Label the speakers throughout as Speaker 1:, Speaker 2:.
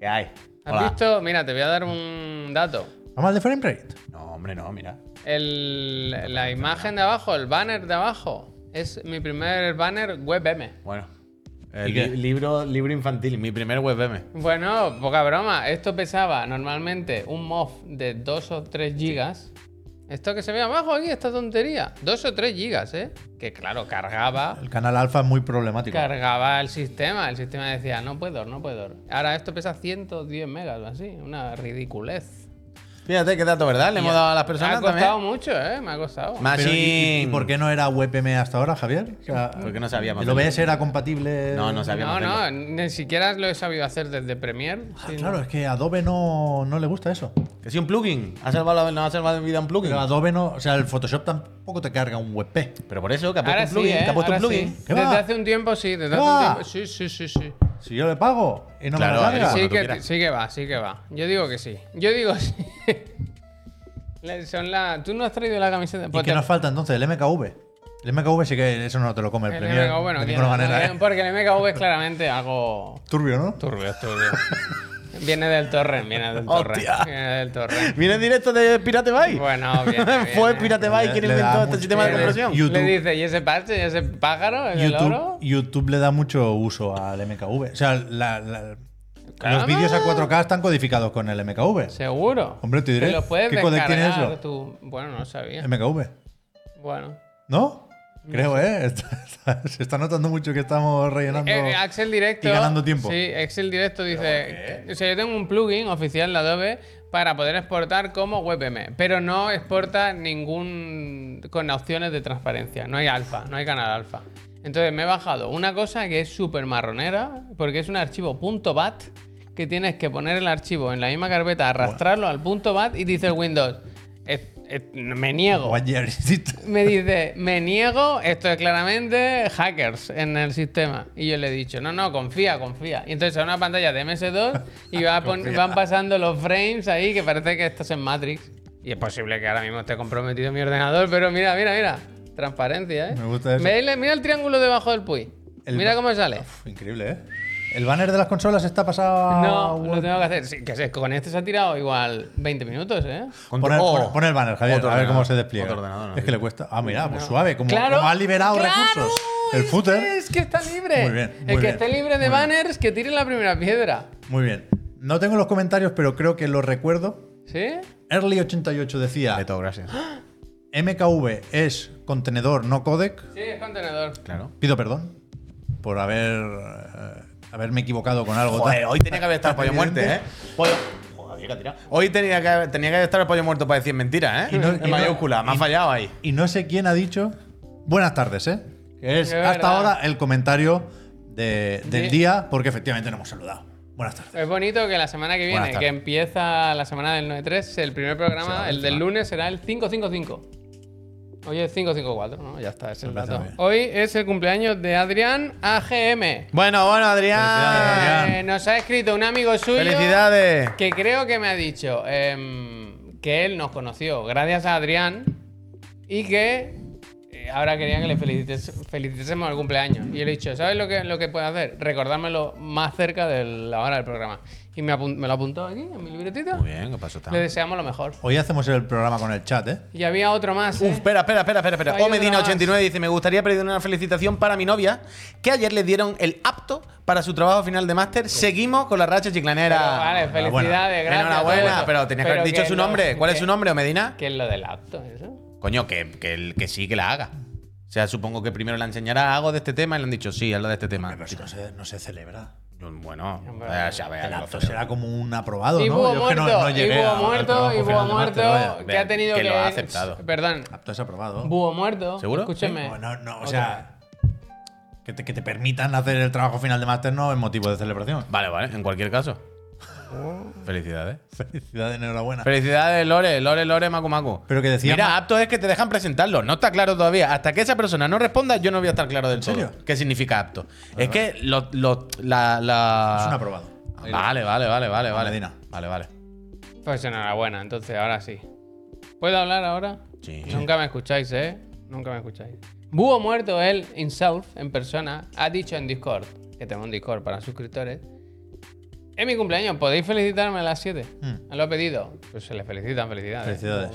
Speaker 1: ¿Qué hay?
Speaker 2: ¿Has
Speaker 1: Hola.
Speaker 2: visto? Mira, te voy a dar un dato.
Speaker 3: ¿Vamos al de frame rate?
Speaker 1: No, hombre, no, mira.
Speaker 2: El- la imagen de abajo, el banner de abajo, es mi primer banner WebM.
Speaker 1: Bueno. El
Speaker 3: ¿Y qué?
Speaker 1: li- libro, libro infantil, mi primer WebM.
Speaker 2: Bueno, poca broma. Esto pesaba normalmente un MOV de 2 o 3 gigas. Esto que se ve abajo aquí, esta tontería. 2 o 3 gigas, ¿eh? Que claro, cargaba.
Speaker 3: El canal alfa es muy problemático.
Speaker 2: Cargaba el sistema. El sistema decía, no puedo, no puedo. Ahora esto pesa 110 megas o así. Una ridiculez.
Speaker 1: Fíjate qué dato, ¿verdad? Le hemos dado a las
Speaker 2: Me ha
Speaker 1: personas
Speaker 2: costado
Speaker 1: también.
Speaker 2: mucho, ¿eh? Me ha costado.
Speaker 3: Pero, ¿y- ¿y, y
Speaker 1: Machine.
Speaker 3: por qué no era WebM hasta ahora, Javier? O sea,
Speaker 1: Porque no sabíamos
Speaker 3: ¿El OBS era compatible?
Speaker 1: No, no sabíamos.
Speaker 2: No,
Speaker 1: hacerlo.
Speaker 2: no, ni siquiera lo he sabido hacer desde Premiere.
Speaker 3: Ah,
Speaker 2: Sí,
Speaker 3: Claro, es que Adobe no, no le gusta eso.
Speaker 1: Que sí, un plugin. Ha salvado la, nos ha salvado en vida un plugin.
Speaker 3: Pero Adobe no. O sea, el Photoshop tampoco te carga un WebP.
Speaker 1: Pero por eso, que ha puesto
Speaker 2: Ahora
Speaker 1: un
Speaker 2: sí,
Speaker 1: plugin.
Speaker 2: ¿eh?
Speaker 1: Que ha puesto un
Speaker 2: Ahora
Speaker 1: plugin.
Speaker 2: sí.
Speaker 3: ¿Qué
Speaker 2: Desde
Speaker 3: va?
Speaker 2: hace un tiempo sí, desde hace
Speaker 3: va?
Speaker 2: un tiempo. Sí, sí, sí, sí.
Speaker 3: Si yo le pago y no
Speaker 1: Claro,
Speaker 3: me la carga.
Speaker 1: eres-
Speaker 2: Sí
Speaker 1: cuando tú
Speaker 2: que,
Speaker 1: quieras.
Speaker 2: sí que va, sí que va. Yo digo que sí. Yo digo sí. La- Son la... ¿Tú no has traído la camiseta?
Speaker 3: ¿Y
Speaker 2: Pues
Speaker 3: qué
Speaker 2: te-
Speaker 3: nos falta entonces? El MKV. El MKV sí que eso no te lo come el,
Speaker 2: el
Speaker 3: Premiere.
Speaker 2: MKV, bueno,
Speaker 3: de
Speaker 2: tío,
Speaker 3: ninguna
Speaker 2: no,
Speaker 3: manera.
Speaker 2: no,
Speaker 3: ¿eh?
Speaker 2: porque el MKV es claramente algo
Speaker 3: Turbio, ¿no?
Speaker 2: turbio, es turbio. viene del torrent, viene del torrent.
Speaker 1: Hostia.
Speaker 2: Viene del torrent.
Speaker 1: Viene en directo de Pirate Bay.
Speaker 2: Bueno, bien, bien,
Speaker 1: Fue
Speaker 2: bien.
Speaker 1: Pirate Bay
Speaker 3: Le-
Speaker 1: quien
Speaker 3: le da
Speaker 1: inventó este
Speaker 3: mucho-
Speaker 1: sistema de
Speaker 3: le-
Speaker 1: compresión.
Speaker 3: YouTube.
Speaker 2: Le dice, ¿y ese parche? ¿Y ese pájaro? ¿Es el oro?
Speaker 3: YouTube, YouTube le da mucho uso al MKV. O sea, la- la-
Speaker 2: Claro.
Speaker 3: los vídeos a 4K están codificados con el MKV.
Speaker 2: Seguro.
Speaker 3: Hombre, te
Speaker 2: Que
Speaker 3: diré.
Speaker 2: los puedes
Speaker 3: ¿Qué codec tiene
Speaker 2: descargar
Speaker 3: eso? Em,
Speaker 2: tú. Bueno, no sabía.
Speaker 3: MKV.
Speaker 2: Bueno.
Speaker 3: ¿No? Creo, ¿eh? Está- está- se está notando mucho que estamos rellenando.
Speaker 2: Eh, Axel Directo.
Speaker 3: y ganando tiempo.
Speaker 2: Sí, Excel Directo dice. O sea, yo tengo un plugin oficial de Adobe para poder exportar como WebM, pero no exporta ningún. con opciones de transparencia. No hay alfa, no hay canal alfa. Entonces me he bajado una cosa que es súper marronera, porque es un archivo .bat que tienes que poner el archivo en la misma carpeta, arrastrarlo al punto .bat y dice el Windows. "Eh, eh, me niego.
Speaker 3: Ayer,
Speaker 2: Me dice, me niego, esto es claramente hackers en el sistema. Y yo le he dicho, no, no, confía, confía. Y entonces a una pantalla de MS2 y va pon- van pasando los frames ahí que parece que estás en Matrix. Y es posible que ahora mismo esté comprometido mi ordenador, pero mira, mira, mira. Transparencia, ¿eh?
Speaker 3: Me gusta eso.
Speaker 2: Ve- Mira el triángulo debajo del Puy.
Speaker 3: El
Speaker 2: mira
Speaker 3: ba-
Speaker 2: cómo sale.
Speaker 3: increíble, ¿eh? El banner de las consolas está pasado. a
Speaker 2: No,
Speaker 3: web.
Speaker 2: lo tengo que hacer. Sí, que se- con este se ha tirado igual 20 minutos, ¿eh?
Speaker 1: Con-
Speaker 3: Pon el,
Speaker 1: Oh.
Speaker 3: pon- pon el banner, Javier,
Speaker 1: Otro
Speaker 3: a ver cómo
Speaker 1: ordenador,
Speaker 3: se despliega.
Speaker 1: otro ordenador,
Speaker 3: es
Speaker 1: no.
Speaker 3: que le cuesta. Ah, mira, pues suave, como,
Speaker 2: Claro,
Speaker 3: como ha liberado
Speaker 2: claro,
Speaker 3: recursos. El
Speaker 2: es que-
Speaker 3: footer.
Speaker 2: Es que está libre.
Speaker 3: Muy bien,
Speaker 2: el
Speaker 3: muy
Speaker 2: que
Speaker 3: bien,
Speaker 2: esté libre de
Speaker 3: muy bien.
Speaker 2: banners, que tire la primera piedra.
Speaker 3: Muy bien. No tengo los comentarios, pero creo que los recuerdo.
Speaker 2: ¿Sí?
Speaker 3: Early88 decía:
Speaker 1: Beto, gracias.
Speaker 3: MKV es contenedor, no codec.
Speaker 2: Sí, es contenedor.
Speaker 1: Claro.
Speaker 3: Pido perdón por haber eh, haberme equivocado con algo.
Speaker 1: Joder,
Speaker 3: tan-
Speaker 1: Pues, hoy tenía que haber estado el pollo muerto, ¿eh?
Speaker 3: Evidente.
Speaker 1: Pollo. Joder, que ha tirado. Hoy tenía que, haber- tenía que estar el pollo muerto para decir mentiras, ¿eh?
Speaker 3: Y no- y
Speaker 1: en
Speaker 3: no-
Speaker 1: mayúscula, me ha fallado ahí.
Speaker 3: Y no sé quién ha dicho. Buenas tardes, ¿eh? Que es
Speaker 2: Es
Speaker 3: hasta
Speaker 2: verdad.
Speaker 3: ahora el comentario de- del
Speaker 2: Di-
Speaker 3: día, porque efectivamente no hemos saludado. Buenas tardes.
Speaker 2: Es bonito que la semana que
Speaker 3: Buenas
Speaker 2: viene, que
Speaker 3: tardes.
Speaker 2: empieza la semana del 9-3, el primer programa, el del lunes, será el 555. Hoy es 554, ¿no? Ya está, es el
Speaker 3: Me parece
Speaker 2: dato.
Speaker 3: muy bien.
Speaker 2: Hoy es el cumpleaños de Adrián AGM.
Speaker 1: Bueno, bueno,
Speaker 3: Felicidades,
Speaker 1: Adrián.
Speaker 3: Adrián.
Speaker 2: Eh, nos ha escrito un amigo suyo.
Speaker 1: Felicidades.
Speaker 2: Que creo que me ha dicho em, que él nos conoció gracias a Adrián y que eh, ahora quería que le felicites- felicitésemos el cumpleaños. Y yo le he dicho, ¿sabes lo que, lo que puedes hacer? Recordármelo más cerca de la hora del programa. Y me, apun- me lo apuntó aquí en mi libretita.
Speaker 1: Muy bien, ¿qué pasó?
Speaker 2: Le deseamos lo mejor.
Speaker 3: Hoy hacemos el programa con el chat, ¿eh?
Speaker 2: Y había otro más. ¿eh?
Speaker 1: Uf, espera, espera, espera, espera, espera.
Speaker 2: Hay
Speaker 1: O
Speaker 2: una
Speaker 1: Medina89 dice, me gustaría pedir una felicitación para mi novia, que ayer le dieron el apto para su trabajo final de máster. Seguimos con la racha chiclanera.
Speaker 2: Pero, vale, felicidades, gracias. todo
Speaker 1: Enhorabuena,
Speaker 2: eso.
Speaker 1: pero tenías que haber dicho
Speaker 2: es
Speaker 1: su
Speaker 2: lo-
Speaker 1: nombre. ¿Cuál es
Speaker 2: que-
Speaker 1: su nombre, Medina?
Speaker 2: ¿Qué es lo del acto eso?
Speaker 1: Coño, que, que, el- que sí que la haga. O sea, supongo que primero la enseñará algo de este tema y le han dicho, sí, algo de este tema.
Speaker 3: Pero no se, no se celebra.
Speaker 1: Bueno,
Speaker 2: Hombre.
Speaker 1: vaya, ya vea.
Speaker 3: El
Speaker 1: lo
Speaker 3: acto
Speaker 1: feo.
Speaker 3: será como un aprobado,
Speaker 2: Y
Speaker 3: ¿no?
Speaker 2: hubo
Speaker 3: Yo es que
Speaker 2: muerto,
Speaker 3: no- no
Speaker 2: y
Speaker 3: llegué
Speaker 2: hubo
Speaker 3: al- al
Speaker 2: muerto,
Speaker 3: trabajo
Speaker 2: y hubo
Speaker 3: final de máster,
Speaker 2: muerto,
Speaker 3: vaya.
Speaker 2: que ha tenido
Speaker 1: este Que
Speaker 2: que.
Speaker 1: lo ha aceptado.
Speaker 2: Perdón,
Speaker 3: Apto es aprobado.
Speaker 2: Búho muerto.
Speaker 1: ¿Seguro?
Speaker 2: Escúchame.
Speaker 3: No, no, no,
Speaker 2: Otra
Speaker 3: o
Speaker 2: vez.
Speaker 3: sea, que te, que te permitan hacer el trabajo final de máster no es motivo de celebración.
Speaker 1: Vale, vale, en cualquier caso.
Speaker 3: Oh.
Speaker 1: Felicidades.
Speaker 3: Felicidades, enhorabuena.
Speaker 1: Felicidades, Lore, Lore, Lore, Macu Macu.
Speaker 3: Pero que decía-
Speaker 1: Mira, apto es que te dejan presentarlo. No está claro todavía. Hasta que esa persona no responda, yo no voy a estar claro del
Speaker 3: serio?
Speaker 1: todo. ¿Qué significa apto? es que lo, lo- la, la-
Speaker 2: ah,
Speaker 3: es un aprobado.
Speaker 1: Vale, vale, vale, vale, vale.
Speaker 3: Medina.
Speaker 1: Vale, vale.
Speaker 2: Pues enhorabuena, entonces ahora sí. ¿Puedo hablar ahora?
Speaker 1: Sí.
Speaker 2: Nunca me escucháis, ¿eh? Nunca me escucháis. Búho muerto, él, himself, en persona, ha dicho en Discord, que tengo un Discord para suscriptores, Es mi cumpleaños, podéis felicitarme a las 7.
Speaker 3: Mm.
Speaker 2: Lo he pedido. Pues se les felicitan, felicidades.
Speaker 3: Felicidades.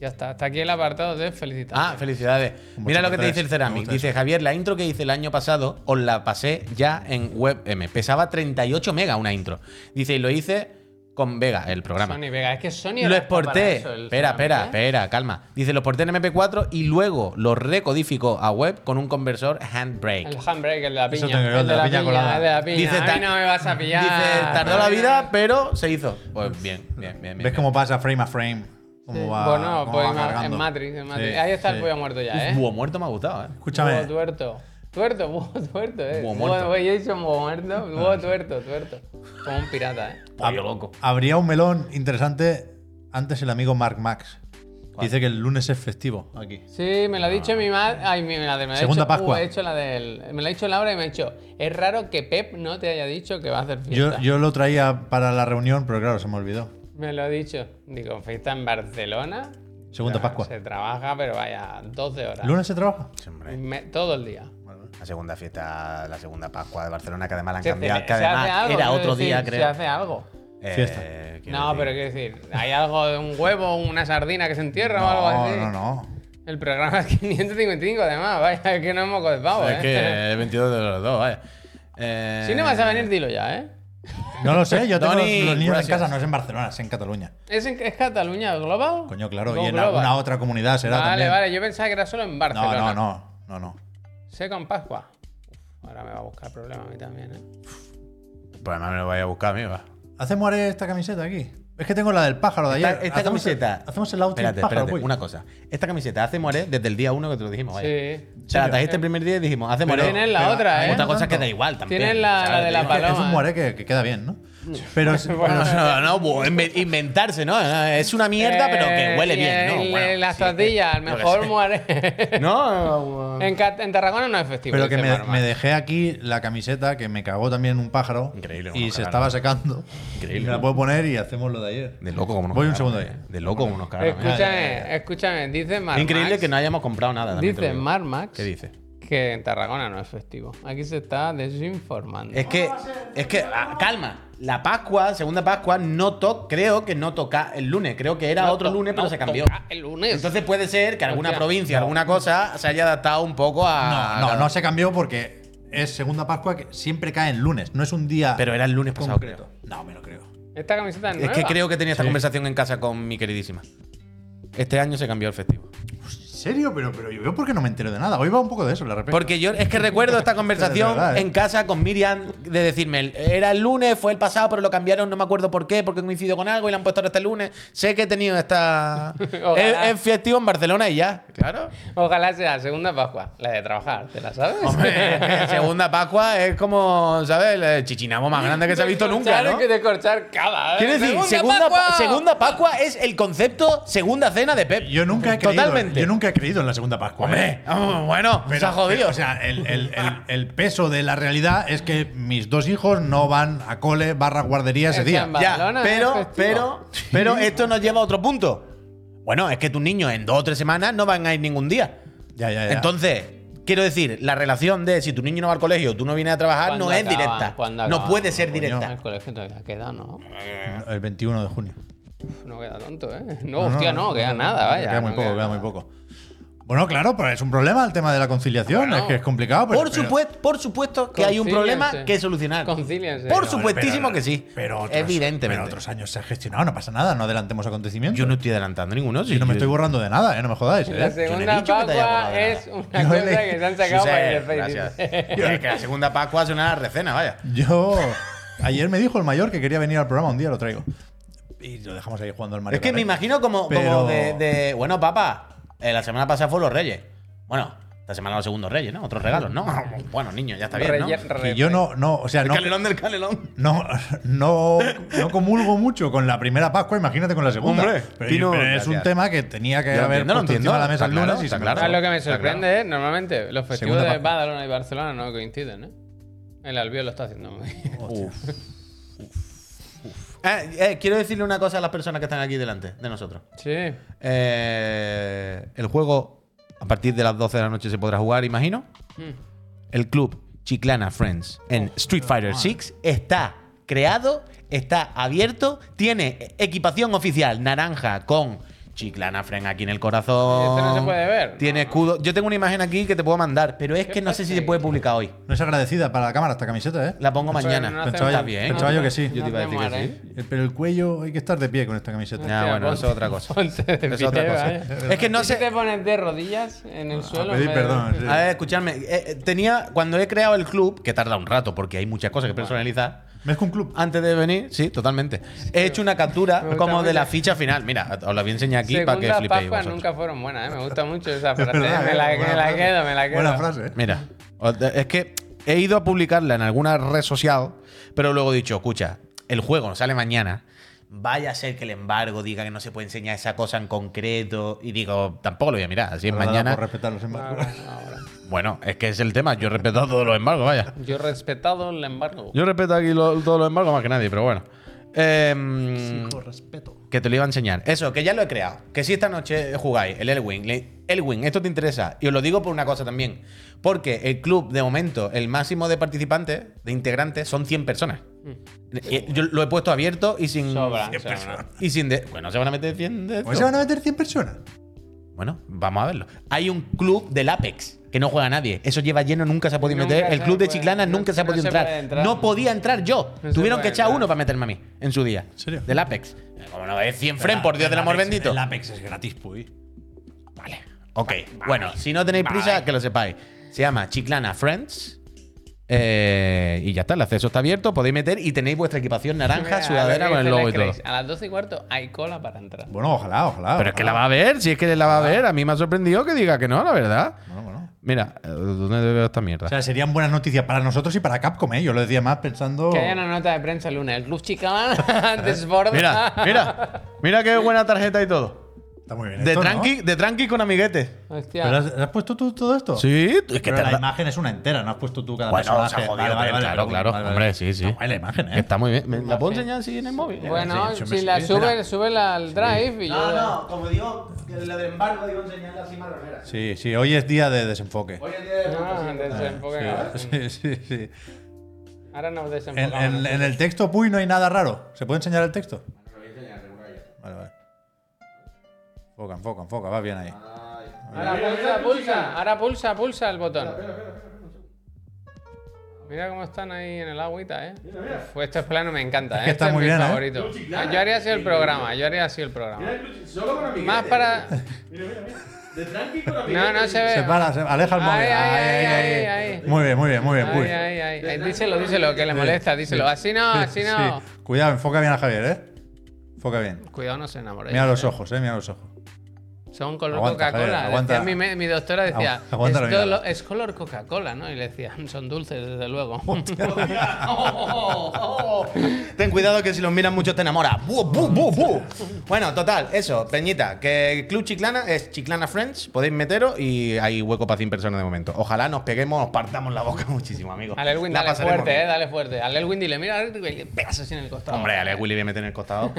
Speaker 2: Ya está, hasta aquí el apartado de felicitar.
Speaker 1: Ah, felicidades.
Speaker 3: Un
Speaker 1: Mira
Speaker 3: botón
Speaker 1: lo que te
Speaker 3: tres.
Speaker 1: dice el
Speaker 3: Me
Speaker 1: Ceramic.
Speaker 3: gusta
Speaker 1: Dice Javier, la intro que hice el año pasado os la pasé ya en WebM. Pesaba 38 megas una intro. Dice, y lo hice con Vega, el programa.
Speaker 2: Sony Vega, es que Sony
Speaker 1: Lo
Speaker 2: era para
Speaker 1: exporté.
Speaker 2: eso, el
Speaker 1: espera,
Speaker 2: Sony,
Speaker 1: espera,
Speaker 2: ¿eh?
Speaker 1: espera, calma. Dice, lo exporté en MP4 y luego lo recodificó a web con un conversor
Speaker 2: El
Speaker 1: handbrake.
Speaker 2: handbrake, el de la
Speaker 3: Eso
Speaker 2: piña.
Speaker 3: tengo yo,
Speaker 2: el de la piña,
Speaker 3: colada.
Speaker 2: el de la piña.
Speaker 1: Dice,
Speaker 2: a
Speaker 1: ta-
Speaker 2: mí no me vas a pillar.
Speaker 1: Dice, tardó la vida, pero se hizo. Pues bien, bien, bien. bien,
Speaker 3: ¿Ves
Speaker 1: bien.
Speaker 3: cómo pasa frame a frame? Cómo
Speaker 2: Sí.
Speaker 3: va,
Speaker 2: bueno,
Speaker 3: cómo
Speaker 2: pues
Speaker 3: va
Speaker 2: en-
Speaker 3: cargando.
Speaker 2: en Matrix, en Matrix.
Speaker 3: Sí,
Speaker 2: Ahí está
Speaker 3: sí.
Speaker 2: el pollo muerto ya,
Speaker 1: Uf,
Speaker 2: ¿eh?
Speaker 1: Búho muerto me ha gustado, ¿eh?
Speaker 3: Escúchame.
Speaker 2: Búho tuerto. Tuerto, búho tuerto, eh.
Speaker 1: Búho muerto.
Speaker 2: Búho Jason, búho
Speaker 3: Ah,
Speaker 2: muerto. Búho tuerto, tuerto. Como un pirata, eh.
Speaker 1: Pollo loco.
Speaker 3: Habría un melón interesante antes el amigo Mark Max. Dice que el lunes es festivo
Speaker 2: Ah,
Speaker 3: aquí.
Speaker 2: Sí, me lo ha dicho mi madre. Ay, mi madre, me lo ha
Speaker 3: Ah. Segunda
Speaker 2: dicho.
Speaker 3: Pascua.
Speaker 2: Uh, he hecho la del. Me lo ha dicho Laura y me ha dicho. Es raro que Pep no te haya dicho que va a hacer
Speaker 3: Yo,
Speaker 2: fiesta.
Speaker 3: yo lo traía para la reunión, pero claro, se me olvidó.
Speaker 2: Me lo ha dicho. Digo, fiesta en Barcelona.
Speaker 3: Segunda
Speaker 2: Claro,
Speaker 3: Pascua.
Speaker 2: Se trabaja, pero vaya, 12 horas.
Speaker 3: ¿Lunes se trabaja?
Speaker 1: Sí, hombre.
Speaker 2: Me- todo el día.
Speaker 1: La segunda fiesta, la segunda Pascua de Barcelona, que además la han
Speaker 2: Se hace-
Speaker 1: cambiado. Que
Speaker 2: se hace
Speaker 1: además
Speaker 2: algo,
Speaker 1: era
Speaker 2: quiero
Speaker 1: otro
Speaker 2: decir,
Speaker 1: día,
Speaker 2: Se
Speaker 1: creo.
Speaker 2: hace algo.
Speaker 1: Eh,
Speaker 3: Fiesta.
Speaker 1: quiero
Speaker 2: No,
Speaker 1: decir.
Speaker 2: pero quiero decir, hay algo de un huevo, una sardina que se entierra o algo
Speaker 3: No,
Speaker 2: así.
Speaker 3: no, no.
Speaker 2: El programa es 555, además, vaya, que no es moco de pavo,
Speaker 1: Es
Speaker 2: ¿eh?
Speaker 1: que el 22 de los dos, vaya. Eh,
Speaker 2: Si no vas a venir, dilo ya, ¿eh?
Speaker 3: No lo sé, yo tengo
Speaker 1: Doni,
Speaker 3: los niños en
Speaker 1: gracias.
Speaker 3: casa, no es en Barcelona, es en Cataluña.
Speaker 2: ¿Es, en- es Cataluña Global?
Speaker 3: Coño, claro,
Speaker 2: Go
Speaker 3: y en
Speaker 2: Global.
Speaker 3: alguna otra comunidad será
Speaker 2: Vale,
Speaker 3: también.
Speaker 2: vale, yo pensaba que era solo en Barcelona.
Speaker 3: No, no, no, no, no.
Speaker 2: Sé con Pascua. Uf, ahora me va a buscar problema a mí también, ¿eh?
Speaker 1: Pues además me lo vais a buscar, amigo.
Speaker 3: ¿Hacemos ahora esta camiseta aquí? Es que tengo la del pájaro de ayer.
Speaker 1: Esta, esta
Speaker 3: Hacemos el-
Speaker 1: camiseta.
Speaker 3: hacemos el outfit
Speaker 1: Espérate,
Speaker 3: pájaro,
Speaker 1: espérate.
Speaker 3: pues.
Speaker 1: Una cosa. Esta camiseta hace More desde el día 1 que te lo dijimos, vaya.
Speaker 2: Sí.
Speaker 1: Te la trajiste el primer día y dijimos, hace More.
Speaker 2: Tienes la
Speaker 3: pero-
Speaker 2: otra, ¿eh?
Speaker 1: Otra cosa es que da igual también.
Speaker 2: Tienes la- la de la
Speaker 1: Es que-
Speaker 3: Es que Es
Speaker 2: Paloma,
Speaker 3: un
Speaker 2: ¿eh?
Speaker 3: muere que, que queda bien, ¿no? Pero es-
Speaker 1: No,
Speaker 2: Bueno,
Speaker 1: no, no, bu- inven- inventarse, ¿no? Es una mierda, pero que
Speaker 2: Eh,
Speaker 1: huele
Speaker 2: y
Speaker 1: bien, ¿no?
Speaker 2: el-
Speaker 1: Bueno,
Speaker 2: las
Speaker 1: sí, eh,
Speaker 2: tortillas, el
Speaker 1: yo qué
Speaker 2: mejor
Speaker 1: sé.
Speaker 2: muere.
Speaker 1: No,
Speaker 2: en, Cat- en Tarragona no es festivo.
Speaker 3: Pero que
Speaker 2: dice
Speaker 3: me,
Speaker 2: Marma.
Speaker 3: me dejé aquí la camiseta que me cagó también un pájaro.
Speaker 1: Increíble,
Speaker 3: Y
Speaker 1: unos
Speaker 3: se
Speaker 1: cagaron.
Speaker 3: estaba secando.
Speaker 1: Increíble.
Speaker 3: Me la puedo poner y hacemos lo de ayer.
Speaker 1: de loco como nos
Speaker 3: Voy un
Speaker 1: cagaron,
Speaker 3: segundo ahí.
Speaker 1: De loco como nos cagaron.
Speaker 2: Escúchame,
Speaker 1: ¿eh?
Speaker 2: escúchame. Dice Mar
Speaker 1: Increíble
Speaker 2: Max-
Speaker 1: que no hayamos comprado nada. también te lo
Speaker 2: Dice
Speaker 1: digo.
Speaker 2: Mar Max
Speaker 1: ¿Qué dice?
Speaker 2: que en Tarragona no es festivo. Aquí se está desinformando.
Speaker 1: Es que, es que, ah, calma. La Pascua, segunda Pascua, no to creo que no toca el lunes. Creo que era
Speaker 2: No
Speaker 1: otro
Speaker 2: to-
Speaker 1: lunes, pero
Speaker 2: no
Speaker 1: se cambió.
Speaker 2: toca El lunes.
Speaker 1: Entonces puede ser que alguna
Speaker 2: Hostia.
Speaker 1: provincia, alguna cosa, se haya adaptado un poco a.
Speaker 3: No, no, no se cambió porque es segunda Pascua que siempre cae en lunes. No es un día
Speaker 1: Pero era el lunes pasado,
Speaker 3: concreto.
Speaker 1: creo.
Speaker 3: No, me lo creo.
Speaker 2: Esta camiseta es
Speaker 1: Es
Speaker 2: nueva.
Speaker 1: que creo que tenía esta conversación en casa con mi queridísima. Este año se cambió el festivo.
Speaker 3: ¿En serio? Pero, pero yo veo por qué no me entero de nada. Hoy va un poco de eso, la repente.
Speaker 1: Porque yo es que recuerdo esta conversación
Speaker 3: Pero de verdad, ¿eh?
Speaker 1: en casa con Miriam de decirme, era el lunes, fue el pasado, pero lo cambiaron, no me acuerdo por qué, porque coincidió con algo y lo han puesto ahora este lunes. Sé que he tenido esta... es,
Speaker 2: Ojalá.
Speaker 1: es festivo en Barcelona y ya. Claro.
Speaker 2: Ojalá sea la segunda Pascua, la de trabajar, ¿te la sabes?
Speaker 1: Hombre, Eh, segunda Pascua es como, ¿sabes? El chichinamo más grande que se ha visto nunca,
Speaker 2: Descorchar
Speaker 1: ¿no?
Speaker 2: que descorchar cada vez.
Speaker 1: Quiero decir, segunda, pa- segunda Pascua es el concepto segunda cena de Pep.
Speaker 3: Yo nunca he creído.
Speaker 1: Totalmente.
Speaker 3: Yo nunca he creído en la segunda Pascua. ¿eh?
Speaker 1: Hombre, vamos, bueno, se ha jodido.
Speaker 3: O sea, el, el- el- el peso de la realidad es que mis dos hijos no van a cole barra guardería ese
Speaker 2: Es que
Speaker 3: día.
Speaker 2: en Barcelona
Speaker 1: ya, pero,
Speaker 2: es festivo.
Speaker 1: pero, pero esto nos lleva a otro punto. Bueno, es que tus niños en dos o tres semanas no van a ir ningún día.
Speaker 3: Ya, ya, ya.
Speaker 1: Entonces, quiero decir, la relación de si tu niño no va al colegio, tú no vienes a trabajar, no
Speaker 2: ¿Cuándo
Speaker 1: es
Speaker 2: acaban?
Speaker 1: directa.
Speaker 2: ¿Cuándo
Speaker 1: No
Speaker 2: acaban?
Speaker 1: puede ser
Speaker 3: Coño.
Speaker 1: directa.
Speaker 2: Ah, El colegio todavía queda, ¿no?
Speaker 3: Eh, el 21 de junio.
Speaker 2: Uf, No queda tonto, ¿eh? No, hostia, no, queda nada, vaya.
Speaker 3: Queda muy
Speaker 2: no
Speaker 3: poco, queda, muy
Speaker 2: nada.
Speaker 3: poco. Bueno, claro, pero es un problema el tema de la conciliación.
Speaker 2: Bueno.
Speaker 3: es que es complicado. Pero,
Speaker 1: por,
Speaker 3: pero-
Speaker 1: supuesto, por supuesto que hay un problema
Speaker 2: Concíliense.
Speaker 1: que solucionar.
Speaker 2: Concíliense.
Speaker 1: Por
Speaker 2: No,
Speaker 3: pero-
Speaker 1: supuestísimo
Speaker 3: pero-
Speaker 1: que sí.
Speaker 3: Pero otros,
Speaker 1: Evidentemente.
Speaker 3: pero otros años se ha gestionado, no pasa nada, no adelantemos acontecimientos.
Speaker 1: Yo no estoy adelantando ninguno. Si
Speaker 3: Yo no me
Speaker 1: yo-
Speaker 3: estoy borrando de nada, ¿eh? no me jodáis. ¿eh?
Speaker 2: La
Speaker 1: no he
Speaker 2: segunda
Speaker 1: dicho que te haya
Speaker 2: Pascua
Speaker 1: acordado de
Speaker 2: es
Speaker 1: nada.
Speaker 2: una
Speaker 3: Yo
Speaker 2: cosa
Speaker 3: le-
Speaker 2: que se han
Speaker 1: Susé,
Speaker 2: sacado para el
Speaker 1: gracias.
Speaker 2: Facebook.
Speaker 1: Es que la segunda Pascua suena a la recena, vaya.
Speaker 3: Yo. Ayer me dijo el mayor que quería venir al programa, un día lo traigo. Y lo dejamos ahí jugando al Mario
Speaker 1: Es que me
Speaker 3: Kart, ¿eh?
Speaker 1: imagino como, como
Speaker 3: Pero-
Speaker 1: de, de- Bueno, papá, eh, la semana pasada fue los Reyes. Bueno, esta semana los segundos Reyes, ¿no? Otros regalos, ¿no? Bueno, niño, ya está bien, ¿no?
Speaker 2: Reye-
Speaker 3: Que yo no, no, o sea,
Speaker 1: El
Speaker 3: no,
Speaker 1: calelón del calelón.
Speaker 3: no, no, no comulgo mucho con la primera Pascua, imagínate con la segunda.
Speaker 1: Hombre,
Speaker 3: pero,
Speaker 1: Pino,
Speaker 3: pero es
Speaker 1: gracias.
Speaker 3: un tema que tenía que
Speaker 1: Yo lo
Speaker 3: haber
Speaker 1: entiendo, lo
Speaker 3: puesto
Speaker 1: entiendo,
Speaker 3: encima de la mesa
Speaker 1: está
Speaker 3: el
Speaker 1: claro,
Speaker 3: lunes y
Speaker 1: está
Speaker 3: sacarlo.
Speaker 1: claro.
Speaker 2: ¿Sabes Ah, lo que me
Speaker 1: Está
Speaker 2: sorprende? eh? Normalmente los festivos
Speaker 3: Segunda
Speaker 2: de
Speaker 3: Pascua.
Speaker 2: Badalona y Barcelona no coinciden, ¿eh? El Albiol lo está haciendo muy bien.
Speaker 1: Eh, eh, quiero decirle una cosa a las personas que están aquí delante de nosotros.
Speaker 2: Sí.
Speaker 1: Eh, el juego a partir de las 12 de la noche se podrá jugar,
Speaker 2: Hmm. Oh,
Speaker 1: imagino. El club Chiclana Friends en Street Fighter 6 está creado, está abierto, tiene equipación oficial naranja con chiclana fren aquí en el corazón.
Speaker 2: Este no se puede ver.
Speaker 1: Tiene escudo. Yo tengo una imagen aquí que te puedo mandar, pero es
Speaker 2: ¿Qué
Speaker 1: que no sé si
Speaker 2: pasa
Speaker 1: se puede
Speaker 2: ahí?
Speaker 1: publicar hoy.
Speaker 3: No es agradecida para la cámara esta camiseta, ¿eh?
Speaker 1: La pongo
Speaker 2: Pero
Speaker 1: mañana.
Speaker 2: no hace-
Speaker 3: Pensaba yo-
Speaker 1: Está bien.
Speaker 3: pensaba yo que sí.
Speaker 1: Yo te iba a decir que sí.
Speaker 3: Eh, Pero el cuello hay que estar de pie con esta camiseta.
Speaker 1: Ah, bueno, eso es otra cosa.
Speaker 2: Ponte de
Speaker 1: Eso es
Speaker 2: pie,
Speaker 1: otra
Speaker 2: vaya.
Speaker 1: cosa. Es que no
Speaker 2: ¿Y si te
Speaker 1: sé. Ah,
Speaker 2: pones de rodillas en el suelo? en
Speaker 3: pedir
Speaker 2: vez de-
Speaker 3: perdón, sí.
Speaker 1: A ver, escuchadme. eh, eh, tenía, cuando he creado el club, que tarda un rato porque hay muchas cosas que personalizar.
Speaker 3: Me es un club.
Speaker 1: Antes de venir, sí, totalmente. He hecho una captura
Speaker 2: Me gusta
Speaker 1: como de la
Speaker 2: mucho.
Speaker 1: ficha final. Mira, os la voy a enseñar aquí para que
Speaker 2: Segundas
Speaker 1: flipéis.
Speaker 2: Pascuas
Speaker 1: vosotros.
Speaker 2: nunca fueron buenas, ¿eh? Me gusta mucho esa
Speaker 3: Es
Speaker 2: frase. ¿eh?
Speaker 3: verdad,
Speaker 2: me,
Speaker 3: ¿eh?
Speaker 2: la,
Speaker 3: Buena
Speaker 2: me la
Speaker 3: frase.
Speaker 2: quedo, me la quedo.
Speaker 3: Buena frase, ¿eh?
Speaker 1: Mira, os de- es que he ido a publicarla en alguna red social, pero luego he dicho, escucha, el juego sale mañana. Vaya a ser que el embargo diga que no se puede enseñar esa cosa en concreto. Y digo, tampoco lo voy a mirar. Así es
Speaker 3: Perdona
Speaker 1: mañana.
Speaker 3: Por respetar los embargos.
Speaker 2: Ahora, Ah, ahora.
Speaker 1: Bueno, es que es el tema. Yo he respetado todos los embargos, vaya.
Speaker 2: Yo he respetado el embargo.
Speaker 1: Yo respeto aquí lo- todos los embargos más que nadie, pero bueno. Em, Que te lo iba a enseñar. Eso, que ya lo he creado. Que si esta noche jugáis el Elwin, le- Elwin, esto te interesa. Y os lo digo por una cosa también. Porque el club, de momento, el máximo de participantes, de integrantes, son 100 personas. Y Yo lo he puesto abierto y sin.
Speaker 2: Mm. Sobra.
Speaker 3: Qué
Speaker 2: sobra.
Speaker 3: persona.
Speaker 1: Y sin. de- bueno, se van a meter 100 de
Speaker 3: ¿Cómo
Speaker 1: esto?
Speaker 3: Pues se van a meter 100 personas?
Speaker 1: Bueno, vamos a verlo. Hay un club del Apex que no juega nadie. Eso lleva lleno, nunca se ha podido
Speaker 2: Nunca
Speaker 1: meter. El
Speaker 2: se
Speaker 1: club de
Speaker 2: puede-
Speaker 1: Chiclana
Speaker 2: no-
Speaker 1: nunca se ha
Speaker 2: no
Speaker 1: podido
Speaker 2: se
Speaker 1: entrar.
Speaker 2: puede entrar.
Speaker 1: No podía entrar yo.
Speaker 2: No se
Speaker 1: Tuvieron
Speaker 2: puede
Speaker 1: que echar
Speaker 2: entrar.
Speaker 1: uno para meterme a mí en su día. ¿En
Speaker 3: serio?
Speaker 1: Del Apex. Eh, Como no es 100 frames, por Dios del amor bendito.
Speaker 3: Apex es gratis, pues.
Speaker 1: Vale. Ok. Bueno, si no tenéis prisa, que lo sepáis. Se llama Chiclana Friends. Eh, y ya está, el acceso está abierto, podéis meter y tenéis vuestra equipación
Speaker 2: Mira, a
Speaker 1: naranja,
Speaker 2: ver
Speaker 1: sudadera
Speaker 2: qué
Speaker 1: con el
Speaker 2: se
Speaker 1: logo
Speaker 2: le
Speaker 1: y todo.
Speaker 2: creéis. A las 12 y cuarto hay cola para entrar.
Speaker 3: Bueno, ojalá, ojalá.
Speaker 1: Pero es que la
Speaker 3: ojalá.
Speaker 1: va a ver, si es que la va a ver. A mí me ha sorprendido que diga que no, la verdad.
Speaker 3: Bueno, bueno.
Speaker 1: Mira, eh, ¿dónde veo esta mierda?
Speaker 3: O sea, serían buenas noticias para nosotros y para Capcom, ¿eh? Yo lo decía más pensando.
Speaker 2: Que haya una nota de prensa el lunes. El club chicana desborda.
Speaker 1: mira, mira, mira qué buena tarjeta y todo.
Speaker 3: Está muy bien.
Speaker 1: De
Speaker 3: esto, ¿no?
Speaker 1: tranqui, de tranqui con amiguetes.
Speaker 2: Hostia.
Speaker 3: ¿Pero has, has puesto tú todo esto?
Speaker 1: Sí, es que
Speaker 3: Pero
Speaker 1: te
Speaker 3: la
Speaker 1: la-
Speaker 3: imagen es una entera, no has puesto tú cada
Speaker 1: Bueno,
Speaker 3: personaje.
Speaker 1: se ha jodido, pero claro, claro. Hombre, sí, sí.
Speaker 3: Está guay la imagen, ¿eh?
Speaker 1: Está muy bien. ¿Me ¿La puedo enseñar así en el móvil?
Speaker 2: bueno,
Speaker 3: sí, sí,
Speaker 2: si la
Speaker 3: sí, espera.
Speaker 2: subes, súbela al drive y yo.
Speaker 1: como digo, lo de embargo, digo enseñarla así marronera.
Speaker 3: Sí, sí, hoy es día de desenfoque.
Speaker 2: No, Ah, desenfoque.
Speaker 3: Sí, sí, sí.
Speaker 2: Ahora nos
Speaker 3: En,
Speaker 2: desenfocamos.
Speaker 3: en- en el texto Puy no hay nada raro. ¿Se puede enseñar el texto? Vale, vale. Enfoca, enfoca, enfoca, va bien ahí.
Speaker 2: Ahora pulsa, pulsa, ahora pulsa, pulsa el botón. Mira cómo están ahí en el agüita, eh. Pues estos planos me encanta,
Speaker 3: Es
Speaker 2: eh.
Speaker 3: que está
Speaker 2: este
Speaker 3: muy
Speaker 2: es
Speaker 3: bien,
Speaker 2: mi
Speaker 3: ¿eh?
Speaker 2: favorito. Ah, Yo haría así el programa, yo haría así el programa. Más para. No, no se ve.
Speaker 3: Se para, se aleja el
Speaker 2: Ahí,
Speaker 3: móvil.
Speaker 2: ahí,
Speaker 3: Ahí,
Speaker 2: ahí,
Speaker 3: ahí,
Speaker 2: ahí, ahí.
Speaker 3: Muy bien, muy bien, muy bien,
Speaker 2: Ay,
Speaker 3: Puy.
Speaker 2: ay, ay, ay. Díselo, díselo, que le molesta, díselo. Así no, así
Speaker 3: Sí,
Speaker 2: no.
Speaker 3: sí. Cuidado, enfoca bien a Javier, ¿eh? Enfoca bien.
Speaker 2: Cuidado, no se enamoréis.
Speaker 3: Mira los ojos, ¿eh? Mira los ojos.
Speaker 2: Son color
Speaker 3: Aguanta, Javier,
Speaker 2: Coca-Cola.
Speaker 3: aguanta.
Speaker 2: Decía Mi, me- mi doctora decía,
Speaker 3: Agu- aguanta la
Speaker 2: es, dolo-
Speaker 3: mirada.
Speaker 2: es color Coca-Cola, ¿no? Y le decía, "Mm, son dulces, desde luego.
Speaker 1: Ten cuidado que si los miras mucho te enamora. Bu, bu, bu, bu. Bueno, total, eso, Peñita, que el Club Chiclana es Chiclana Friends, podéis meteros y hay hueco para 100 personas de momento. Ojalá nos peguemos, nos partamos la boca muchísimo, amigos.
Speaker 2: Al Elwin,
Speaker 1: La
Speaker 2: dale
Speaker 1: pasaremos
Speaker 2: fuerte,
Speaker 1: bien.
Speaker 2: eh, dale fuerte. Al Elwin, dile, mira, y le pegas así en el costado.
Speaker 1: Hombre, dale, Willy voy a meter en el costado,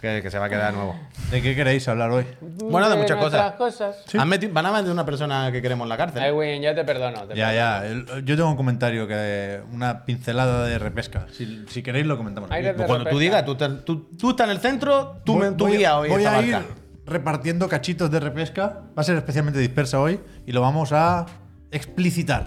Speaker 1: que, que se va a quedar nuevo.
Speaker 3: ¿De qué queréis hablar hoy?
Speaker 1: Bueno, de muchas cosas.
Speaker 2: nuestras cosas.
Speaker 1: Han metido- van a meter una persona que queremos en la cárcel.
Speaker 2: Elwin, yo te perdono. te
Speaker 3: Ya, ya. el- yo tengo un comentario que. Una pincelada de repesca. Si, si queréis, lo comentamos.
Speaker 2: Aire de-
Speaker 1: Pues Cuando tú digas, tú, estás- tú- tú estás en el centro, tú, me- tú guía hoy
Speaker 3: voy
Speaker 1: esta
Speaker 3: a ir
Speaker 1: barca.
Speaker 3: repartiendo cachitos de repesca. Va a ser especialmente dispersa hoy y lo vamos a explicitar.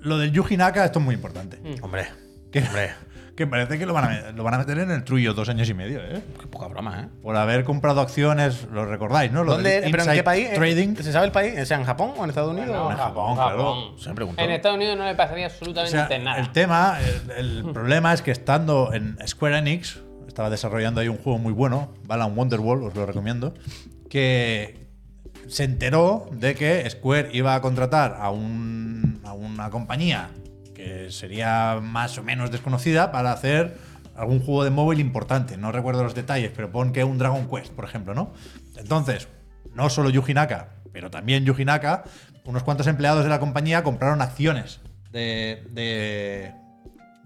Speaker 3: Lo del Yuji Naka, esto es muy importante.
Speaker 1: Hmm. Hombre,
Speaker 3: Que,
Speaker 1: hombre,
Speaker 3: que parece que lo van, a, lo van a meter en el trullo dos años y medio, ¿eh?
Speaker 1: qué poca broma, ¿eh?
Speaker 3: Por haber comprado acciones, lo recordáis, ¿no? Lo
Speaker 1: ¿Dónde,
Speaker 3: del
Speaker 1: ¿Pero en
Speaker 3: inside
Speaker 1: qué país? Eh,
Speaker 3: Trading.
Speaker 1: ¿Se sabe el país? ¿Es en Japón o en Estados Unidos?
Speaker 2: perdono.
Speaker 1: o
Speaker 3: en
Speaker 1: en
Speaker 2: No,
Speaker 1: Japón?
Speaker 3: Japón, claro.
Speaker 1: Se me preguntó.
Speaker 2: En Estados Unidos no le pasaría
Speaker 3: O
Speaker 2: absolutamente
Speaker 3: sea,
Speaker 2: nada.
Speaker 3: el tema, el, el problema es que estando en Square Enix, estaba desarrollando ahí un juego muy bueno, Balan Wonderworld, os lo recomiendo, que se enteró de que Square iba a contratar a, un- a una compañía que sería más o menos desconocida para hacer algún juego de móvil importante. No recuerdo los detalles, pero pon que un Dragon Quest, por ejemplo, ¿no? Entonces, no solo Yuji Naka, pero también Yuji Naka, unos cuantos empleados de la compañía compraron acciones de- de,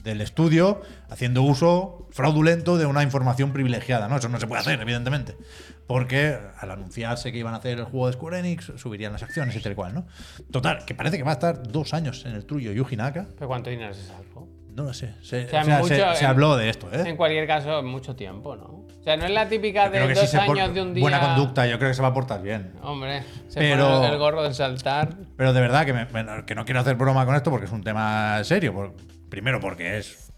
Speaker 3: del estudio haciendo uso fraudulento de una información privilegiada, ¿no? Eso no se puede hacer, evidentemente. Porque al anunciarse que iban a hacer el juego de Square Enix, subirían las acciones y tal y cual, ¿no? Total, que parece que va a estar dos años en el trullo Yuji Naka.
Speaker 2: ¿Pero cuánto dinero se salvó?
Speaker 3: No lo sé. Se,
Speaker 2: O sea,
Speaker 3: o sea,
Speaker 2: mucho-
Speaker 3: se- se
Speaker 2: en-
Speaker 3: habló de esto, ¿eh?
Speaker 2: En cualquier caso, es mucho tiempo, ¿no? O sea, no es la típica
Speaker 3: Yo
Speaker 2: de
Speaker 3: sí
Speaker 2: dos
Speaker 3: se por-
Speaker 2: años de un día.
Speaker 3: Buena conducta, yo creo que se va a portar bien.
Speaker 2: Hombre, se
Speaker 3: Pero-
Speaker 2: pone el gorro de saltar.
Speaker 3: Pero de verdad que, me- me- que no quiero hacer broma con esto porque es un tema serio. por- primero porque es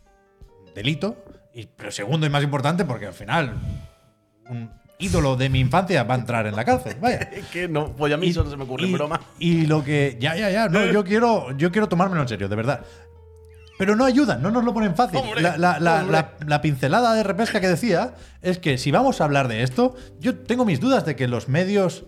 Speaker 3: delito. Y, pero segundo y más importante porque al final un ídolo de mi infancia va a entrar en la cárcel. Vaya.
Speaker 1: Es que no, pues a mí
Speaker 3: Y-
Speaker 1: solo se me ocurre
Speaker 3: y-
Speaker 1: broma.
Speaker 3: Y lo que. Ya, ya, ya. No, yo quiero, yo quiero tomármelo en serio, de verdad. Pero no ayudan, no nos lo ponen fácil.
Speaker 1: Hombre,
Speaker 3: la, la- la-
Speaker 1: hombre.
Speaker 3: la- la pincelada de repesca que decía es que si vamos a hablar de esto, yo tengo mis dudas de que los medios.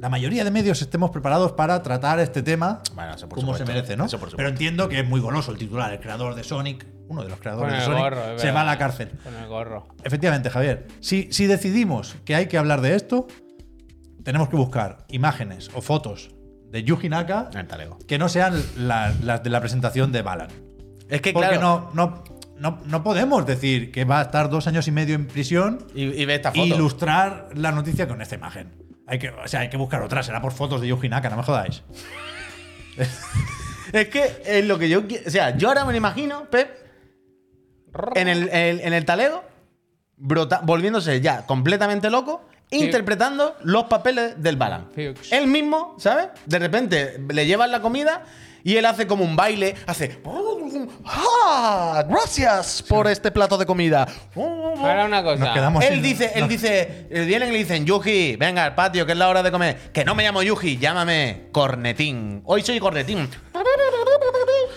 Speaker 3: La mayoría de medios estemos preparados para tratar este tema
Speaker 1: Bueno, eso por
Speaker 3: como
Speaker 1: supuesto.
Speaker 3: se merece, ¿no?
Speaker 1: Eso por supuesto.
Speaker 3: Pero entiendo que es muy goloso el titular, el creador de Sonic, uno de los creadores
Speaker 2: Con el
Speaker 3: de Sonic,
Speaker 2: gorro, es
Speaker 3: se
Speaker 2: verdad.
Speaker 3: va a la cárcel.
Speaker 2: Con el gorro.
Speaker 3: Efectivamente, Javier. Si, si decidimos que hay que hablar de esto, tenemos que buscar imágenes o fotos de Yuji Naka
Speaker 1: Ah, está lego.
Speaker 3: que no sean la- las de la presentación de Balan.
Speaker 1: Es que
Speaker 3: Porque
Speaker 1: claro.
Speaker 3: no, no, no, no podemos decir que va a estar dos años y medio en prisión
Speaker 1: Y, y ve esta
Speaker 3: e
Speaker 1: foto.
Speaker 3: ilustrar la noticia con esta imagen. Hay que, o sea, hay que buscar otra, será por fotos de Yuji Naka, no me jodáis.
Speaker 1: Es que es lo que yo qui- O sea, yo ahora me lo imagino, Pep, en el, en- en el talego, brota- volviéndose ya completamente loco, interpretando los papeles del Balan.
Speaker 2: Fuchs.
Speaker 1: Él mismo, ¿sabes? De repente le llevan la comida y él hace como un baile, hace. "Ah, ¡Gracias por este plato de comida!
Speaker 2: Ahora una cosa.
Speaker 3: Nos quedamos
Speaker 1: Él
Speaker 3: sin-
Speaker 1: dice, él
Speaker 3: nos-
Speaker 1: dice, eh, vienen y le dicen, Yuji, venga al patio, que es la hora de comer. Que no me llamo Yuji, llámame Cornetín. Hoy soy Cornetín.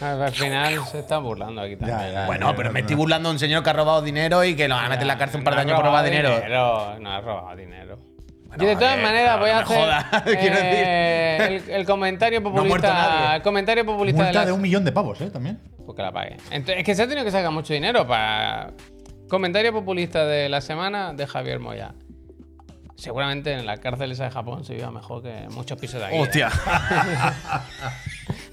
Speaker 2: Al final se están burlando aquí también.
Speaker 3: Ah,
Speaker 2: ¿eh?
Speaker 3: Ya, ya.
Speaker 1: Bueno, pero me estoy burlando de un señor que ha robado dinero y que lo van a meter en la cárcel un par de
Speaker 2: No
Speaker 1: años
Speaker 2: ha
Speaker 1: por robar
Speaker 2: robado
Speaker 1: dinero.
Speaker 2: No ha robado dinero.
Speaker 1: Bueno,
Speaker 2: Yo de
Speaker 1: a
Speaker 2: todas
Speaker 1: ver,
Speaker 2: maneras
Speaker 1: pero
Speaker 2: voy a
Speaker 1: no me
Speaker 2: hacer
Speaker 1: jodas, quiero
Speaker 2: eh, el, el comentario
Speaker 1: muerto
Speaker 2: populista,
Speaker 1: nadie.
Speaker 2: el comentario populista
Speaker 3: Multa
Speaker 2: la-
Speaker 3: de un millón de pavos, ¿eh? También.
Speaker 2: Pues que la pague. Entonces, es que se ha tenido que sacar mucho dinero para. Comentario populista de la semana de Javier Moya. Seguramente en la cárcel esa de Japón se viva mejor que en muchos pisos de aquí. ¿eh?
Speaker 1: Hostia.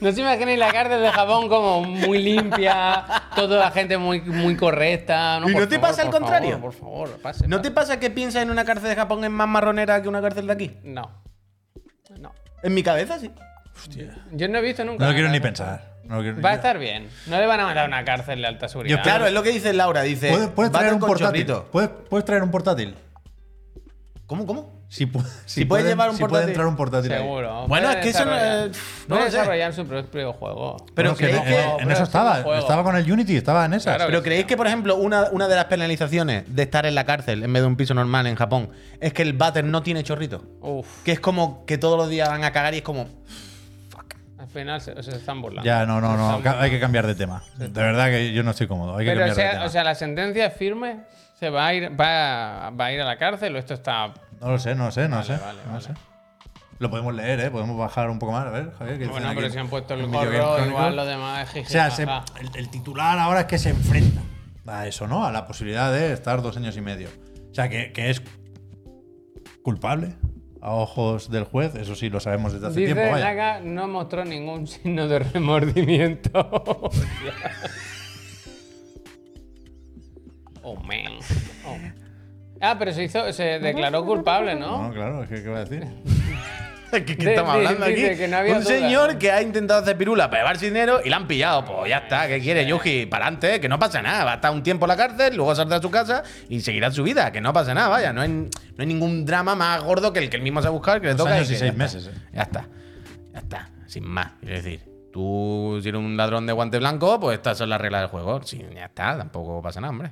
Speaker 2: No os imaginéis la cárcel de Japón como muy limpia, toda la gente muy, muy correcta.
Speaker 1: ¿Y
Speaker 2: por
Speaker 1: no te
Speaker 2: favor,
Speaker 1: pasa al
Speaker 2: por
Speaker 1: contrario?
Speaker 2: favor, por favor, pase.
Speaker 1: ¿No
Speaker 2: pase.
Speaker 1: te pasa que piensas en una cárcel de Japón es más marronera que una cárcel de aquí?
Speaker 2: No. No.
Speaker 1: En mi cabeza, sí.
Speaker 2: Yo no he visto nunca.
Speaker 3: No lo
Speaker 2: una
Speaker 3: quiero ni
Speaker 2: cárcel.
Speaker 3: pensar. No lo quiero-
Speaker 2: Va a estar bien. No le van a mandar a una cárcel de alta seguridad.
Speaker 1: Claro, es lo que dice Laura. Dice,
Speaker 3: ¿Puedes, puedes
Speaker 1: va
Speaker 3: traer
Speaker 1: con
Speaker 3: un portátil.
Speaker 1: chorrito.
Speaker 3: ¿Puedes, puedes traer un portátil.
Speaker 1: ¿Cómo, cómo?
Speaker 3: Si, pu- si,
Speaker 1: Si puede
Speaker 3: pueden-
Speaker 1: llevar un
Speaker 3: si puede
Speaker 1: portátil.
Speaker 3: entrar un portátil. ahí.
Speaker 2: Seguro.
Speaker 1: Bueno,
Speaker 2: Puede
Speaker 1: es que eso no-
Speaker 2: desarrollar.
Speaker 1: eh, pff, no
Speaker 2: Puede
Speaker 1: lo sé.
Speaker 2: desarrollar su propio juego.
Speaker 1: Pero
Speaker 3: Bueno, que
Speaker 1: creéis
Speaker 3: en-
Speaker 1: que-
Speaker 3: en- en,
Speaker 2: pero
Speaker 3: eso
Speaker 2: es un
Speaker 3: estaba.
Speaker 2: juego.
Speaker 3: Estaba con el Unity, estaba en esas.
Speaker 2: Claro
Speaker 1: Pero
Speaker 2: sí,
Speaker 1: creéis que, por ejemplo, una, una de las penalizaciones de estar en la cárcel en vez de un piso normal en Japón es que el váter no tiene chorrito.
Speaker 2: Uf,
Speaker 1: Que es como que todos los días van a cagar y es como.
Speaker 2: al final se, se están burlando.
Speaker 3: ya, no, no, no.
Speaker 2: Están
Speaker 3: ca- Hay que cambiar de tema. De verdad que yo no estoy cómodo. Hay que
Speaker 2: Pero o
Speaker 3: cambiar de
Speaker 2: sea,
Speaker 3: tema.
Speaker 2: o sea, la sentencia es firme. ¿Se va a ir, va, a- va a, ir a la cárcel o esto está.?
Speaker 3: no lo sé, no lo sé, no lo
Speaker 2: Vale,
Speaker 3: sé.
Speaker 2: vale,
Speaker 3: no lo
Speaker 2: vale.
Speaker 3: sé. Lo podemos leer, ¿eh? Podemos bajar un poco más. A ver, Javier. ¿qué dicen
Speaker 2: Bueno,
Speaker 3: aquí?
Speaker 2: pero si han puesto el
Speaker 3: En
Speaker 2: gorro,
Speaker 3: Videogame Chronicles.
Speaker 2: igual lo demás es jiji.
Speaker 3: O sea, se-
Speaker 2: jaja.
Speaker 3: el, el titular ahora es que se enfrenta a eso, ¿no? A la posibilidad de estar dos años y medio. O sea, que, que es culpable a ojos del juez. Eso sí, lo sabemos desde hace
Speaker 2: Dice
Speaker 3: tiempo. Vaya.
Speaker 2: Naga, no mostró ningún signo de remordimiento. oh, man. Oh. Ah, pero se hizo, se declaró culpable, ¿no?
Speaker 3: No, claro, ¿qué, qué va a decir?
Speaker 1: ¿Qué, qué
Speaker 2: De-
Speaker 1: estamos
Speaker 2: de-
Speaker 1: hablando aquí?
Speaker 2: dice que no había
Speaker 1: un
Speaker 2: duda.
Speaker 1: señor que ha intentado hacer pirula para llevarse dinero y la han pillado. Pues ya está, ¿qué quiere Yuji? Para adelante, que no pasa nada. Va a estar un tiempo en la cárcel, luego saldrá a su casa y seguirá su vida. Que no pasa nada, vaya. No hay, no hay ningún drama más gordo que el que él mismo se ha buscado, que le
Speaker 3: Dos
Speaker 1: toca.
Speaker 3: años
Speaker 1: que
Speaker 3: y seis
Speaker 1: ya está.
Speaker 3: meses, eh.
Speaker 1: Ya está. Ya está. Sin más. Quiero decir, tú si eres un ladrón de guante blanco, pues estas son las reglas del juego. Sí, ya está, tampoco pasa nada, hombre.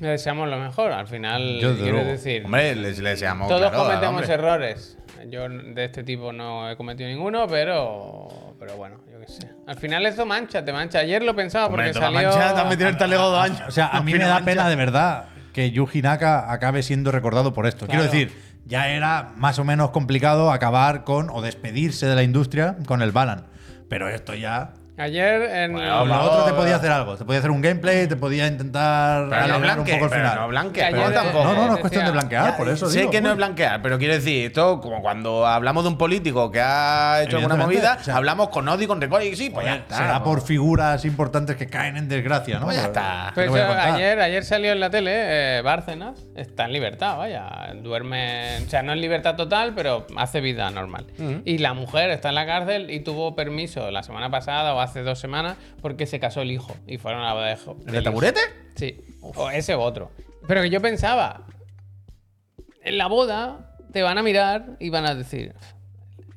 Speaker 2: Le deseamos lo mejor. Al final,
Speaker 3: Yo, desde
Speaker 2: quiero
Speaker 3: luego.
Speaker 2: decir,
Speaker 1: Hombre, le, le deseamos.
Speaker 2: todos
Speaker 1: claro,
Speaker 2: cometemos
Speaker 1: hombre.
Speaker 2: errores. Yo de este tipo no he cometido ninguno, pero, pero bueno, yo qué sé. Al final eso mancha, te mancha. Ayer lo pensaba porque
Speaker 1: Hombre, toma
Speaker 2: salió.
Speaker 1: mancha, te has metido el talego dos años.
Speaker 3: O sea, a mí me da pena de verdad que Yuji Naka acabe siendo recordado por esto.
Speaker 2: Claro.
Speaker 3: Quiero decir, ya era más o menos complicado acabar con o despedirse de la industria con el Balan. Pero esto ya
Speaker 2: Ayer en.
Speaker 3: Con lo otro te podía hacer algo. Te podía hacer un gameplay, te podía
Speaker 1: Pero
Speaker 3: intentar
Speaker 1: no
Speaker 3: alegrar un
Speaker 1: blanquees,
Speaker 3: poco el
Speaker 1: pero
Speaker 3: final.
Speaker 1: no blanquees,
Speaker 2: Ayer
Speaker 1: pero
Speaker 2: de-
Speaker 1: tampoco.
Speaker 3: No, no, no es
Speaker 2: Decía-
Speaker 3: cuestión de blanquear, por eso
Speaker 1: eh, sé
Speaker 3: digo.
Speaker 1: que no es
Speaker 3: uy.
Speaker 1: blanquear, pero quiero decir, esto como cuando hablamos de un político que ha hecho alguna
Speaker 3: Evidentemente,
Speaker 1: movida,
Speaker 3: o sea,
Speaker 1: hablamos con odio y con recuerdo y sí, pues ya
Speaker 3: Joder,
Speaker 1: está.
Speaker 3: será por figuras importantes que caen en desgracia, ¿no?
Speaker 1: Pues ya
Speaker 3: Pero-
Speaker 1: está.
Speaker 3: ¿qué
Speaker 2: Pues
Speaker 3: te voy a
Speaker 2: yo-
Speaker 3: contar?
Speaker 2: ayer, ayer salió en la tele eh, Bárcenas, está en libertad, vaya, duerme, o sea, no en libertad total, pero hace vida normal. Y la mujer está en la cárcel y tuvo permiso la semana pasada o hace dos semanas porque se casó el hijo y fueron a la boda de jo-
Speaker 1: ¿El
Speaker 2: del
Speaker 1: de
Speaker 2: hijo.
Speaker 1: taburete?
Speaker 2: Sí, o ese u otro. Pero que yo pensaba, en la boda te van a mirar y van a decir,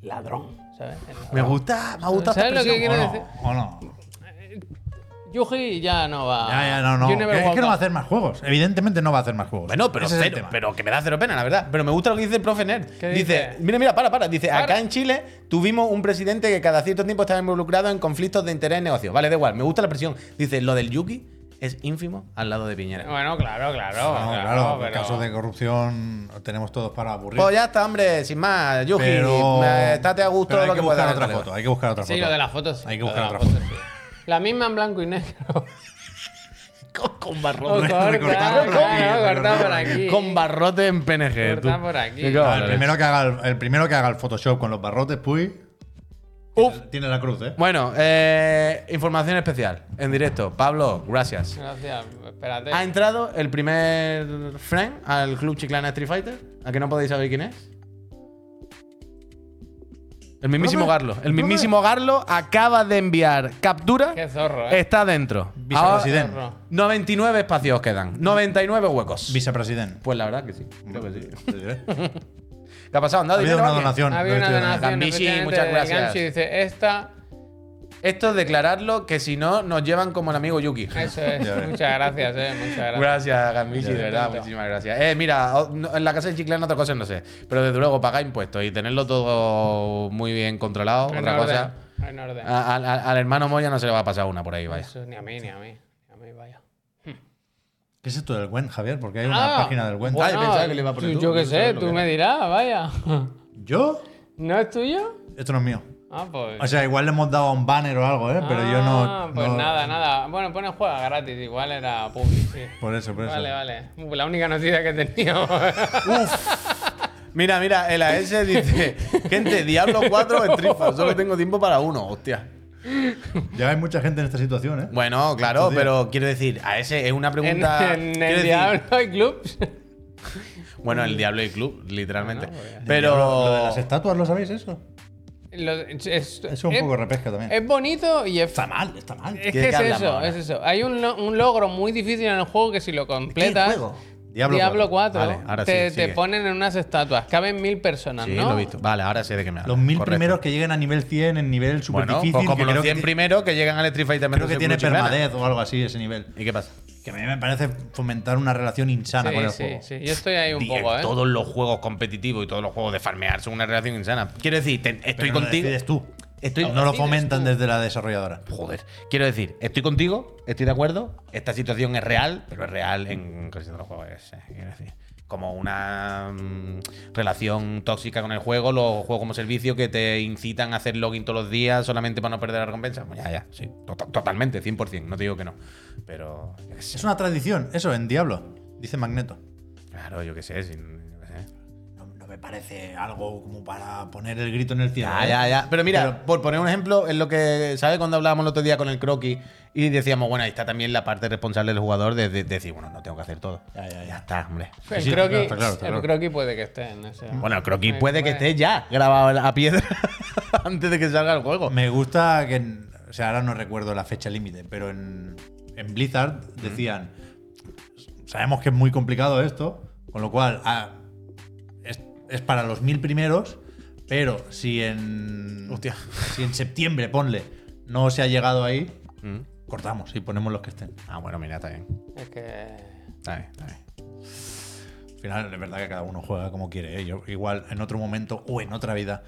Speaker 2: ladrón, ¿sabes? El
Speaker 1: Me
Speaker 2: ladrón.
Speaker 1: gusta, me gusta.
Speaker 2: ¿Sabes
Speaker 1: esta
Speaker 2: lo
Speaker 1: expresión.
Speaker 2: que quiero
Speaker 3: ¿O no?
Speaker 2: decir?
Speaker 3: ¿O no?
Speaker 2: Yuji ya no va.
Speaker 3: Ya, ya, no, no.
Speaker 2: You
Speaker 3: Es
Speaker 2: never
Speaker 3: que
Speaker 2: walk
Speaker 3: no va a
Speaker 2: up.
Speaker 3: hacer más juegos. Evidentemente no va a hacer más juegos.
Speaker 1: Bueno, pero,
Speaker 3: Ese es el
Speaker 1: cero,
Speaker 3: tema.
Speaker 1: pero que me da cero pena, la verdad. Pero me gusta lo que dice el profe Nerd.
Speaker 2: ¿Qué
Speaker 1: Dice,
Speaker 2: dice?
Speaker 1: mira, mira, para, para. Dice,
Speaker 2: Para.
Speaker 1: acá en Chile tuvimos un presidente que cada cierto tiempo estaba involucrado en conflictos de interés en negocio. Vale, da igual, me gusta la presión. Dice, lo del Yuki es ínfimo al lado de Piñera.
Speaker 2: Bueno, claro, claro.
Speaker 3: No,
Speaker 2: claro,
Speaker 3: claro,
Speaker 2: Ah, pero-
Speaker 3: casos de corrupción tenemos todos para aburrir.
Speaker 1: Pues ya está, hombre, sin más. Yuji,
Speaker 3: pero
Speaker 1: eh, estate a gusto
Speaker 3: pero hay
Speaker 1: lo
Speaker 3: que
Speaker 1: que
Speaker 3: buscar
Speaker 1: puedas.
Speaker 3: otra
Speaker 1: Dale,
Speaker 3: foto. Hay que buscar otra
Speaker 2: Sí,
Speaker 3: foto.
Speaker 2: lo de las fotos. sí,
Speaker 3: Hay que
Speaker 2: lo de
Speaker 3: buscar
Speaker 2: las
Speaker 3: otra
Speaker 2: fotos,
Speaker 3: foto.
Speaker 2: sí. La misma en blanco y negro.
Speaker 1: Con, con
Speaker 2: O
Speaker 1: barrote.
Speaker 2: corta,
Speaker 3: recortar por aquí,
Speaker 2: claro,
Speaker 3: recortar
Speaker 2: corta
Speaker 3: por
Speaker 2: por aquí.
Speaker 1: Con barrote en PNG.
Speaker 2: Corta
Speaker 1: tú.
Speaker 2: por aquí.
Speaker 1: Qué
Speaker 2: No,
Speaker 3: Ah,
Speaker 1: cabrón
Speaker 3: el,
Speaker 1: eres.
Speaker 3: primero que haga el, el primero que haga el Photoshop con los barrotes, puy. tiene- Tiene la cruz, ¿eh?
Speaker 1: Bueno, eh, información especial, en directo. Pablo, gracias.
Speaker 2: Gracias, espérate.
Speaker 1: Ha entrado el primer friend al club Chiclana Street Fighter. ¿A que no podéis saber quién es? El mismísimo
Speaker 3: ¿Profe?
Speaker 1: Garlo. El mismísimo Garlo acaba de enviar captura.
Speaker 2: Qué zorro,
Speaker 3: este
Speaker 2: ¿eh?
Speaker 1: Está dentro. Ahora,
Speaker 3: Vicepresidente.
Speaker 2: Zorro.
Speaker 1: 99 espacios quedan. 99 huecos.
Speaker 3: Vicepresidente.
Speaker 1: Pues la verdad que sí. Creo que sí.
Speaker 3: Te diré.
Speaker 1: ¿Qué ha pasado? ¿Han
Speaker 3: Ha
Speaker 1: dado dinero
Speaker 3: habido una
Speaker 1: a alguien?
Speaker 3: donación.
Speaker 2: Había
Speaker 3: no
Speaker 2: una
Speaker 3: estoy de-
Speaker 2: donación.
Speaker 1: Gambici,
Speaker 2: efectivamente,
Speaker 1: muchas
Speaker 2: del
Speaker 1: gracias.
Speaker 2: Gambici, dice, esta.
Speaker 1: Esto declararlo que si no nos llevan como el amigo Yuki.
Speaker 2: Eso es.
Speaker 3: Ya ves.
Speaker 2: muchas gracias, eh. Muchas gracias.
Speaker 1: Gracias, Gambici, de verdad,
Speaker 2: Perfecto.
Speaker 1: muchísimas gracias. Eh, mira, o- no- en la casa del chiclán otra cosa no sé, pero desde luego pagar impuestos y tenerlo todo muy bien controlado,
Speaker 2: En
Speaker 1: otra
Speaker 2: orden,
Speaker 1: cosa.
Speaker 2: En orden.
Speaker 3: Ah,
Speaker 1: a- al- al- al hermano Moya no se le va a pasar una por ahí, vaya.
Speaker 2: Eso, ni a mí, ni a mí. Ni a mí, vaya.
Speaker 3: ¿Qué es esto del Gwen, Javier? Porque hay una
Speaker 2: Ah,
Speaker 3: página del Gwen.
Speaker 1: bueno. Ay, pensaba que le iba a poner
Speaker 2: tú,
Speaker 1: tú,
Speaker 2: Yo qué
Speaker 1: no sabes
Speaker 2: sé,
Speaker 1: lo
Speaker 2: tú
Speaker 1: que
Speaker 2: me dirás, vaya.
Speaker 3: ¿Yo?
Speaker 2: ¿No es tuyo?
Speaker 3: Esto no es mío.
Speaker 2: Ah, pues.
Speaker 3: O sea, igual le hemos dado un banner o algo, ¿eh? Pero yo
Speaker 2: Ah,
Speaker 3: no.
Speaker 2: Pues
Speaker 3: no-
Speaker 2: nada, nada. Bueno, pone juega gratis, igual era public, sí.
Speaker 3: Por eso, por eso.
Speaker 2: Vale, vale. Uh, La única noticia que teníamos.
Speaker 1: Mira, mira, el AS dice, gente, Diablo 4 en tripa, solo tengo tiempo para uno, hostia.
Speaker 3: Ya hay mucha gente en esta situación, ¿eh?
Speaker 1: Bueno, claro, pero quiero decir, AS es una
Speaker 2: en,
Speaker 1: pregunta...
Speaker 2: en el
Speaker 1: quiero decir,
Speaker 2: Diablo hay clubs.
Speaker 1: Bueno, el Diablo y Club, literalmente.
Speaker 2: Bueno, pues,
Speaker 1: pero...
Speaker 3: Lo, lo de las estatuas, ¿lo sabéis eso?
Speaker 2: Lo- es, es-
Speaker 3: Eso es un
Speaker 2: es-
Speaker 3: poco repesca también.
Speaker 2: es bonito y es.
Speaker 3: está mal, está mal.
Speaker 2: Eh,
Speaker 1: ¿Qué-
Speaker 2: Es que
Speaker 1: qué
Speaker 2: es
Speaker 1: hablamos
Speaker 2: eso,
Speaker 1: ahora?
Speaker 2: es eso. Hay un, lo- un logro muy difícil en el juego que si lo completas.
Speaker 3: Diablo,
Speaker 2: Diablo 4.
Speaker 3: 4.
Speaker 1: Vale, ahora sí,
Speaker 2: te,
Speaker 1: sigue.
Speaker 2: te ponen en unas estatuas. Caben mil personas,
Speaker 1: sí,
Speaker 2: ¿no?
Speaker 1: lo he visto. Vale, ahora sé de qué me hablas.
Speaker 3: Los mil
Speaker 1: correcto.
Speaker 3: primeros que lleguen a nivel 100 en nivel super
Speaker 1: Bueno,
Speaker 3: difícil.
Speaker 1: pues como
Speaker 3: que
Speaker 1: los
Speaker 3: creo
Speaker 1: 100
Speaker 3: que, ti-
Speaker 1: primeros que llegan al Street Fighter
Speaker 3: creo que
Speaker 1: metiéndose
Speaker 3: tiene
Speaker 1: en Blue Chip Gana.
Speaker 3: permadez o algo así, ese nivel.
Speaker 1: ¿Y qué pasa?
Speaker 3: Que a mí me parece fomentar una relación insana
Speaker 2: Sí,
Speaker 3: con el
Speaker 2: sí,
Speaker 3: juego.
Speaker 2: sí. Yo estoy ahí un
Speaker 1: Tío,
Speaker 2: poco, ¿eh?
Speaker 1: Todos los juegos competitivos y todos los juegos de farmear son una relación insana. Quiero decir, te- estoy
Speaker 3: Pero no lo
Speaker 1: contigo.
Speaker 3: decides tú.
Speaker 1: Estoy-
Speaker 3: no lo
Speaker 2: decides
Speaker 3: fomentan
Speaker 2: tú.
Speaker 3: desde la desarrolladora.
Speaker 1: Joder. Quiero decir, estoy contigo, estoy de acuerdo. Esta situación es real, pero es real en casi todos los juegos. eh, quiero decir. Como una mm, relación tóxica con el juego, los juegos como servicio que te incitan a hacer login todos los días solamente para no perder la recompensa. Pues ya, ya, sí. to- to- Totalmente, 100%. No te digo que no. Pero. yo qué sé.
Speaker 3: Es una tradición, eso, en Diablo, dice Magneto.
Speaker 1: Claro, yo qué sé. sin- yo qué sé.
Speaker 3: No, no me parece algo como para poner el grito en el cielo.
Speaker 1: Ya,
Speaker 3: ¿eh?
Speaker 1: ya, ya. Pero mira,
Speaker 3: Pero-
Speaker 1: por poner un ejemplo, es lo que, ¿sabes? Cuando hablábamos el otro día con el croquis y decíamos, bueno, ahí está también la parte responsable del jugador de, de- de decir, bueno, no tengo que hacer todo.
Speaker 3: Ya, ya, ya.
Speaker 1: está, hombre.
Speaker 2: El,
Speaker 3: Sí, sí,
Speaker 2: croquis,
Speaker 3: claro, está claro, está
Speaker 2: el
Speaker 3: claro.
Speaker 2: croquis puede que esté en ese.
Speaker 1: Bueno, el croquis
Speaker 2: Ahí
Speaker 1: puede que
Speaker 2: puede.
Speaker 1: esté ya grabado a piedra antes de que salga el juego.
Speaker 3: Me gusta que. en- o sea, ahora no recuerdo la fecha límite, pero en, en Blizzard decían. Sabemos que es muy complicado esto, con lo cual ah, es, es para los mil primeros, pero si en.
Speaker 1: Hostia.
Speaker 3: Si en septiembre, ponle, no se ha llegado ahí,
Speaker 1: Mm.
Speaker 3: cortamos y ponemos los que estén.
Speaker 1: Ah, bueno, mira, está bien.
Speaker 2: Es que.
Speaker 1: Está bien, está bien.
Speaker 3: Al final, es verdad que cada uno juega como quiere. ¿eh? Yo, igual en otro momento o en otra vida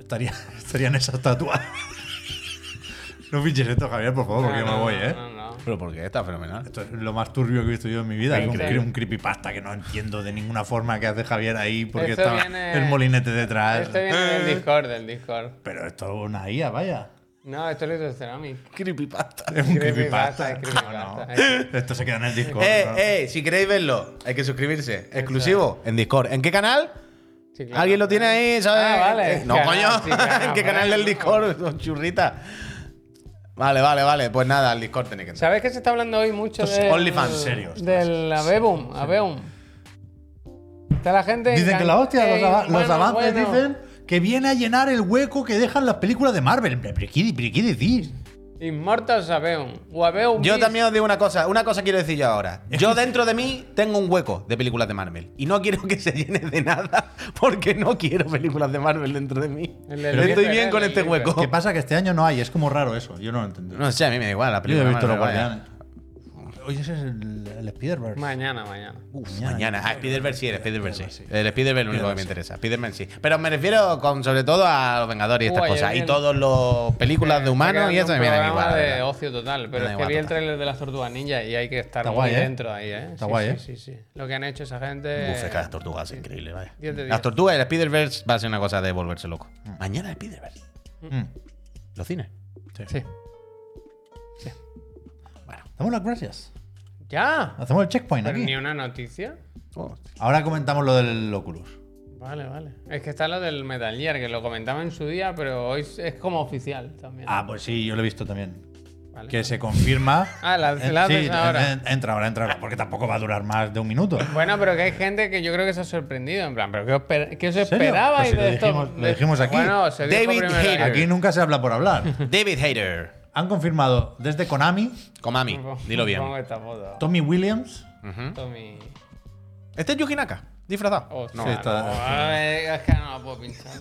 Speaker 3: estaría, estaría en esa estatua. no pinches esto, Javier, por favor, porque
Speaker 2: Ah, no,
Speaker 3: yo me
Speaker 2: no,
Speaker 3: voy,
Speaker 2: no,
Speaker 3: ¿eh?
Speaker 2: no, no.
Speaker 1: Pero porque está fenomenal.
Speaker 3: Esto es lo más turbio que he visto yo en mi vida. Es un,
Speaker 2: Increíble.
Speaker 3: un creepypasta que no entiendo de ninguna forma que hace Javier ahí porque
Speaker 2: Esto
Speaker 3: está
Speaker 2: viene-
Speaker 3: el molinete detrás. Eh.
Speaker 2: Este viene del Discord, del Discord.
Speaker 3: Pero esto es una IA, vaya.
Speaker 2: No, esto lo hizo Ceramic.
Speaker 1: Creepypasta.
Speaker 3: Es un
Speaker 2: Creepypasta,
Speaker 3: creepypasta.
Speaker 2: es creepypasta.
Speaker 3: No, no. Esto se queda en el Discord. ¿no?
Speaker 1: Eh, eh, si queréis verlo, hay que suscribirse. Exclusivo en Discord. ¿En qué canal?
Speaker 2: Sí, claro.
Speaker 1: ¿Alguien lo tiene ahí? ¿Sabes?
Speaker 2: Ah, vale.
Speaker 1: Eh, No,
Speaker 2: Canal,
Speaker 1: coño.
Speaker 2: sí, ah, canal,
Speaker 1: ¿En qué
Speaker 2: vale.
Speaker 1: canal del Discord? Son churritas. Vale, vale, vale. Pues nada, al Discord tenéis que entrar.
Speaker 2: ¿Sabes que se está hablando hoy mucho
Speaker 3: Esto es
Speaker 2: del,
Speaker 3: OnlyFans serio, esto
Speaker 2: Del Abebum, Abebum. Está la gente.
Speaker 3: Dicen que la hostia, los,
Speaker 2: enganchada,
Speaker 3: ava-
Speaker 2: bueno,
Speaker 3: los avances
Speaker 2: bueno.
Speaker 3: dicen que viene a llenar el hueco que dejan las películas de Marvel. Pero, pero ¿qué, pero qué decís?
Speaker 2: Immortals Abebum. O Abebum.
Speaker 1: Yo
Speaker 2: Beast.
Speaker 1: también os digo una cosa, una cosa quiero decir yo ahora. Yo dentro de mí tengo un hueco de películas de Marvel y no quiero que se llene de nada porque no quiero películas de Marvel dentro de mí.
Speaker 2: El del
Speaker 1: Estoy
Speaker 2: Reaper,
Speaker 1: bien
Speaker 2: el
Speaker 1: con
Speaker 2: del
Speaker 1: este
Speaker 2: Reaper.
Speaker 1: hueco.
Speaker 3: ¿Qué pasa? Que este año no hay. Es como raro eso. Yo no lo entendí.
Speaker 1: No sé, a mí me da igual la
Speaker 3: Yo
Speaker 1: película.
Speaker 3: he visto
Speaker 1: de
Speaker 3: los
Speaker 1: Marvel, vaya.
Speaker 3: guardianes. Oye, ese es el, el Spider-Verse.
Speaker 2: Mañana, mañana.
Speaker 1: Uf, mañana. Ah, Spider-Verse sí, el Spider-Verse sí. El Spider-Verse es lo único que me
Speaker 3: Spider-Verse.
Speaker 1: interesa. Spider-Man sí. Pero me refiero con, sobre todo a los Vengadores y estas
Speaker 2: Uy, ayer
Speaker 1: cosas.
Speaker 2: vi
Speaker 1: Y
Speaker 2: el-
Speaker 1: todas las películas de
Speaker 2: Está
Speaker 1: humanos y eso
Speaker 2: quedando un
Speaker 1: me da
Speaker 2: programa
Speaker 1: igual. la
Speaker 2: de
Speaker 1: verdad.
Speaker 2: ocio total,
Speaker 1: Me da
Speaker 2: pero es que
Speaker 1: igual
Speaker 2: vi el
Speaker 1: total.
Speaker 2: tráiler de las Tortugas Ninja y hay que estar
Speaker 3: Está
Speaker 2: muy
Speaker 3: guay, ¿eh?
Speaker 2: dentro ahí, ¿eh?
Speaker 3: Está
Speaker 2: Sí,
Speaker 3: guay,
Speaker 2: sí,
Speaker 3: ¿eh?
Speaker 2: Sí, sí. Lo que han hecho esa gente.
Speaker 1: Uf, es que las tortugas es increíble, vaya.
Speaker 2: Diez de diez.
Speaker 1: Las tortugas y el Spider-Verse va a ser una cosa de volverse loco. Mañana el Spider-Verse.
Speaker 3: Mm.
Speaker 1: Los cines.
Speaker 2: Sí.
Speaker 3: Damos las gracias.
Speaker 2: ¡Ya!
Speaker 3: Hacemos el checkpoint
Speaker 2: Pero
Speaker 3: aquí.
Speaker 2: ni una noticia.
Speaker 1: Oh,
Speaker 3: Ahora comentamos lo del Oculus.
Speaker 2: Vale, vale. Es que está lo del Metal Gear, que lo comentaba en su día, pero hoy es es como oficial también.
Speaker 3: Ah, pues sí, yo lo he visto también.
Speaker 2: Vale.
Speaker 3: Que se confirma.
Speaker 2: Ah, la-
Speaker 3: Eh,
Speaker 2: la
Speaker 3: sí,
Speaker 2: haces ahora.
Speaker 3: en- en- Entra ahora, entra ahora. Porque tampoco va a durar más de un minuto.
Speaker 2: Bueno, pero que hay gente que yo creo que se ha sorprendido. En plan, ¿pero qué, esper- qué os
Speaker 3: ¿En serio?
Speaker 2: esperaba?
Speaker 3: Pues si
Speaker 2: de
Speaker 3: lo
Speaker 2: esto-
Speaker 3: dijimos- lo
Speaker 2: de-
Speaker 3: dijimos aquí.
Speaker 2: Bueno, se dijo
Speaker 1: David
Speaker 2: primero
Speaker 1: Hayter.
Speaker 2: ayer.
Speaker 3: Aquí nunca se habla por hablar.
Speaker 1: David Hayter.
Speaker 3: Han confirmado desde Konami,
Speaker 1: Komami. Dilo bien.
Speaker 2: Pongo esta foto.
Speaker 3: Tommy Williams.
Speaker 1: Ujú.
Speaker 2: Tommy.
Speaker 1: Este es Yuji Naka, disfrazado.
Speaker 2: O sea,
Speaker 1: no.
Speaker 2: no,
Speaker 3: está-
Speaker 2: ay, es que no la puedo pinchar.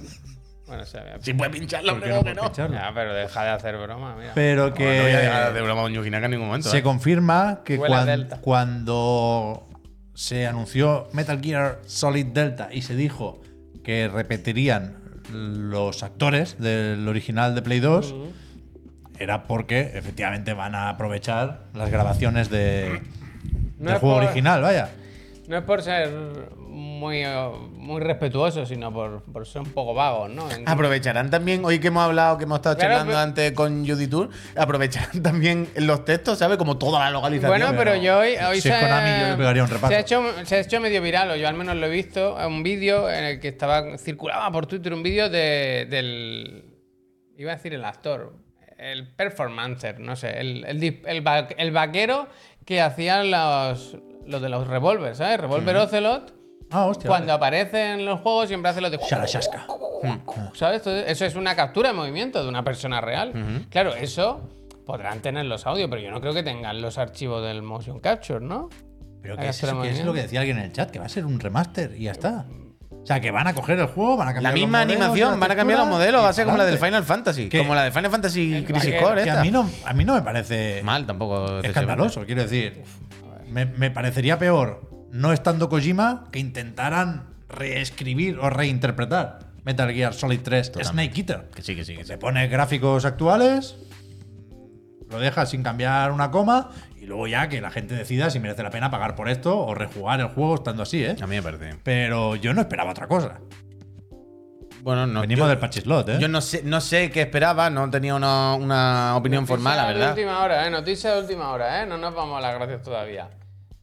Speaker 2: Bueno, se ve.
Speaker 1: Si puede pincharlo,
Speaker 3: ¿Por qué
Speaker 1: hombre,
Speaker 3: no
Speaker 1: no, que
Speaker 3: puedo
Speaker 1: no.
Speaker 3: pincharlo?
Speaker 2: Ya, pero deja de hacer broma, mira.
Speaker 3: Pero
Speaker 1: No voy a dejar de
Speaker 3: que
Speaker 1: broma con Yuji Naka en ningún momento.
Speaker 3: se
Speaker 1: eh.
Speaker 3: confirma que
Speaker 2: Huele a
Speaker 3: cuan-
Speaker 2: Delta.
Speaker 3: cuando se anunció Metal Gear Solid Delta y se dijo que repetirían los actores del original de Play 2,
Speaker 2: Mm.
Speaker 3: era porque efectivamente van a aprovechar las grabaciones de,
Speaker 2: No
Speaker 3: del
Speaker 2: es
Speaker 3: juego
Speaker 2: por-
Speaker 3: original, vaya.
Speaker 2: No es por ser muy, eh, muy respetuoso, sino por, por ser un poco vagos, ¿no? En-
Speaker 1: Aprovecharán también, hoy que hemos hablado, que hemos estado
Speaker 2: Claro,
Speaker 1: charlando
Speaker 2: pero-
Speaker 1: antes con Judy Tour, aprovecharán también los textos, ¿sabes? Como toda la localización.
Speaker 2: Bueno, pero yo hoy, hoy
Speaker 3: si es Konami, yo le pegaría un repaso.
Speaker 2: se ha hecho, se ha hecho medio viral, o yo al menos lo he visto, un vídeo en el que estaba circulaba por Twitter un vídeo de- del iba a decir el actor, el performancer, no sé, el, el, dis- el va- el vaquero que hacía los, los de los revólveres, ¿sabes? Revolver Ocelot.
Speaker 3: Ah, hostia.
Speaker 2: Cuando aparece en los juegos siempre hace los de
Speaker 3: Sharashashka.
Speaker 2: ¿Sabes? Entonces, Eso es una captura de movimiento de una persona real. Claro, eso podrán tener los audios, pero yo no creo que tengan los archivos del motion capture, ¿no?
Speaker 3: Pero
Speaker 2: Ahí
Speaker 3: que es,
Speaker 2: está la
Speaker 3: que es
Speaker 2: movimiento.
Speaker 3: lo que decía alguien en el chat, que va a ser un remaster y ya está. O sea, que van a coger el juego, van a
Speaker 1: La
Speaker 3: cambiar los
Speaker 1: misma
Speaker 3: modelos,
Speaker 1: animación,
Speaker 3: las
Speaker 1: van a cambiar los
Speaker 3: texturas
Speaker 1: modelos, va a
Speaker 3: y
Speaker 1: ser como la del
Speaker 3: pa'lante.
Speaker 1: Final Fantasy.
Speaker 3: Que-
Speaker 1: Como la del Final Fantasy
Speaker 2: El
Speaker 1: Crisis
Speaker 2: vaquero,
Speaker 1: Core,
Speaker 3: Que
Speaker 1: esta.
Speaker 3: a mí no, a mí no me parece
Speaker 1: Mal tampoco.
Speaker 3: escandaloso, quiero decir. Me, me parecería peor no estando Kojima que intentaran reescribir o reinterpretar Metal Gear Solid 3 Snake Eater.
Speaker 1: Que sí, que sí, que sí.
Speaker 3: Se pone gráficos actuales, lo deja sin cambiar una coma y luego ya que la gente decida si merece la pena pagar por esto o rejugar el juego estando así, ¿eh?
Speaker 1: A mí me parece.
Speaker 3: Pero yo no esperaba otra cosa.
Speaker 1: Bueno, no.
Speaker 3: Venimos
Speaker 1: yo,
Speaker 3: del pachislot, ¿eh?
Speaker 1: yo no sé, no sé qué esperaba, no tenía una, una opinión formal, la
Speaker 2: Noticia
Speaker 1: verdad.
Speaker 2: De última hora, ¿eh? Noticia de última hora, ¿eh? No nos vamos a las gracias todavía.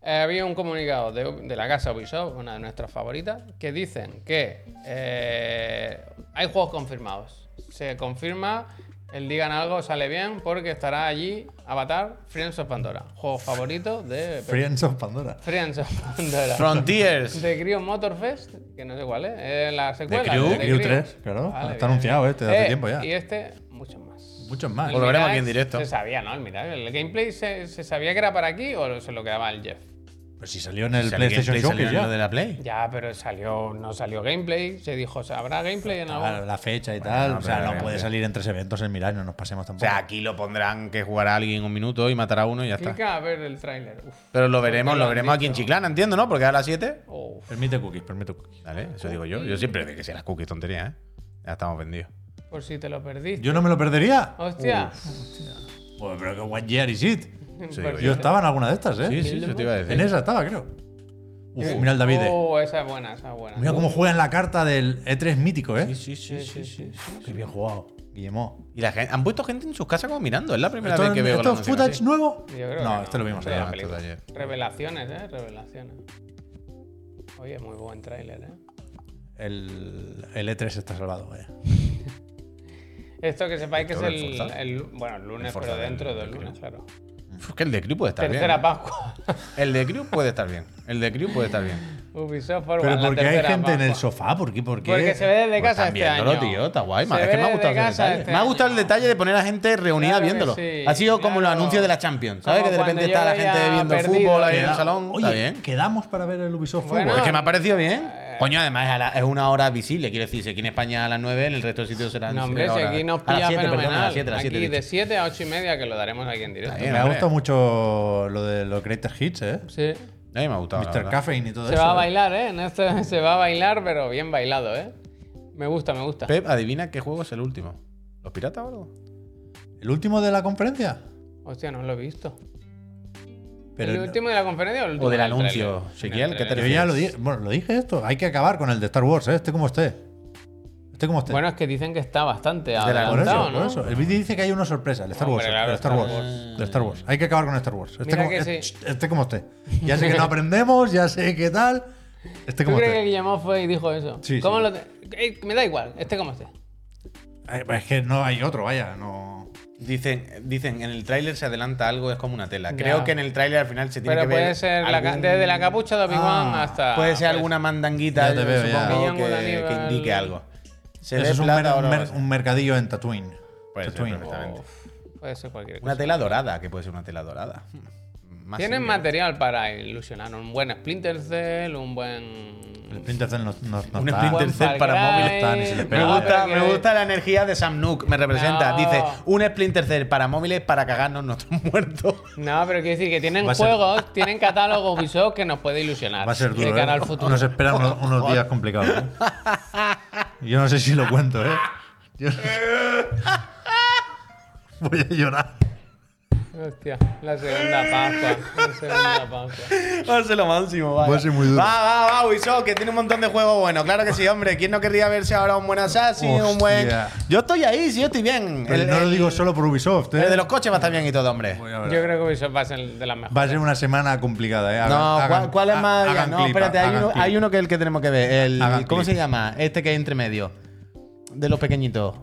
Speaker 2: Eh, había un comunicado de, de la casa Ubisoft, una de nuestras favoritas, que dicen que eh, hay juegos confirmados. Se confirma, el digan algo sale bien, porque estará allí Avatar, Friends of Pandora, juego favorito de
Speaker 3: Friends of Pandora.
Speaker 2: Friends of Pandora.
Speaker 1: Frontiers.
Speaker 2: Pues De Crew Motorfest, que no sé cuál es, eh, la secuela.
Speaker 1: Crew,
Speaker 2: de
Speaker 1: The
Speaker 3: Crew 3, claro. Está anunciado este, hace tiempo ya.
Speaker 2: Y este, muchos más.
Speaker 3: Muchos más.
Speaker 1: Por- Lo veremos
Speaker 2: Mirage
Speaker 1: aquí en directo.
Speaker 2: Se sabía, ¿no? El Mirage, el gameplay se, se sabía que era para aquí o se lo quedaba el Jeff.
Speaker 3: Pues si salió en el
Speaker 1: Salió que
Speaker 3: PlayStation
Speaker 1: Play
Speaker 3: Showcase
Speaker 1: salió
Speaker 3: ya.
Speaker 1: lo de la Play.
Speaker 2: Ya, pero salió, no salió gameplay. Se dijo, ¿habrá gameplay en algún?
Speaker 3: Ah, la fecha y tal.
Speaker 1: no,
Speaker 3: o sea,
Speaker 1: pero
Speaker 3: no
Speaker 1: bien,
Speaker 3: puede
Speaker 1: bien.
Speaker 3: salir en tres eventos el Mirage, no nos pasemos
Speaker 1: O
Speaker 3: tampoco.
Speaker 1: sea, aquí lo pondrán que jugará alguien un minuto y matará a uno y ya está.
Speaker 2: Clica a ver el tráiler. Uf.
Speaker 1: Pero lo veremos,
Speaker 2: Porque
Speaker 1: lo
Speaker 2: han
Speaker 1: veremos aquí en
Speaker 2: dicho.
Speaker 1: Chiclana, entiendo, ¿no? Porque a las 7.
Speaker 2: Uf.
Speaker 3: permite cookies, permite cookies.
Speaker 1: Vale, eso digo yo. Yo siempre de que sea las cookies tontería, ¿eh? Ya estamos vendidos.
Speaker 2: Por si te lo perdiste.
Speaker 3: Yo no me lo perdería.
Speaker 2: Hostia.
Speaker 3: Pues, pero que One Year is it.
Speaker 1: Sí,
Speaker 2: Por si
Speaker 3: Yo
Speaker 2: te-
Speaker 3: estaba en alguna de estas, ¿eh?
Speaker 1: Sí, sí, eso te iba a
Speaker 3: En
Speaker 1: decir.
Speaker 3: esa estaba, creo. Uf, mira el David. eh.
Speaker 2: Oh, esa es buena, esa es buena.
Speaker 3: Mira cómo juega en la carta del E3 E mítico, ¿eh?
Speaker 1: Sí, sí, sí, sí.
Speaker 3: Qué bien jugado. Guillemot.
Speaker 1: Y la gente, han puesto gente en sus casas como mirando. Es la primera
Speaker 3: ¿Esto,
Speaker 1: vez que veo
Speaker 3: esto
Speaker 1: la
Speaker 3: es
Speaker 1: noticia
Speaker 3: footage
Speaker 1: así.
Speaker 3: nuevo?
Speaker 2: Yo creo
Speaker 3: no,
Speaker 2: que
Speaker 3: esto lo vimos
Speaker 2: de
Speaker 1: ayer.
Speaker 2: la
Speaker 1: No,
Speaker 3: ayer.
Speaker 1: esto
Speaker 2: película.
Speaker 1: de ayer.
Speaker 2: Revelaciones, ¿eh? Revelaciones. Oye, muy buen tráiler, ¿eh?
Speaker 3: El, el E3 está salvado, ¿eh? vaya.
Speaker 2: Esto que sepáis que es
Speaker 1: Todo el
Speaker 2: el,
Speaker 1: Forza.
Speaker 2: el- bueno, el lunes,
Speaker 1: El Forza
Speaker 2: pero
Speaker 1: del-
Speaker 2: dentro
Speaker 1: del
Speaker 2: del lunes, claro.
Speaker 1: Uf, que el de Crew puede estar
Speaker 2: Tercera
Speaker 1: bien. ¿eh?
Speaker 2: Pascua.
Speaker 1: El de Crew puede estar bien. El de Crew puede estar bien.
Speaker 2: Ubisoft Forward,
Speaker 3: Pero
Speaker 2: la
Speaker 3: ¿por qué hay
Speaker 2: tercera
Speaker 3: gente en el
Speaker 2: Pascua.
Speaker 3: sofá? ¿Por qué? ¿Por qué?
Speaker 2: Porque se ve desde
Speaker 1: Pues
Speaker 2: casa
Speaker 1: están
Speaker 2: este año.
Speaker 1: viéndolo, tío, está guay.
Speaker 2: Se
Speaker 1: Es que me
Speaker 2: ve
Speaker 1: ha
Speaker 2: desde
Speaker 1: gustado ese
Speaker 2: casa
Speaker 1: detalle.
Speaker 2: este
Speaker 1: me ha gustado el
Speaker 2: año.
Speaker 1: detalle de poner a gente reunida
Speaker 2: Claro que
Speaker 1: viéndolo.
Speaker 2: sí,
Speaker 1: ha sido como
Speaker 2: claro.
Speaker 1: los anuncios de la Champions. ¿Sabes? que
Speaker 2: Como
Speaker 1: de repente está
Speaker 2: cuando yo
Speaker 1: la gente
Speaker 2: veía
Speaker 1: viendo el
Speaker 2: Perdido.
Speaker 1: fútbol ahí en el
Speaker 2: Queda-
Speaker 1: salón.
Speaker 3: Oye,
Speaker 1: está bien.
Speaker 3: quedamos para ver el Ubisoft
Speaker 2: Bueno,
Speaker 3: Forward.
Speaker 1: Pues que me ha parecido bien.
Speaker 2: Eh.
Speaker 1: Coño, además es, a la- es una hora visible. Quiero decir, si aquí en España a las 9, en el resto de sitios serán.
Speaker 2: No, hombre,
Speaker 1: será
Speaker 2: si
Speaker 1: hora-
Speaker 2: aquí nos
Speaker 1: a las
Speaker 2: pilla
Speaker 1: 7, perdón,
Speaker 2: fenomenal.
Speaker 1: a las 7, a las 7.
Speaker 2: aquí de 7 a 8 y media que lo daremos aquí en directo.
Speaker 1: Ahí,
Speaker 3: Me ha
Speaker 1: hombre.
Speaker 3: gustado mucho lo de los greatest hits, ¿eh?
Speaker 2: Sí.
Speaker 1: A mí me ha gustado. la
Speaker 3: Mr.
Speaker 1: verdad.
Speaker 3: Caffeine y todo
Speaker 2: Se
Speaker 3: eso.
Speaker 2: va a
Speaker 3: ¿eh?
Speaker 2: bailar, ¿eh? En este se va a bailar, pero bien bailado, ¿eh? Me gusta, me gusta.
Speaker 1: Pep, adivina qué juego es el último. ¿Los piratas o algo?
Speaker 3: ¿El último de la conferencia?
Speaker 2: Hostia, no lo he visto.
Speaker 3: Pero
Speaker 2: ¿El
Speaker 3: no-
Speaker 2: último de la conferencia o el último?
Speaker 1: O del
Speaker 2: del
Speaker 1: anuncio,
Speaker 2: tráiler?
Speaker 1: Ezequiel,
Speaker 2: Del
Speaker 1: ¿qué te
Speaker 2: tráiler.
Speaker 3: Yo ya lo dije. Bueno, lo dije esto. Hay que acabar con el de Star Wars, ¿eh? Este como esté. Este como esté.
Speaker 2: Bueno, es que dicen que está bastante
Speaker 1: del
Speaker 3: por
Speaker 1: adelantado,
Speaker 2: adelantado,
Speaker 3: eso,
Speaker 2: ¿no?
Speaker 3: por eso. El vídeo dice que hay una sorpresa. El Star
Speaker 2: Hombre,
Speaker 3: Wars.
Speaker 2: claro,
Speaker 3: el Star
Speaker 2: Star
Speaker 3: Wars.
Speaker 2: Wars.
Speaker 3: El Star Wars. Hay que acabar con Star Wars. Este,
Speaker 2: Mira
Speaker 3: como,
Speaker 2: que
Speaker 3: este-
Speaker 2: sí.
Speaker 3: este como esté. Ya sé que no aprendemos, ya sé qué tal. Este
Speaker 2: ¿Tú
Speaker 3: como
Speaker 2: crees que
Speaker 3: esté.
Speaker 2: Guillermo fue y dijo eso?
Speaker 3: Sí,
Speaker 2: ¿Cómo
Speaker 3: sí.
Speaker 2: lo te- Eh, Me da igual, este como este.
Speaker 3: Eh, Es que no hay otro, vaya. No.
Speaker 1: Dicen, dicen, en el tráiler se adelanta algo, es como una tela.
Speaker 2: Ya.
Speaker 1: Creo que en el tráiler al final se tiene
Speaker 2: Pero
Speaker 1: que ver.
Speaker 2: puede ser la ca-
Speaker 1: algún-
Speaker 2: desde la capucha de Obi-Wan
Speaker 3: Ah,
Speaker 2: hasta.
Speaker 1: Puede ser
Speaker 2: pues,
Speaker 1: alguna mandanguita,
Speaker 3: Ya te
Speaker 1: yo
Speaker 3: veo, ya.
Speaker 1: supongo,
Speaker 2: Guillermo de
Speaker 1: que, que
Speaker 2: Aníbal.
Speaker 1: indique algo. Se
Speaker 3: Eso
Speaker 1: ve
Speaker 3: es un,
Speaker 1: plata
Speaker 3: mer-
Speaker 1: o
Speaker 3: un, mer-
Speaker 1: no.
Speaker 3: un mercadillo en Tatooine.
Speaker 1: Puede ser,
Speaker 3: Tatooine.
Speaker 1: perfectamente.
Speaker 2: Uf, puede ser cualquier cosa.
Speaker 1: Una tela dorada, que puede ser una tela dorada. Hmm. Más
Speaker 2: Tienen
Speaker 1: simple.
Speaker 2: material para ilusionar. Un buen Splinter Cell, un buen.
Speaker 3: El Splinter Cell no, no- no
Speaker 1: Un
Speaker 3: está.
Speaker 1: Splinter Cell
Speaker 2: Far
Speaker 1: para
Speaker 2: Cry.
Speaker 1: móvil
Speaker 3: está, ni se
Speaker 1: Me
Speaker 3: le Ah, Pero-
Speaker 1: gusta,
Speaker 2: pero
Speaker 1: me
Speaker 2: que-
Speaker 1: gusta la energía de Sam Nook, me representa.
Speaker 2: No.
Speaker 1: Dice, un Splinter Cell para móviles para cagarnos nuestros muertos.
Speaker 2: No, pero quiero decir que tienen
Speaker 3: Va a ser-
Speaker 2: juegos, tienen catálogos Ubisoft que nos puede ilusionar.
Speaker 3: Va a ser
Speaker 2: De
Speaker 3: duro.
Speaker 2: cara
Speaker 3: ¿eh?
Speaker 2: al futuro.
Speaker 3: Nos esperan unos, unos días complicados. ¿eh? Yo no sé si lo cuento, ¿eh? Yo- Voy a llorar.
Speaker 2: Hostia, la segunda Pascua. La segunda Pascua.
Speaker 1: Va a ser lo máximo, vaya.
Speaker 3: Va a ser muy duro.
Speaker 1: Va, va, va, Ubisoft, que tiene un montón de juegos buenos. Claro que sí, hombre. ¿Quién no querría verse ahora un buen Assassin, un buen.
Speaker 3: Hostia.
Speaker 1: Yo estoy ahí, sí, yo estoy bien.
Speaker 3: Pero
Speaker 1: El-
Speaker 3: no lo
Speaker 1: el-
Speaker 3: digo solo por Ubisoft, ¿eh?
Speaker 1: el de los coches va a estar bien y todo, hombre.
Speaker 3: Voy a
Speaker 2: Yo
Speaker 3: ver.
Speaker 2: creo que Ubisoft va a ser de las mejores.
Speaker 3: Va a ser una semana complicada, ¿eh? Hagan-
Speaker 1: no, ¿cuál-
Speaker 3: hagan-
Speaker 1: ¿cuál es
Speaker 3: ha-
Speaker 1: más?
Speaker 3: hagan
Speaker 1: no,
Speaker 3: clip,
Speaker 1: espérate, hay
Speaker 3: hagan
Speaker 1: uno,
Speaker 3: clip.
Speaker 1: hay uno que es el que tenemos que ver. El,
Speaker 3: Hagan
Speaker 1: ¿Cómo se
Speaker 3: clip.
Speaker 1: llama? Este que es entre medio. De los pequeñitos.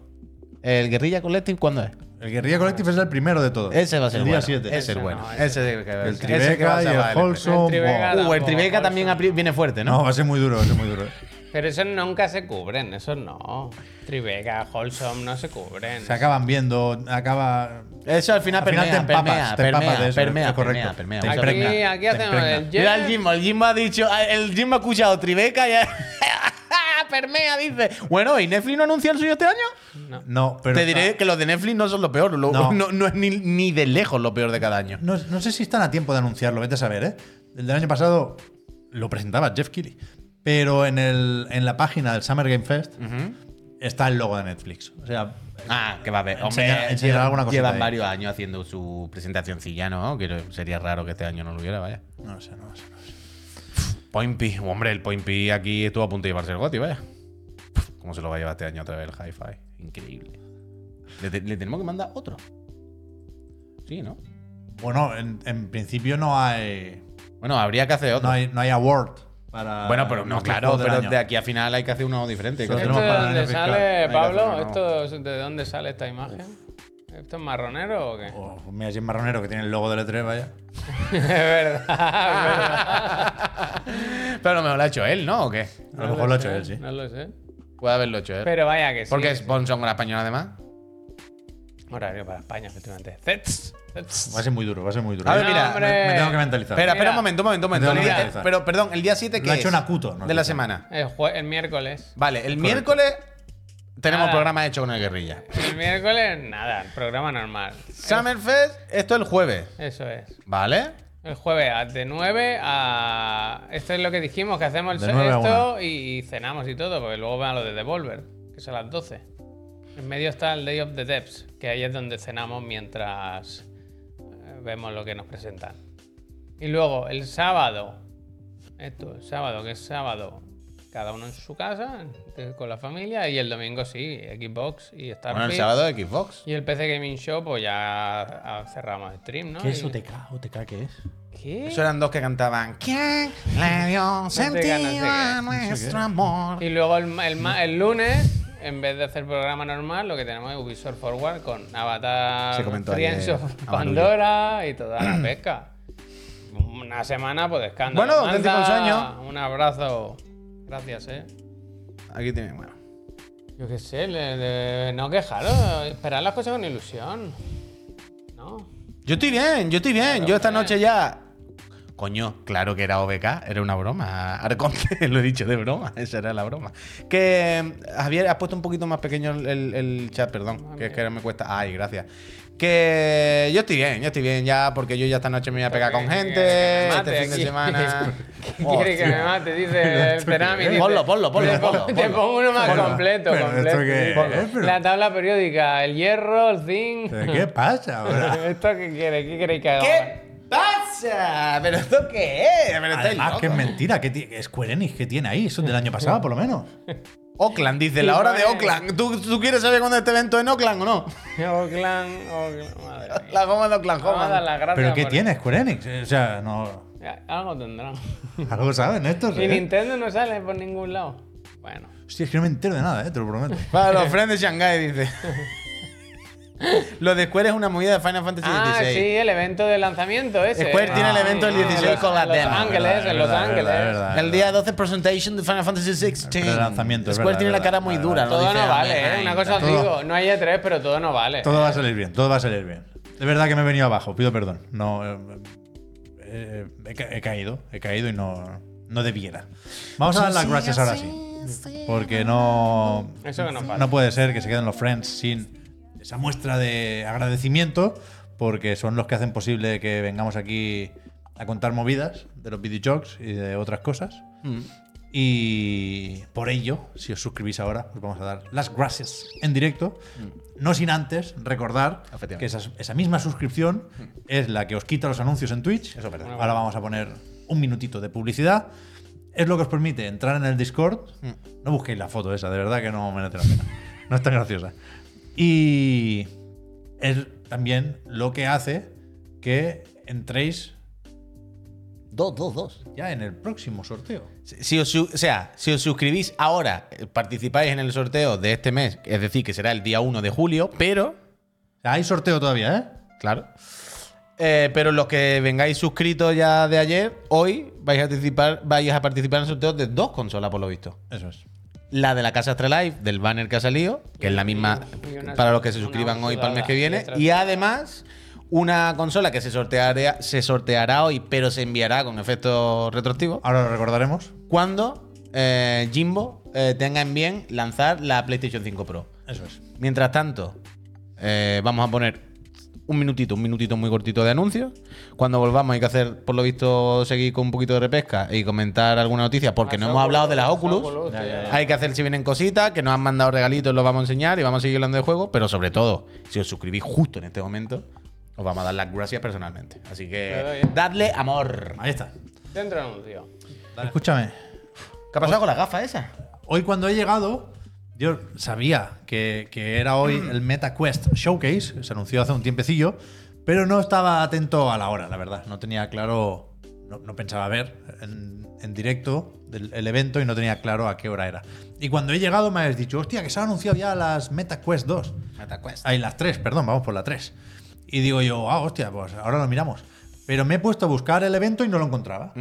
Speaker 1: ¿El Guerrilla Collective cuándo es?
Speaker 3: El Guerrilla Collective es el primero de todos.
Speaker 1: Ese va a ser
Speaker 3: El día
Speaker 1: bueno.
Speaker 3: 7.
Speaker 1: Ese es
Speaker 2: no,
Speaker 1: bueno.
Speaker 2: ese
Speaker 1: Ese es el que va a
Speaker 3: El
Speaker 1: ser. Ese que va a
Speaker 3: Tribeca y
Speaker 1: ser
Speaker 3: el
Speaker 1: va a ser
Speaker 2: El
Speaker 3: Holson.
Speaker 2: Tribeca,
Speaker 1: Uh, el
Speaker 2: Tampoco,
Speaker 1: Tribeca
Speaker 2: Holson.
Speaker 1: también apri- viene fuerte, ¿no?
Speaker 3: No, va a ser muy duro, va a ser muy duro.
Speaker 2: Pero esos nunca se cubren, esos no. Tribeca, Wholesome no se cubren.
Speaker 3: Se acaban viendo, acaba...
Speaker 1: Eso al final
Speaker 3: Al
Speaker 1: permea,
Speaker 3: final te empapas,
Speaker 1: permea,
Speaker 3: te empapas
Speaker 1: permea,
Speaker 3: de eso,
Speaker 1: permea,
Speaker 3: es
Speaker 1: permea,
Speaker 3: correcto.
Speaker 1: permea.
Speaker 3: Te
Speaker 1: O sea,
Speaker 2: Aquí,
Speaker 3: impregna,
Speaker 2: aquí
Speaker 3: te
Speaker 2: hacemos
Speaker 3: impregna.
Speaker 2: el
Speaker 1: Mira el
Speaker 2: Jeff.
Speaker 1: Jimbo, el Jimbo ha dicho, el Jimbo ha escuchado Tribeca y permea, dice. Bueno, ¿y Netflix no anunció el suyo este año?
Speaker 2: No.
Speaker 3: No, pero...
Speaker 1: Te diré que los de Netflix no son lo peor, lo- no.
Speaker 3: No.
Speaker 1: no es ni, ni de lejos lo peor de cada año.
Speaker 3: No, no sé si están a tiempo de anunciarlo, vete a saber, ¿eh? El del año pasado lo presentaba Jeff Keighley. Pero en, el, en la página del Summer Game Fest está el logo de Netflix. O sea,
Speaker 1: Ah, que va a ver.
Speaker 3: Enseña-
Speaker 1: Hombre,
Speaker 3: enseña
Speaker 1: llevan-
Speaker 3: alguna cosita
Speaker 1: llevan
Speaker 3: ahí.
Speaker 1: varios años haciendo su presentacioncilla, ¿no? Que sería raro que este año no lo hubiera, vaya.
Speaker 3: no sé, no sé. no sé.
Speaker 1: Point P, hombre, el Point P aquí estuvo a punto de llevarse el Goti, vaya. ¿Cómo se lo va a llevar este año otra vez el Hi-Fi? Increíble. Le, te- le tenemos que mandar otro. Sí, ¿no?
Speaker 3: Bueno, en, en principio no hay,
Speaker 1: Bueno, habría que hacer otro.
Speaker 3: no hay. No hay award para.
Speaker 1: bueno, pero no,
Speaker 3: nuestro
Speaker 1: claro,
Speaker 3: juego del
Speaker 1: pero
Speaker 3: año.
Speaker 1: de aquí a final hay que hacer uno diferente.
Speaker 3: Solo
Speaker 1: que-
Speaker 2: ¿Esto
Speaker 3: tenemos
Speaker 2: de
Speaker 3: para
Speaker 2: dónde
Speaker 3: el fiscal.
Speaker 2: sale,
Speaker 3: Hay que
Speaker 2: Pablo?
Speaker 3: hacerlo,
Speaker 2: ¿Esto, es- ¿De dónde sale esta imagen? ¿Esto es marronero o qué?
Speaker 3: Oh, mira, si es marronero que tiene el logo del E3, vaya.
Speaker 2: es verdad,
Speaker 1: Pero a lo mejor lo ha hecho él, ¿no? ¿O qué?
Speaker 2: es verdad.
Speaker 3: A lo mejor lo ha hecho él, sí.
Speaker 2: No lo sé.
Speaker 1: Puede haberlo hecho él.
Speaker 2: Pero vaya que sí.
Speaker 1: Porque es Bonson con la española, además.
Speaker 2: Horario para España, efectivamente. Zets. Zets.
Speaker 3: Va a ser muy duro, va a ser muy duro.
Speaker 1: A ver,
Speaker 3: Me-
Speaker 1: mira,
Speaker 2: hombre.
Speaker 3: me tengo que mentalizar.
Speaker 1: Espera, espera
Speaker 2: Mira.
Speaker 1: un momento, un momento, un momento. El
Speaker 3: Tengo que
Speaker 1: día-
Speaker 3: analizar.
Speaker 1: pero perdón, el día 7 que
Speaker 3: Lo ha
Speaker 1: es
Speaker 3: hecho Nakuto, nos
Speaker 1: de la
Speaker 3: dice.
Speaker 1: semana.
Speaker 2: El, jue- el miércoles.
Speaker 1: Vale, el miércoles tenemos
Speaker 2: Nada.
Speaker 1: programa hecho con el guerrilla.
Speaker 2: El miércoles, nada, el programa normal.
Speaker 1: Summerfest, esto el jueves,
Speaker 2: Eso es.
Speaker 1: ¿vale?
Speaker 2: El jueves a- de 9 a. Esto es lo que dijimos, que hacemos el
Speaker 3: De
Speaker 2: se-
Speaker 3: 9 a
Speaker 2: esto y cenamos y todo, porque luego van a lo de Devolver, que es a las 12. En medio está el Day of the Depths, que ahí es donde cenamos mientras eh, vemos lo que nos presentan. Y luego el sábado, esto, el sábado, que es sábado, cada uno en su casa, te- con la familia, y el domingo sí, Xbox y Starfield.
Speaker 1: Bueno, el sábado Xbox.
Speaker 2: Y el PC Gaming Show, pues ya ah, cerramos stream, ¿no?
Speaker 4: ¿Qué es
Speaker 2: Y-
Speaker 4: OTK? ¿OTK qué es?
Speaker 2: ¿Qué?
Speaker 1: Eso eran dos que cantaban. ¿Quién le dio sentido
Speaker 2: no sé qué.
Speaker 1: a nuestro amor?
Speaker 2: Y luego el, ma- el ma- el lunes, en vez de hacer programa normal, lo que tenemos es Ubisoft Forward con Avatar,
Speaker 1: Se comentó
Speaker 2: Friends
Speaker 1: ayer,
Speaker 2: of
Speaker 1: Amarillo.
Speaker 2: Pandora y toda la pesca. Una semana, pues de escándalo.
Speaker 1: Bueno, auténtico
Speaker 2: Marta,
Speaker 1: sueño.
Speaker 2: Un abrazo. Gracias, eh.
Speaker 1: Aquí tiene, bueno.
Speaker 2: Yo qué sé, le- le- no quejaros, esperar las cosas con ilusión. ¿No?
Speaker 1: Yo estoy bien, yo estoy bien. Yo esta noche ya. Coño, claro que era OBK, era una broma. Arconte, lo he dicho de broma, esa era la broma. Que mm, Javier, has puesto un poquito más pequeño el, el- el chat, perdón, que es que ahora me cuesta. Ay, gracias. Que yo estoy bien, yo estoy bien ya, porque yo ya esta noche me voy a pegar con
Speaker 2: Porque
Speaker 1: gente.
Speaker 2: quiere que
Speaker 1: Este
Speaker 2: me mate
Speaker 1: fin de
Speaker 2: aquí.
Speaker 1: semana. Oh,
Speaker 2: Quiere que me mate, dice el Cerami. dice,
Speaker 1: Ponlo, ponlo, ponlo,
Speaker 2: Te pongo-
Speaker 1: ponlo,
Speaker 2: Te
Speaker 1: ponlo.
Speaker 2: pongo uno más
Speaker 3: Ponlo.
Speaker 2: completo.
Speaker 3: Pero
Speaker 2: completo.
Speaker 3: ¿esto qué
Speaker 2: dice.
Speaker 3: Ponlo, pero-
Speaker 2: La tabla periódica, el hierro, el zinc.
Speaker 3: ¿Pero ¿Qué pasa ahora?
Speaker 2: ¿Esto qué quiere? ¿Qué queréis que haga? ahora?
Speaker 1: ¿Qué pasa? ¿Pero esto qué es? ¿Pero estáis
Speaker 3: Además, que es
Speaker 1: locos.
Speaker 3: mentira. ¿Qué ti- Square Enix, ¿qué tiene ahí? Eso es del año pasado, por lo menos.
Speaker 1: Oakland, dice, la hora de Oakland. ¿Tú, tú quieres saber cuándo este evento en Oakland o no?
Speaker 2: Oakland, Oakland, madre mía.
Speaker 1: La goma de Oakland,
Speaker 2: Vamos a dar
Speaker 1: Homan.
Speaker 2: las gracias.
Speaker 3: ¿Pero qué
Speaker 2: por-
Speaker 3: tiene Square Enix? Eh, O sea, no.
Speaker 2: Ya, Algo tendrán.
Speaker 3: Algo saben estos.
Speaker 2: Y
Speaker 3: ¿eh?
Speaker 2: Nintendo no sale por ningún lado. Bueno.
Speaker 3: Hostia, es que no me entero de nada, eh, te lo prometo.
Speaker 1: Para los friends de Shanghai, dice. lo de Square es una movida de Final Fantasy
Speaker 2: Ah, sí,
Speaker 1: XVI.
Speaker 2: el evento de lanzamiento ese.
Speaker 1: Square tiene el evento el
Speaker 2: Ah,
Speaker 1: 16 con la
Speaker 2: en Los
Speaker 1: demo,
Speaker 2: Ángeles, en Los
Speaker 3: verdad, verdad,
Speaker 2: Ángeles.
Speaker 3: verdad,
Speaker 1: El día 12 presentation de Final Fantasy XVI.
Speaker 3: El lanzamiento, es
Speaker 1: Square
Speaker 3: verdad,
Speaker 1: tiene la
Speaker 3: verdad,
Speaker 1: cara muy
Speaker 3: verdad,
Speaker 1: dura. lo
Speaker 3: verdad.
Speaker 2: Todo
Speaker 1: dice
Speaker 2: no vale,
Speaker 1: Online.
Speaker 2: ¿eh? Una cosa os
Speaker 3: Todo-
Speaker 2: digo, no hay E3, pero todo no vale.
Speaker 3: Todo va a salir bien, todo va a salir bien. De verdad que me he venido abajo, pido perdón. No. eh, eh, he, ca- he caído, he caído y no, no debiera. Vamos a dar las gracias ahora sí. Porque Ah, no.
Speaker 2: Eso que no pasa.
Speaker 3: No puede ser que se queden los Friends sin esa muestra de agradecimiento, porque son los que hacen posible que vengamos aquí a contar movidas de los videojuegos y de otras cosas.
Speaker 1: mm.
Speaker 3: Y por ello, si os suscribís ahora, os vamos a dar las gracias en directo. No sin antes recordar
Speaker 1: Mm. Efectivamente. Mm.
Speaker 3: que esa, esa misma suscripción es la que os quita los anuncios en Twitch. Eso
Speaker 1: verdad.
Speaker 3: Ahora vamos a poner un minutito de publicidad. Es lo que os permite entrar en el Discord.
Speaker 1: Mm.
Speaker 3: No busquéis la foto esa, de verdad que no merece la pena. No es tan graciosa. Y es también lo que hace que entréis
Speaker 1: Dos, dos, dos.
Speaker 3: ya en el próximo sorteo.
Speaker 1: Si si os, su- o sea, si os suscribís ahora, eh, participáis en el sorteo de este mes, es decir, que será el día 1 de julio, pero
Speaker 3: O sea, hay sorteo todavía, ¿eh?
Speaker 1: Claro. Eh, pero los que vengáis suscritos ya de ayer, hoy vais a participar, vais a participar en el sorteo de dos consolas, por lo visto.
Speaker 3: Eso es.
Speaker 1: La de la casa Astralife, del banner que ha salido, que es la misma
Speaker 2: Y una-
Speaker 1: para los que se
Speaker 2: una
Speaker 1: suscriban hoy para el mes
Speaker 2: sudada
Speaker 1: que viene.
Speaker 2: detrás.
Speaker 1: Y además, una consola que se sorteará, se sorteará hoy, pero se enviará con efecto retroactivo.
Speaker 3: Ahora lo recordaremos.
Speaker 1: Cuando eh, Jimbo eh, tenga en bien lanzar la PlayStation 5 Pro.
Speaker 3: Eso es.
Speaker 1: Mientras tanto, eh, vamos a poner un minutito, un minutito muy cortito de anuncios. Cuando volvamos hay que hacer, por lo visto, seguir con un poquito de repesca y comentar alguna noticia, porque no
Speaker 2: Las
Speaker 1: hemos hablado de las
Speaker 2: Oculus,
Speaker 1: Oculus.
Speaker 2: las Oculus,
Speaker 3: Ya, ya,
Speaker 2: tío.
Speaker 1: Hay que hacer si vienen cositas, que nos han mandado regalitos, los vamos a enseñar y vamos a seguir hablando de juego. Pero sobre todo, si os suscribís justo en este momento, os vamos a dar las gracias personalmente. Así
Speaker 2: Le doy,
Speaker 1: que
Speaker 2: ¿eh?
Speaker 1: dadle amor.
Speaker 3: Ahí está.
Speaker 2: Dentro anuncio.
Speaker 3: Escúchame.
Speaker 1: ¿Qué ha pasado con las gafas esas?
Speaker 3: Hoy cuando he llegado, yo sabía que, que era hoy el MetaQuest Showcase, se anunció hace un tiempecillo, pero no estaba atento a la hora, la verdad. No tenía claro, no, no pensaba ver en, en directo del- el evento y no tenía claro a qué hora era. Y cuando he llegado me habéis dicho, hostia, que se han anunciado ya las MetaQuest 2.
Speaker 1: MetaQuest.
Speaker 3: Hay las tres, perdón, vamos por la tres. Y digo yo, ah, hostia, pues ahora lo miramos. Pero me he puesto a buscar el evento y no lo encontraba.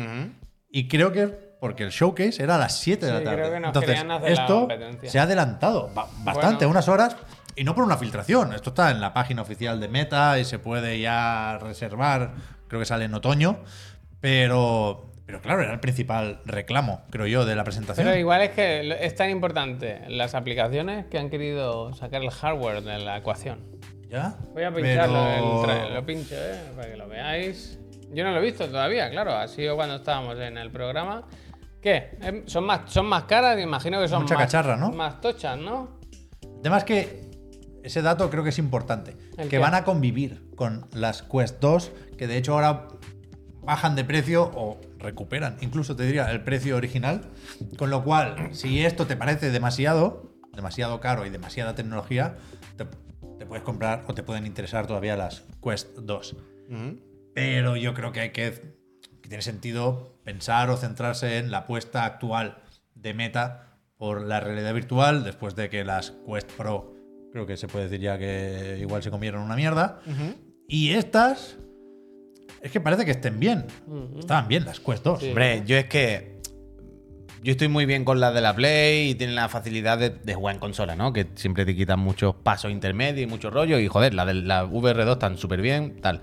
Speaker 3: Y creo que es porque el showcase era a las 7 de
Speaker 2: Sí,
Speaker 3: la tarde.
Speaker 2: creo que nos
Speaker 3: Entonces,
Speaker 2: querían hacer la
Speaker 3: esto
Speaker 2: competencia.
Speaker 3: se ha adelantado ba- bastante,
Speaker 2: Bueno.
Speaker 3: unas horas, y no por una filtración. Esto está en la página oficial de Meta y se puede ya reservar. Creo que sale en otoño. Pero, pero claro, era el principal reclamo, creo yo, de la presentación.
Speaker 2: Pero igual es que lo- es tan importante las aplicaciones que han querido sacar el hardware de la ecuación.
Speaker 3: ¿Ya?
Speaker 2: Voy a pincharlo,
Speaker 3: Pero-
Speaker 2: el tra- lo pincho, ¿eh? Para que lo veáis. Yo no lo he visto todavía, claro. Ha sido cuando estábamos en el programa. ¿Qué? Em, Son más, son más caras, imagino que son
Speaker 3: Mucha
Speaker 2: más,
Speaker 3: cacharra, ¿no?
Speaker 2: más tochas, ¿no?
Speaker 3: Además que ese dato creo que es importante.
Speaker 2: ¿El
Speaker 3: Que
Speaker 2: qué?
Speaker 3: van a convivir con las Quest 2, que de hecho ahora bajan de precio o recuperan, incluso te diría, el precio original. Con lo cual, si esto te parece demasiado, demasiado caro y demasiada tecnología, te, te puedes comprar o te pueden interesar todavía las Quest 2. Pero yo creo que hay que, que tiene sentido pensar o centrarse en la apuesta actual de Meta por la realidad virtual después de que las Quest Pro creo que se puede decir ya que igual se comieron una mierda. Y estas es que parece que estén bien. Estaban bien las Quest 2.
Speaker 2: Sí.
Speaker 1: Hombre, yo es que. Yo estoy muy bien con las de la Play y tienen la facilidad de, de jugar en consola, ¿no? Que siempre te quitan muchos pasos intermedios y muchos rollos. Y joder, las de la VR2 están súper bien, tal.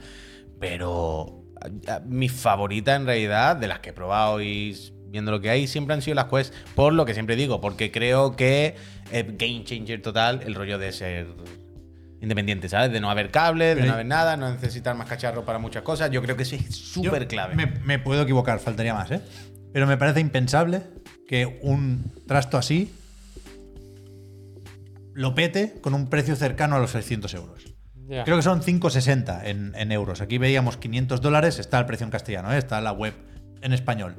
Speaker 1: Pero. a- a- Mi favorita en realidad, de las que he probado y s- viendo lo que hay, siempre han sido las Quest. Por lo que siempre digo, porque creo que es game changer total el rollo de ser. Independiente, ¿sabes? De no haber cables, de
Speaker 3: Sí.
Speaker 1: no haber nada, no necesitar más cacharros para muchas cosas. Yo creo que eso es
Speaker 3: Yo
Speaker 1: súper clave.
Speaker 3: Me, me puedo equivocar, faltaría más, ¿eh? Pero me parece impensable que un trasto así lo pete con un precio cercano a los 600 euros.
Speaker 2: Ya.
Speaker 3: Creo que son 5,60 en, en euros. Aquí veíamos 500 dólares, está el precio en castellano, ¿eh? está la web en español.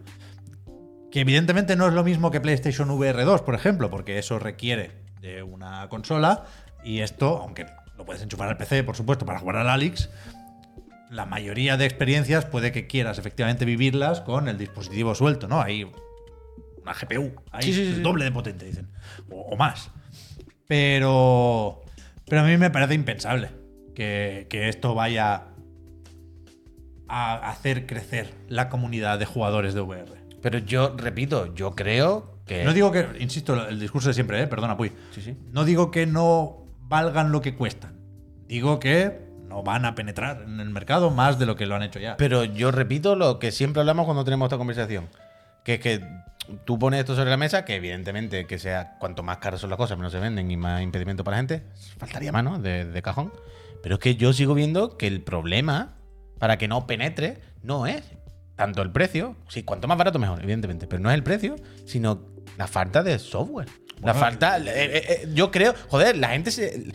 Speaker 3: Que evidentemente no es lo mismo que PlayStation VR 2, por ejemplo, porque eso requiere de una consola y esto, aunque lo puedes enchufar al PC, por supuesto, para jugar al Alex, la mayoría de experiencias puede que quieras efectivamente vivirlas con el dispositivo suelto, ¿no? Hay una GPU, ahí
Speaker 1: Sí, sí, sí,
Speaker 3: el
Speaker 1: sí.
Speaker 3: doble de potente, dicen, o, o más. Pero, pero a mí me parece impensable que, que esto vaya a hacer crecer la comunidad de jugadores de VR.
Speaker 1: Pero yo, repito, yo creo que.
Speaker 3: No digo que, insisto, el discurso de siempre, ¿eh? perdona, Puy.
Speaker 1: Sí, sí.
Speaker 3: No digo que no valgan lo que cuestan. Digo que no van a penetrar en el mercado más de lo que lo han hecho ya.
Speaker 1: Pero yo repito lo que siempre hablamos cuando tenemos esta conversación. Que es que tú pones esto sobre la mesa, que evidentemente que sea cuanto más caras son las cosas, menos se venden y más impedimento para la gente. Faltaría más, ¿no? De, de cajón. Pero es que yo sigo viendo que el problema para que no penetre no es tanto el precio. Sí, cuanto más barato mejor, evidentemente. Pero no es el precio, sino la falta de software. La
Speaker 3: Bueno,
Speaker 1: falta. eh, eh, eh, yo creo. Joder, la gente se.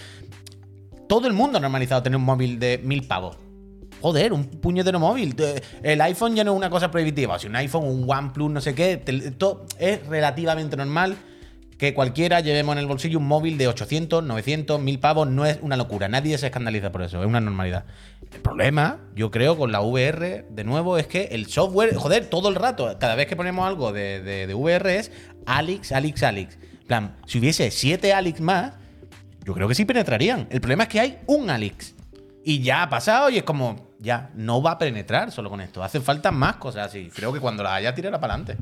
Speaker 1: Todo el mundo ha normalizado tener un móvil de mil pavos. Joder, un puñetero móvil. Te- El iPhone ya no es una cosa prohibitiva. Si un iPhone, un OnePlus, no sé qué, te- to- es relativamente normal que cualquiera llevemos en el bolsillo un móvil de 800, 900, 1000 pavos. No es una locura. Nadie se escandaliza por eso. Es una normalidad. El problema, yo creo, con la VR, de nuevo, es que el software, joder, todo el rato, cada vez que ponemos algo de, de- de VR es Alex, Alex, Alex. En plan, si hubiese 7 Alex más, yo creo que sí penetrarían. El problema es que hay un Alex. Y ya ha pasado y es como, ya, no va a penetrar solo con esto. Hace falta más cosas así. Creo que cuando las haya, tirará para adelante.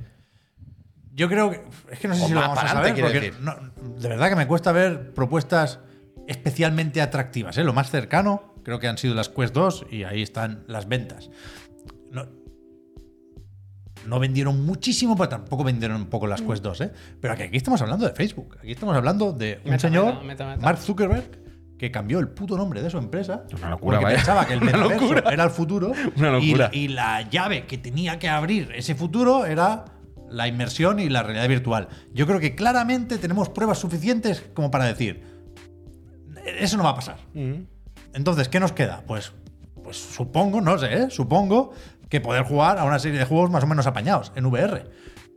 Speaker 3: Yo creo que. Es que no sé
Speaker 1: O
Speaker 3: si lo
Speaker 1: más
Speaker 3: vamos a
Speaker 1: para
Speaker 3: saber,
Speaker 1: adelante,
Speaker 3: porque no- de verdad que me cuesta ver propuestas especialmente atractivas. ¿eh? Lo más cercano creo que han sido las Quest 2 y ahí están las ventas. No, no vendieron muchísimo, pero tampoco vendieron poco las Quest 2. ¿eh? Pero que aquí estamos hablando de Facebook. Aquí estamos hablando de un
Speaker 2: Meta,
Speaker 3: señor,
Speaker 2: meta, meta, meta.
Speaker 3: Mark Zuckerberg, que cambió el puto nombre de su empresa.
Speaker 1: Una locura,
Speaker 3: porque
Speaker 1: vaya.
Speaker 3: pensaba que el
Speaker 1: Una
Speaker 3: metaverso
Speaker 1: locura.
Speaker 3: era el futuro.
Speaker 1: Una
Speaker 3: y-
Speaker 1: locura.
Speaker 3: y y la llave que tenía que abrir ese futuro era la inmersión y la realidad virtual. Yo creo que claramente tenemos pruebas suficientes como para decir, eso no va a pasar. Entonces, ¿qué nos queda? Pues, pues supongo, no sé, ¿eh? supongo que poder jugar a una serie de juegos más o menos apañados en VR.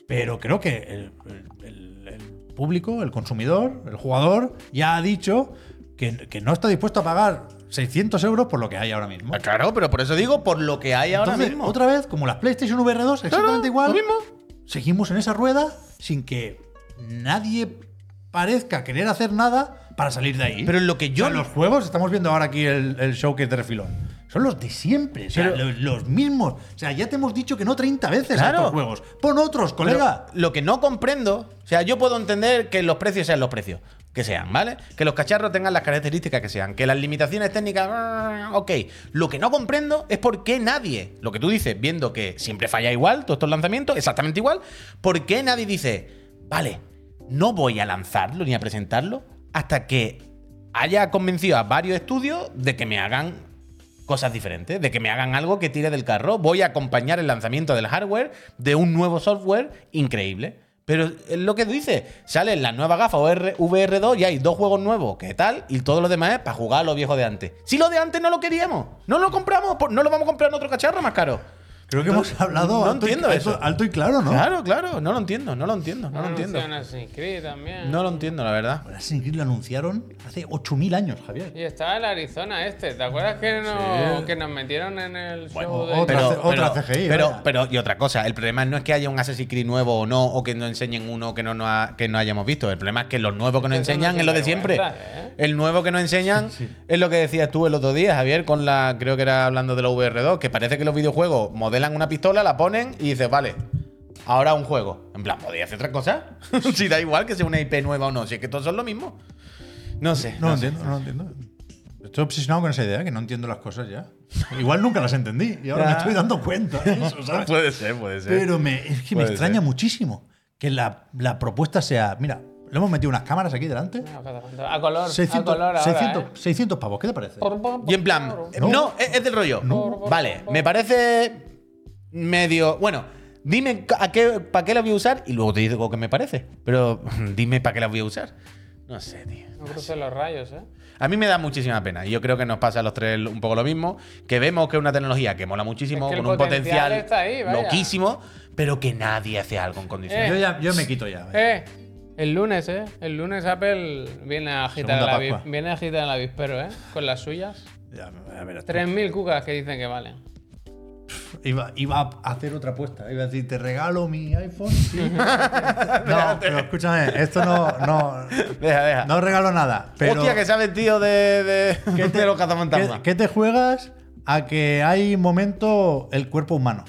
Speaker 3: Pero creo que el, el- el- el público, el consumidor, el jugador, ya ha dicho que, que no está dispuesto a pagar 600 euros por lo que hay ahora mismo.
Speaker 1: Ah, Claro, pero por eso digo, por lo que hay ahora
Speaker 3: Entonces,
Speaker 1: mismo.
Speaker 3: otra vez, como las PlayStation VR 2,
Speaker 1: Claro,
Speaker 3: exactamente igual.
Speaker 1: Lo mismo.
Speaker 3: Seguimos en esa rueda sin que nadie parezca querer hacer nada para salir de ahí.
Speaker 1: Pero lo que yo
Speaker 3: O sea, los juegos, estamos viendo ahora aquí el, el showcase de refilón. Son los de siempre, o sea,
Speaker 1: Pero-
Speaker 3: lo- los, mismos. O sea, ya te hemos dicho que no 30 veces a
Speaker 1: Claro.
Speaker 3: estos juegos. Pon otros,
Speaker 1: Pero
Speaker 3: colega.
Speaker 1: lo que no comprendo, o sea, yo puedo entender que los precios sean los precios, que sean, ¿vale? Que los cacharros tengan las características que sean, que las limitaciones técnicas, brr, ok. Lo que no comprendo es por qué nadie, lo que tú dices, viendo que siempre falla igual, todos estos lanzamientos, exactamente igual, por qué nadie dice, vale, no voy a lanzarlo ni a presentarlo hasta que haya convencido a varios estudios de que me hagan cosas diferentes, de que me hagan algo que tire del carro. Voy a acompañar el lanzamiento del hardware de un nuevo software increíble. Pero es lo que dice, salen las nuevas gafas VR, VR2 y hay dos juegos nuevos, ¿qué tal? Y todo lo demás es para pues, jugar a lo viejo de antes. Si lo de antes no lo queríamos, no lo compramos, por- no lo vamos a comprar en otro cacharro más caro.
Speaker 3: Creo que hemos hablado
Speaker 1: no
Speaker 3: alto, y-
Speaker 1: entiendo
Speaker 3: alto-
Speaker 1: eso.
Speaker 3: alto y claro, ¿no?
Speaker 1: Claro, claro, no lo entiendo, no lo entiendo, no lo entiendo.
Speaker 2: Anuncian Assassin's Creed también.
Speaker 1: No lo entiendo, la verdad.
Speaker 3: Assassin's Creed lo anunciaron hace 8.000 años, Javier.
Speaker 2: Y estaba el Arizona este. ¿Te acuerdas que, no,
Speaker 1: Sí.
Speaker 2: que nos metieron en el show
Speaker 3: Bueno,
Speaker 2: de...
Speaker 3: otra- otra CGI,
Speaker 1: Pero,
Speaker 3: vaya.
Speaker 1: pero- y otra cosa, el problema no es que haya un Assassin's Creed nuevo o no, o que nos enseñen uno que no, no ha- que no hayamos visto. El problema es que los nuevos que nos
Speaker 2: Eso no
Speaker 1: enseñan
Speaker 2: es
Speaker 1: es lo de siempre.
Speaker 2: sinvergüenza, ¿eh?
Speaker 1: El nuevo que nos enseñan es lo que decías tú el otro día, Javier, con la. Creo que era hablando de la VR2, que parece que los videojuegos modelan una pistola, la ponen y dices, vale. Ahora un juego. En plan, ¿podría hacer otra cosa? si da igual que sea una IP nueva o no. Si es que todos son lo mismo. No sé.
Speaker 3: No lo
Speaker 1: no sé.
Speaker 3: entiendo, no lo entiendo. Estoy obsesionado con esa idea, que no entiendo las cosas ya. Igual nunca las entendí y ahora
Speaker 1: Ya.
Speaker 3: me estoy dando cuenta de eso, ¿sabes?
Speaker 1: Puede ser, puede ser.
Speaker 3: Pero me, es que me
Speaker 1: Puede
Speaker 3: extraña
Speaker 1: ser.
Speaker 3: muchísimo que la, la propuesta sea, mira, le hemos metido unas cámaras aquí delante.
Speaker 2: A color, a
Speaker 3: 600,
Speaker 2: color ahora,
Speaker 3: 600,
Speaker 2: ¿eh?
Speaker 3: 600 pavos, ¿qué te parece?
Speaker 1: Y en plan,
Speaker 3: No.
Speaker 1: no, es, es del rollo.
Speaker 3: No.
Speaker 1: Vale, me parece medio. Bueno, dime a qué, para qué la voy a usar y luego te digo qué me parece. Pero dime para qué la voy a usar. No sé, tío.
Speaker 2: No crucen los rayos, ¿eh?
Speaker 1: A mí me da muchísima pena. Y yo creo que nos pasa a los tres un poco lo mismo. Que vemos que es una tecnología que mola muchísimo,
Speaker 2: Es que el
Speaker 1: con un
Speaker 2: potencial
Speaker 1: potencial,
Speaker 2: está ahí, vaya.
Speaker 1: loquísimo, pero que nadie hace algo en condiciones.
Speaker 3: Yo, ya, yo me quito ya. vaya.
Speaker 2: Eh, el lunes, ¿eh? El lunes Apple viene a agitar,
Speaker 3: Segunda
Speaker 2: la vi-
Speaker 3: Pascua.
Speaker 2: viene a agitar el avispero, ¿eh? Con las suyas.
Speaker 3: Ya, a ver, hasta-
Speaker 2: 3.000 cucas que dicen que valen.
Speaker 3: iba, iba a hacer otra apuesta. Iba a decir, te regalo mi iPhone. Sí. no, pero escúchame, esto no, no,
Speaker 1: Deja, deja.
Speaker 3: no regalo nada. Pero
Speaker 1: Hostia, que sabe el tío de, de,
Speaker 3: ¿qué te-
Speaker 1: de los
Speaker 3: ¿qué,
Speaker 1: cazafantasmas.
Speaker 3: qué te juegas a que hay momento el cuerpo humano?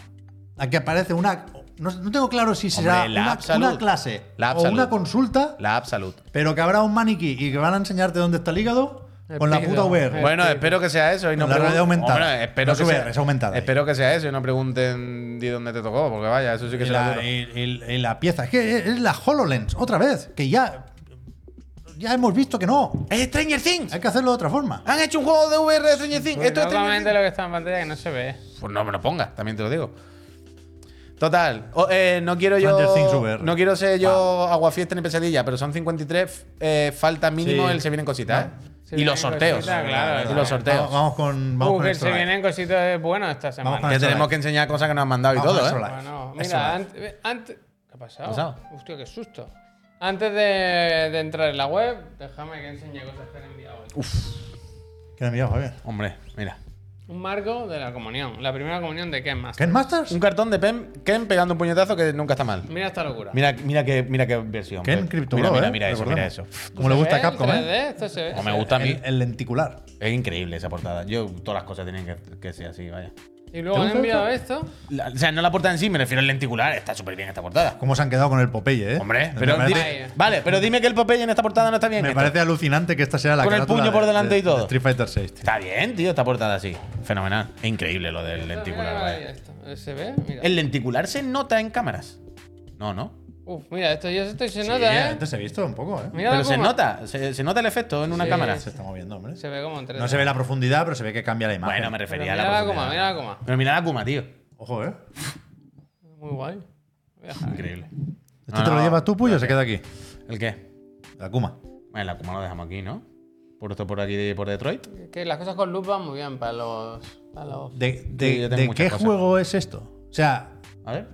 Speaker 3: A que aparece una... No, no tengo claro si será
Speaker 1: Hombre, la
Speaker 3: una,
Speaker 1: app salud.
Speaker 3: una clase
Speaker 1: La app
Speaker 3: o una
Speaker 1: salud.
Speaker 3: consulta,
Speaker 1: La app salud.
Speaker 3: pero que habrá un maniquí y que van a enseñarte dónde está el hígado
Speaker 2: El
Speaker 3: con la
Speaker 2: piso.
Speaker 3: puta
Speaker 2: Eh,
Speaker 3: VR.
Speaker 1: Bueno,
Speaker 2: sí.
Speaker 1: espero que sea eso y no
Speaker 3: La realidad
Speaker 1: pregun-
Speaker 3: aumentada.
Speaker 1: Hombre, espero
Speaker 3: No
Speaker 1: que
Speaker 3: es VR,
Speaker 1: sea,
Speaker 3: es aumentada.
Speaker 1: Espero que sea eso y no pregunten de dónde te tocó, porque vaya, eso sí que
Speaker 3: Y
Speaker 1: se
Speaker 3: la,
Speaker 1: la
Speaker 3: y- y- y la pieza. Es que es la HoloLens, otra vez, que ya, ya hemos visto que no.
Speaker 1: ¡Es Stranger Things!
Speaker 3: Hay que hacerlo de otra forma.
Speaker 1: ¡Han hecho un juego de VR de Stranger Things!
Speaker 2: Esto
Speaker 1: ¡Esto es Stranger
Speaker 2: Normalmente
Speaker 1: Things!
Speaker 2: lo que está en pantalla que no se ve.
Speaker 1: Pues no me lo pongas, también te lo digo. Total, o- eh, no quiero
Speaker 3: Stranger Things
Speaker 1: yo.
Speaker 3: VR.
Speaker 1: No quiero ser yo aguafiesta ni pesadilla, pero son 53, eh, falta mínimo
Speaker 3: Sí.
Speaker 1: el se vienen cositas.
Speaker 3: No.
Speaker 1: ¿eh?
Speaker 2: Se
Speaker 1: Y
Speaker 2: vienen
Speaker 1: los sorteos.
Speaker 2: cositas, claro,
Speaker 1: y
Speaker 2: claro.
Speaker 1: los sorteos.
Speaker 3: Vamos, vamos con. Vamos
Speaker 2: Uh,
Speaker 3: con
Speaker 2: que
Speaker 3: Extra
Speaker 2: se
Speaker 3: Life.
Speaker 2: vienen cositas buenas esta semana.
Speaker 3: con
Speaker 1: que
Speaker 3: Extra
Speaker 1: tenemos
Speaker 3: Life.
Speaker 1: que enseñar cosas que nos han mandado y
Speaker 3: Vamos
Speaker 1: todo,
Speaker 3: a
Speaker 1: ¿eh?
Speaker 3: Extra Life.
Speaker 2: Bueno,
Speaker 1: Eso
Speaker 2: mira,
Speaker 1: va.
Speaker 2: antes, antes. ¿Qué ha pasado?
Speaker 1: pasado?
Speaker 2: Hostia, qué susto. Antes de, de entrar en la web, déjame que enseñe cosas que han enviado hoy.
Speaker 3: Que me he mirado, Javier.
Speaker 1: Hombre, mira.
Speaker 2: Un marco de la comunión. La primera comunión de Ken Master.
Speaker 3: ¿Ken Masters?
Speaker 1: Un cartón de Pen, Ken pegando un puñetazo que nunca está mal.
Speaker 2: Mira esta locura.
Speaker 1: Mira, mira qué, mira qué versión.
Speaker 3: Ken
Speaker 1: Pe-
Speaker 3: Crypto
Speaker 1: Mira,
Speaker 3: Bro,
Speaker 1: mira,
Speaker 3: ¿eh?
Speaker 1: mira eso,
Speaker 3: Recordemos.
Speaker 1: mira eso.
Speaker 3: Como le
Speaker 2: ¿Se
Speaker 3: gusta
Speaker 2: ve
Speaker 3: a Capcom,
Speaker 2: en
Speaker 3: ¿eh?
Speaker 2: 3D? Esto se ve.
Speaker 1: Como me gusta a mí.
Speaker 3: El, el lenticular.
Speaker 1: Es increíble esa portada. Yo, todas las cosas tienen que, que ser así, vaya.
Speaker 2: Y luego
Speaker 3: ¿Te
Speaker 2: han
Speaker 3: gusta
Speaker 2: enviado esto.
Speaker 1: La- o sea, no la portada en sí, me refiero al lenticular. Está súper bien esta portada.
Speaker 3: ¿Cómo se han quedado con el Popeye, eh?
Speaker 1: Hombre,
Speaker 3: Me
Speaker 1: pero
Speaker 3: parece-
Speaker 1: dime- vale, pero dime que el Popeye en esta portada no está bien.
Speaker 3: Me
Speaker 1: Esto-
Speaker 3: parece alucinante que esta sea la
Speaker 1: Con el
Speaker 3: carátula
Speaker 1: puño por
Speaker 3: de-
Speaker 1: delante
Speaker 3: de-
Speaker 1: y todo.
Speaker 3: de Street Fighter 6.
Speaker 1: Está bien, tío, esta portada así. Fenomenal. Es increíble lo del
Speaker 2: Esto, mira
Speaker 1: lenticular,
Speaker 2: qué maravilla
Speaker 1: vaya.
Speaker 2: esto. eh, Se ve, mira.
Speaker 1: El lenticular se nota en cámaras. No, no.
Speaker 2: Uf, mira, esto ya esto se nota, ¿eh?
Speaker 3: Antes he visto un poco, ¿eh?
Speaker 2: Mira
Speaker 1: Pero
Speaker 2: la
Speaker 1: se
Speaker 2: goma.
Speaker 1: nota, se, se nota el efecto en una
Speaker 2: Sí.
Speaker 1: cámara.
Speaker 3: Se está moviendo, hombre.
Speaker 2: Se ve como en 3D.
Speaker 3: No se ve la profundidad, pero se ve que cambia la imagen.
Speaker 1: Bueno, me
Speaker 2: Pero
Speaker 1: refería
Speaker 2: Mira
Speaker 1: a la.
Speaker 2: la goma,
Speaker 1: profundidad.
Speaker 2: mira la goma.
Speaker 1: Pero mira la Kuma, tío.
Speaker 3: Ojo, ¿eh?
Speaker 2: Muy guay. Voy a dejar aquí.
Speaker 1: Increíble.
Speaker 3: ¿Esto
Speaker 1: No,
Speaker 3: ¿Este te lo
Speaker 1: no.
Speaker 3: llevas tú, Puyo, o se queda aquí?
Speaker 1: ¿El qué?
Speaker 3: La Kuma.
Speaker 1: Bueno, la Kuma lo dejamos aquí, ¿no? Por esto por aquí, por Detroit.
Speaker 2: Que las cosas con luz van muy bien para los. Para los...
Speaker 3: ¿De,
Speaker 1: Sí,
Speaker 3: de,
Speaker 1: yo tengo
Speaker 3: de
Speaker 1: muchas
Speaker 3: qué
Speaker 1: cosas.
Speaker 3: juego es esto? O sea,
Speaker 1: A ver.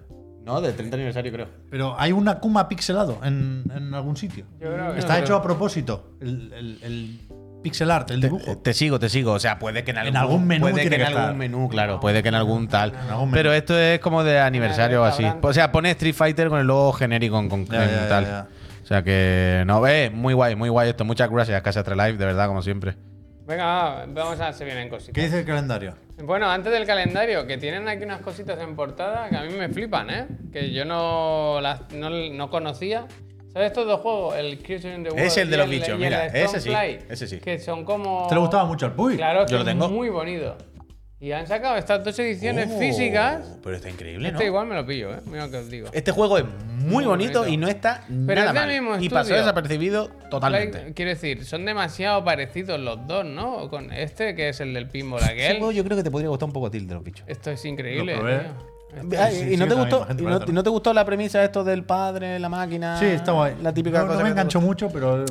Speaker 1: No, del 30 aniversario, creo.
Speaker 3: pero hay una Kuma pixelado en, en algún sitio.
Speaker 2: Yo creo que
Speaker 3: Está
Speaker 2: no.
Speaker 3: hecho a propósito. El, el- el pixel art, el dibujo.
Speaker 1: Te sigo, te sigo. O sea, puede que en algún,
Speaker 3: algún menú
Speaker 1: Puede que
Speaker 3: tiene
Speaker 1: en
Speaker 3: que
Speaker 1: algún
Speaker 3: estar.
Speaker 1: menú, claro. Puede que en algún tal.
Speaker 3: algún menú.
Speaker 1: Pero esto es como de aniversario o así.
Speaker 2: restaurante.
Speaker 1: O sea, pone Street Fighter con el logo genérico en, con-
Speaker 3: Ya,
Speaker 1: en
Speaker 3: ya, ya,
Speaker 1: tal.
Speaker 3: ya.
Speaker 1: O sea que. No, ve, muy guay, muy guay esto. Muchas gracias, Casa 3 Live, de verdad, como siempre.
Speaker 2: Venga, va, vamos a ver si vienen cositas.
Speaker 3: ¿Qué dice el calendario?
Speaker 2: Bueno, antes del calendario, que tienen aquí unas cositas en portada que a mí me flipan, ¿eh? Que yo no, las, no, no conocía. ¿Sabes estos dos juegos? El Creature in the World.
Speaker 1: Es el de
Speaker 2: y
Speaker 1: los bichos,
Speaker 2: y
Speaker 1: mira,
Speaker 2: Stone
Speaker 1: ese sí,
Speaker 2: Fly,
Speaker 1: ese sí. este
Speaker 2: Que son como.
Speaker 3: ¿Te Este le gustaba mucho al Puy?
Speaker 2: Claro,
Speaker 1: Yo
Speaker 2: que
Speaker 1: lo
Speaker 2: es
Speaker 1: tengo.
Speaker 2: muy bonito. Y han sacado estas dos ediciones
Speaker 1: Oh,
Speaker 2: físicas.
Speaker 1: Pero está increíble, ¿no?
Speaker 2: Este igual me lo pillo, ¿eh? Mira lo que os digo.
Speaker 1: Este juego es muy bonito,
Speaker 2: bonito.
Speaker 1: y no está
Speaker 2: es
Speaker 1: nada
Speaker 2: del
Speaker 1: mal.
Speaker 2: mismo
Speaker 1: y
Speaker 2: estudio.
Speaker 1: pasó desapercibido totalmente.
Speaker 2: Fly- Quiero decir, son demasiado parecidos los dos, ¿no? Con este, que es el del pinball aquel.
Speaker 1: Pues Ese juego yo creo que te podría gustar un poco a ti el de los bichos.
Speaker 2: Esto es increíble.
Speaker 3: Lo probé.
Speaker 2: tío. Esto-
Speaker 1: Ah,
Speaker 3: Este, Sí, sí,
Speaker 1: ¿Y no
Speaker 3: sí,
Speaker 1: te
Speaker 3: también,
Speaker 1: gustó?
Speaker 3: bastante
Speaker 1: y no,
Speaker 3: barato, ¿no?
Speaker 1: y no te gustó la premisa esto del padre, la máquina?
Speaker 3: Sí, está guay.
Speaker 1: La típica
Speaker 3: no,
Speaker 1: cosa.
Speaker 3: No me
Speaker 1: que te
Speaker 3: enganchó
Speaker 1: gusta?
Speaker 3: mucho, pero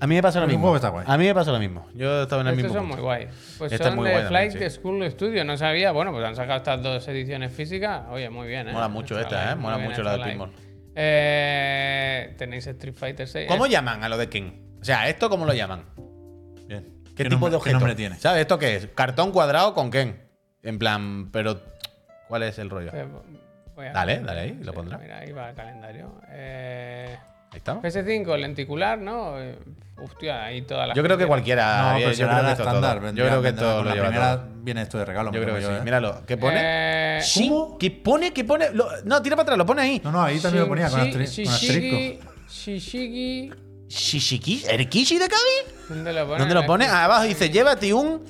Speaker 1: A mí me pasa lo
Speaker 3: Es un
Speaker 1: mismo.
Speaker 3: juego que está guay.
Speaker 1: A mí me pasa lo mismo. Yo estaba en el
Speaker 2: Estos
Speaker 1: mismo.
Speaker 2: son
Speaker 1: punto.
Speaker 2: muy guays. Pues
Speaker 1: Este es
Speaker 2: son
Speaker 1: muy
Speaker 2: de
Speaker 1: guay también,
Speaker 2: Flight
Speaker 1: sí.
Speaker 2: School Studio. No sabía. Bueno, pues han sacado estas dos ediciones físicas. Oye, muy bien, ¿eh?
Speaker 1: Mola mucho
Speaker 2: Está
Speaker 1: esta,
Speaker 2: guay,
Speaker 1: ¿eh?
Speaker 2: muy
Speaker 1: Mola
Speaker 2: bien
Speaker 1: mucho
Speaker 2: esta
Speaker 1: la de
Speaker 2: live.
Speaker 1: pinball.
Speaker 2: Eh, tenéis Street Fighter Este, 6.
Speaker 1: ¿Cómo llaman a lo de King? O sea, ¿esto cómo lo llaman?
Speaker 3: Bien.
Speaker 1: ¿Qué, tipo
Speaker 3: nombre-
Speaker 1: de
Speaker 3: ¿Qué
Speaker 1: objeto?
Speaker 3: nombre tiene?
Speaker 1: ¿Sabes esto qué es? Cartón cuadrado con Ken. En plan, pero ¿cuál es el rollo?
Speaker 2: Eh, voy a-
Speaker 1: Dale, dale ahí, lo
Speaker 2: Sí,
Speaker 1: pondrá. Ahí
Speaker 2: Mira, ahí va el calendario. Eh,
Speaker 1: estamos.
Speaker 2: PS5, lenticular, ¿no? Eh, Hostia, ahí toda la.
Speaker 1: Yo creo que
Speaker 2: gente-
Speaker 1: cualquiera.
Speaker 3: no,
Speaker 1: eh,
Speaker 3: pero
Speaker 1: yo,
Speaker 3: será
Speaker 1: creo que
Speaker 3: la
Speaker 1: esto
Speaker 3: estándar.
Speaker 1: todo. yo
Speaker 3: vendrá-
Speaker 1: creo que
Speaker 3: vendrá
Speaker 1: esto
Speaker 3: con
Speaker 1: lo
Speaker 3: la
Speaker 1: lleva
Speaker 3: primera
Speaker 1: todo.
Speaker 3: viene esto de regalo.
Speaker 1: Yo
Speaker 3: me
Speaker 1: creo que sí.
Speaker 3: yo, ¿eh?
Speaker 1: Míralo. ¿Qué pone?
Speaker 2: Eh,
Speaker 1: Shin- ¿Qué pone? ¿Qué pone? Lo- no, tira para atrás, lo pone ahí.
Speaker 3: No, no, ahí también lo ponía con,
Speaker 2: Shin-
Speaker 3: asteri- con
Speaker 2: Shishigi-
Speaker 3: asterisco.
Speaker 2: Shishigi.
Speaker 1: ¿Shishiki? ¿Erkishi de Kabi?
Speaker 2: ¿Dónde lo pone?
Speaker 1: ¿Dónde lo pone? Ah. Abajo dice, llévate un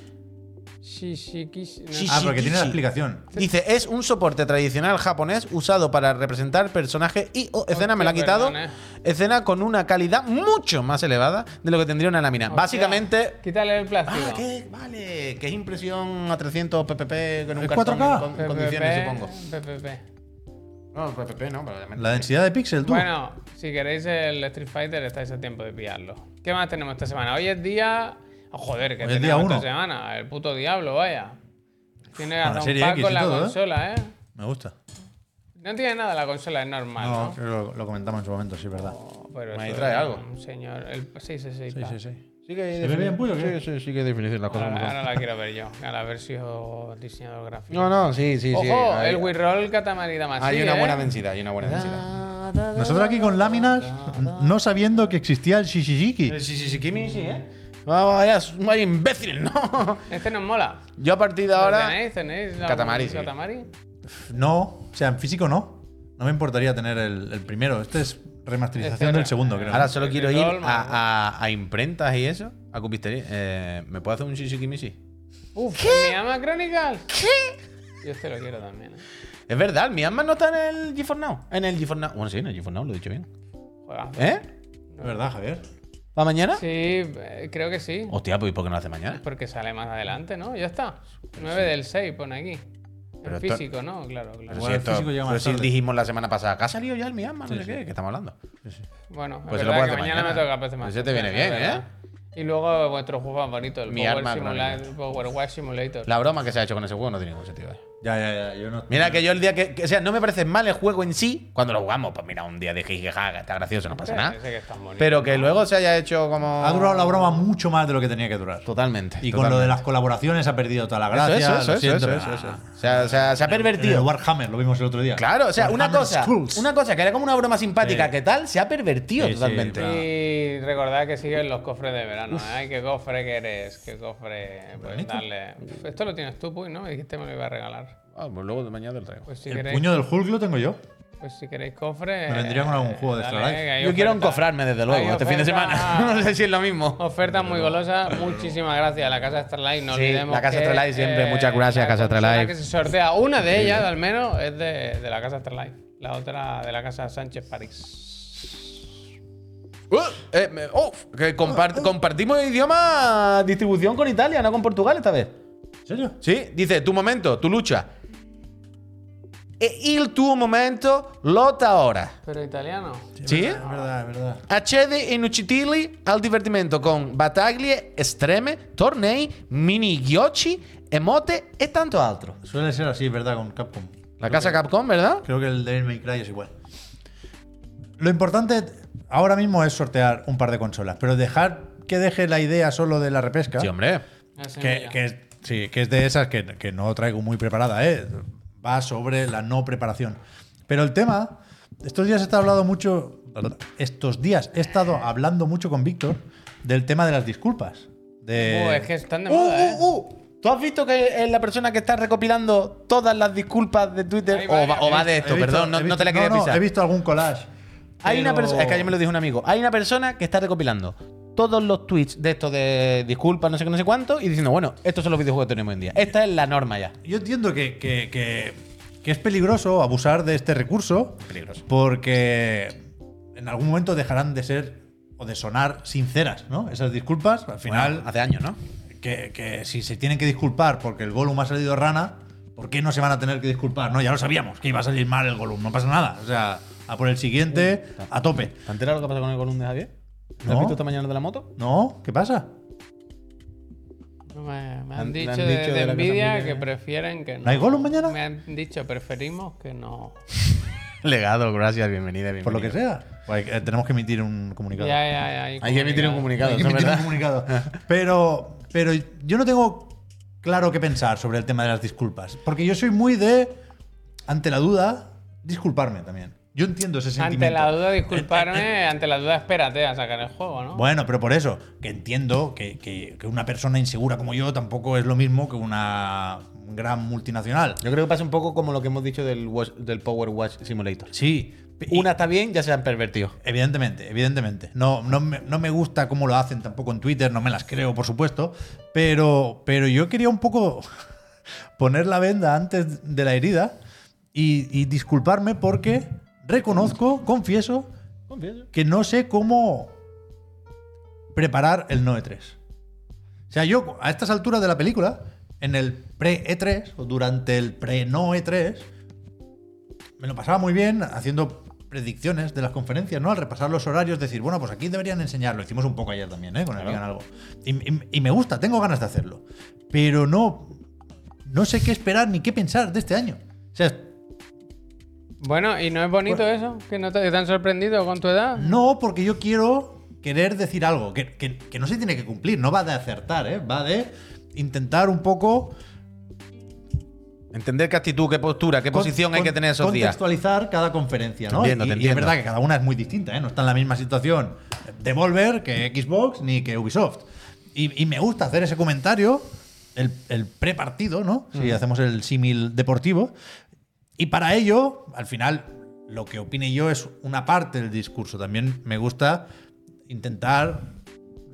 Speaker 2: Shishigi. no,
Speaker 1: Shish-
Speaker 3: Ah, porque tiene la
Speaker 1: Shishigi.
Speaker 3: explicación.
Speaker 1: Dice, es un soporte tradicional japonés usado para representar personajes y o escena, me la ha
Speaker 2: Hostia,
Speaker 1: quitado,
Speaker 2: perdón, eh.
Speaker 1: escena con una calidad mucho más elevada de lo que tendría una lámina.
Speaker 2: hostia,
Speaker 1: Básicamente...
Speaker 2: Quítale el plástico.
Speaker 1: Ah, que vale, que es impresión a 300 ppp con un
Speaker 3: ¿Es
Speaker 1: cartón
Speaker 3: 4K?
Speaker 1: en con-
Speaker 2: PPP,
Speaker 1: condiciones, supongo.
Speaker 2: PPP.
Speaker 1: No, ppp no, pero
Speaker 3: La densidad de píxel, tú.
Speaker 2: Bueno, si queréis el Street Fighter estáis a tiempo de pillarlo. ¿Qué más tenemos esta semana? Hoy es día... oh, joder, que
Speaker 3: Hoy es
Speaker 2: tenemos
Speaker 3: día uno.
Speaker 2: esta semana. El puto diablo, vaya. Tiene
Speaker 3: Con la
Speaker 2: hasta un
Speaker 3: serie
Speaker 2: pack
Speaker 3: X
Speaker 2: con
Speaker 3: y
Speaker 2: la
Speaker 3: todo, ¿eh?
Speaker 2: consola, ¿eh?
Speaker 3: Me gusta.
Speaker 2: No tiene nada la consola, es normal, ¿no?
Speaker 3: No, creo que lo, lo comentamos en su momento, sí, verdad.
Speaker 2: Oh, pero
Speaker 1: Ahí
Speaker 2: eso
Speaker 1: trae
Speaker 2: es
Speaker 1: algo.
Speaker 2: un Señor, el 666.
Speaker 3: Sí,
Speaker 2: pack.
Speaker 3: sí, sí.
Speaker 1: Sí que
Speaker 3: ¿Se ve bien, Puyo, o qué?
Speaker 1: Sí, sí, sí que hay definición las cosas. como
Speaker 2: Ahora,
Speaker 1: son.
Speaker 2: ahora la quiero ver yo, a ver si os diseñador gráfico.
Speaker 1: No, no, sí, sí,
Speaker 2: Ojo,
Speaker 1: sí.
Speaker 2: el We Roll ¿eh? Catamarida más.
Speaker 1: Hay una buena densidad, hay una buena densidad.
Speaker 3: Nosotros aquí con láminas, no sabiendo que existía el Shishijiki.
Speaker 1: Sí, sí, sí, Kimi, sí, ¿eh? Vamos, vaya, vaya imbécil, ¿no?
Speaker 2: Este nos mola.
Speaker 1: Yo a partir de
Speaker 2: ¿Lo
Speaker 1: ahora...
Speaker 2: ¿Tenéis? ¿Tenéis? la-
Speaker 1: Katamari, sí.
Speaker 2: Katamari?
Speaker 3: No, o sea, en físico no. No me importaría tener el, el primero. Este es remasterización
Speaker 2: Este
Speaker 3: del
Speaker 2: era-
Speaker 3: segundo, creo.
Speaker 1: Ahora solo quiero ir
Speaker 2: Roll,
Speaker 1: a, a- a imprentas y eso, a cupistería. Eh, ¿Me puedo hacer un shishikimishi?
Speaker 2: Uf, ¿Qué? Miama Chronicles. ¿Qué? Yo este lo quiero también. ¿eh?
Speaker 1: Es verdad, el Myanmar no está en el GeForce Now. En el GeForce Now. Bueno, sí, en el GeForce Now, lo he dicho bien.
Speaker 2: Juegazo.
Speaker 1: ¿Eh?
Speaker 3: Es verdad, Javier.
Speaker 1: ¿Para mañana?
Speaker 2: Sí, eh, creo que sí.
Speaker 1: Hostia, pues ¿y por qué no lo hace mañana?
Speaker 2: Porque sale más adelante, ¿no? Ya está. 9 del 6 pone aquí.
Speaker 1: Pero
Speaker 2: En
Speaker 1: esto-
Speaker 2: físico, ¿no? Claro, claro.
Speaker 1: Pero
Speaker 3: Igual
Speaker 1: si,
Speaker 3: el
Speaker 1: esto-
Speaker 3: físico llega
Speaker 1: pero
Speaker 3: más
Speaker 1: si
Speaker 3: tarde.
Speaker 1: dijimos la semana pasada, que ha salido ya el Myanmar, no sé qué, ¿qué estamos hablando?
Speaker 2: Bueno,
Speaker 1: Pues
Speaker 2: es
Speaker 1: se lo
Speaker 2: verdad
Speaker 1: puedes
Speaker 2: que
Speaker 1: hacer
Speaker 2: mañana,
Speaker 1: mañana.
Speaker 2: me toca PC más.
Speaker 1: Ese te viene
Speaker 2: Es
Speaker 1: bien, ¿eh?
Speaker 2: verdad. Y luego vuestro juego favorito, el
Speaker 1: Mi
Speaker 2: Power,
Speaker 1: arma
Speaker 2: Simulator, Power Watch Simulator.
Speaker 1: La broma que se ha hecho con ese juego no tiene ningún sentido. ¿eh?
Speaker 3: Ya, ya, ya. Yo no,
Speaker 1: Mira que yo el día que, que- O sea, no me parece mal el juego en sí. Cuando lo jugamos, pues mira, un día de jijijaja, está gracioso, no pasa
Speaker 2: Ese-
Speaker 1: nada.
Speaker 2: ese que es tan bonito.
Speaker 1: Pero que luego se haya hecho como.
Speaker 3: Ha durado la broma mucho más de lo que tenía que durar.
Speaker 1: Totalmente.
Speaker 3: Y con lo de las colaboraciones ha perdido toda la gracia.
Speaker 1: totalmente. Eso, eso,
Speaker 3: lo
Speaker 1: eso,
Speaker 3: siento.
Speaker 1: eso, eso, eso. O sea, o sea, se ha
Speaker 3: En el
Speaker 1: pervertido.
Speaker 3: Warhammer, lo vimos el otro día.
Speaker 1: Claro, o sea, una
Speaker 3: Warhammer
Speaker 1: cosa,
Speaker 3: Skulls.
Speaker 1: una cosa que era como una broma simpática,
Speaker 3: Sí.
Speaker 1: que tal, se ha pervertido
Speaker 3: Sí, sí,
Speaker 1: totalmente.
Speaker 3: claro.
Speaker 2: Y recordad que siguen los cofres de verano. ¿eh? Ay, qué cofre que eres, qué cofre. Pues
Speaker 3: ¿Veranito?
Speaker 2: darle. Uf, Esto lo tienes tú, Puy, ¿no? Me dijiste me lo iba a regalar.
Speaker 1: Ah, pues luego de mañana lo traigo.
Speaker 2: Pues si,
Speaker 3: El
Speaker 2: queréis,
Speaker 3: puño del Hulk lo tengo yo.
Speaker 2: pues si queréis cofre.
Speaker 3: Me vendría con algún juego de
Speaker 2: dale,
Speaker 3: Extra Life.
Speaker 2: que hay
Speaker 1: Yo quiero
Speaker 2: oferta.
Speaker 1: encofrarme, desde luego,
Speaker 2: Hay
Speaker 1: este fin de
Speaker 2: oferta.
Speaker 1: semana. no sé si es lo mismo.
Speaker 2: Ofertas muy golosas, muchísimas gracias a la Casa Astralife, no
Speaker 1: Sí,
Speaker 2: olvidemos
Speaker 1: la Casa
Speaker 2: que, eh,
Speaker 1: Astralife siempre, muchas gracias,
Speaker 2: la
Speaker 1: Casa
Speaker 2: consola
Speaker 1: Astralife.
Speaker 2: que se sortea, una de ellas al menos, es de, de la Casa Astralife, la otra de la Casa Sánchez París.
Speaker 1: Uh, eh, me- oh, que compart- compartimos idioma distribución con Italia, no con Portugal esta vez.
Speaker 3: ¿En serio?
Speaker 1: Sí, dice, tu momento, tu lucha. E il tuo momento, lotta ora.
Speaker 2: Pero italiano.
Speaker 1: Sí?
Speaker 3: Es verdad, es verdad.
Speaker 1: Accede inutilità al divertimento con battaglie estreme, tornei, mini giochi, emote e tanto altro.
Speaker 3: Suele ser así, es verdad, con Capcom.
Speaker 1: La casa Capcom, ¿verdad?
Speaker 3: Creo que el Devil May Cry es igual. Lo importante ahora mismo es sortear un par de consolas, pero dejar que deje la idea solo de la repesca.
Speaker 1: Sí, hombre.
Speaker 2: Así
Speaker 3: que,
Speaker 2: mira.
Speaker 3: que es, sí, que es de esas que, que no traigo muy preparada, ¿eh? va sobre la no preparación. Pero el tema, estos días he estado hablando mucho, estos días he estado hablando mucho con Víctor del tema de las disculpas. De,
Speaker 2: Uh, es que están de
Speaker 1: Uh,
Speaker 2: moda, ¿eh?
Speaker 1: uh, uh. ¿Tú has visto que es la persona que está recopilando todas las disculpas de Twitter?
Speaker 2: Ahí va,
Speaker 1: O va, o va de
Speaker 3: He
Speaker 1: esto,
Speaker 3: visto-
Speaker 1: perdón, no,
Speaker 3: he
Speaker 1: no te la
Speaker 3: visto-
Speaker 1: quería
Speaker 3: no, no,
Speaker 1: pisar.
Speaker 3: he visto algún collage.
Speaker 1: Hay una
Speaker 3: pero-
Speaker 1: persona, es que ayer me lo dijo un amigo, hay una persona que está recopilando todos los tweets de esto de disculpas, no sé qué, no sé cuánto, y diciendo, bueno, estos son los videojuegos que tenemos hoy en día. Esta es la norma ya.
Speaker 3: Yo entiendo que, que- que- que es peligroso abusar de este recurso.
Speaker 1: Peligroso.
Speaker 3: Porque en algún momento dejarán de ser o de sonar sinceras, ¿no? Esas disculpas, al final.
Speaker 1: Bueno, hace años, ¿no?
Speaker 3: que, que si se tienen que disculpar porque el Gollum ha salido rana, ¿por qué no se van a tener que disculpar? No, ya lo sabíamos, que iba a salir mal el Gollum, no pasa nada. O sea, a por el siguiente, a tope.
Speaker 1: ¿Te enteras lo que pasa con el column de Javier? ¿Lo has
Speaker 3: ¿No?
Speaker 1: visto esta mañana de la moto?
Speaker 3: No, ¿qué pasa?
Speaker 2: Me, me
Speaker 1: han-
Speaker 2: han
Speaker 1: le
Speaker 2: dicho
Speaker 1: han
Speaker 2: de,
Speaker 1: dicho
Speaker 2: de
Speaker 1: de la
Speaker 2: envidia
Speaker 1: cosa
Speaker 2: que
Speaker 1: envidia.
Speaker 2: prefieren que no.
Speaker 3: hay Gollum mañana?
Speaker 2: Me han dicho, preferimos que no.
Speaker 1: Legado, gracias, bienvenida, bienvenida.
Speaker 3: Por lo que sea. Pues hay que- tenemos que emitir un
Speaker 2: Ya,
Speaker 3: comunicado.
Speaker 2: ya, ya.
Speaker 1: Hay que emitir un comunicado,
Speaker 3: Hay que
Speaker 1: eso es
Speaker 3: emitir un
Speaker 1: verdad.
Speaker 3: comunicado. Pero, pero yo no tengo claro qué pensar sobre el tema de las disculpas. Porque yo soy muy de, ante la duda, disculparme también. Yo entiendo ese sentimiento.
Speaker 2: Ante la duda, disculparme, ante la duda, espérate a sacar el juego, ¿no?
Speaker 3: Bueno, pero por eso, que entiendo que, que- que una persona insegura como yo tampoco es lo mismo que una gran multinacional.
Speaker 1: Yo creo que pasa un poco como lo que hemos dicho del, Watch- del Power Watch Simulator.
Speaker 3: Sí. y-
Speaker 1: Una está bien, ya se han pervertido.
Speaker 3: Evidentemente, evidentemente. No, no, me, no me gusta cómo lo hacen tampoco en Twitter, no me las creo, por supuesto. Pero, pero yo quería un poco poner la venda antes de la herida y, y disculparme porque reconozco, confieso, que no sé cómo preparar el no E3. O sea, yo a estas alturas de la película, en el pre-E3 o durante el pre-no E3, me lo pasaba muy bien haciendo predicciones de las conferencias, ¿no? Al repasar los horarios, decir, bueno, pues aquí deberían enseñarlo. Hicimos un poco ayer también, ¿eh? Con el
Speaker 1: Claro.
Speaker 3: Digan algo. Y, y- y me gusta, tengo ganas de hacerlo. Pero no, no sé qué esperar ni qué pensar de este año. O sea,
Speaker 2: Bueno, ¿y no es bonito eso? ¿Que no te, que te han sorprendido con tu edad?
Speaker 3: No, porque yo quiero querer decir algo que, que- que no se tiene que cumplir, no va de acertar, ¿eh? va de intentar un poco
Speaker 1: Entender qué actitud, qué postura, qué
Speaker 3: con-
Speaker 1: posición hay
Speaker 3: con-
Speaker 1: que tener esos días.
Speaker 3: Contextualizar cada conferencia, ¿no?
Speaker 1: Te entiendo,
Speaker 3: y,
Speaker 1: te
Speaker 3: y es
Speaker 1: entiendo.
Speaker 3: verdad que cada una es muy distinta, ¿eh? No está en la misma situación Devolver que Xbox ni que Ubisoft. Y, y me gusta hacer ese comentario, el, el prepartido, ¿no? Si
Speaker 1: Mm.
Speaker 3: hacemos el símil deportivo. Y para ello, al final, lo que opine yo es una parte del discurso. También me gusta intentar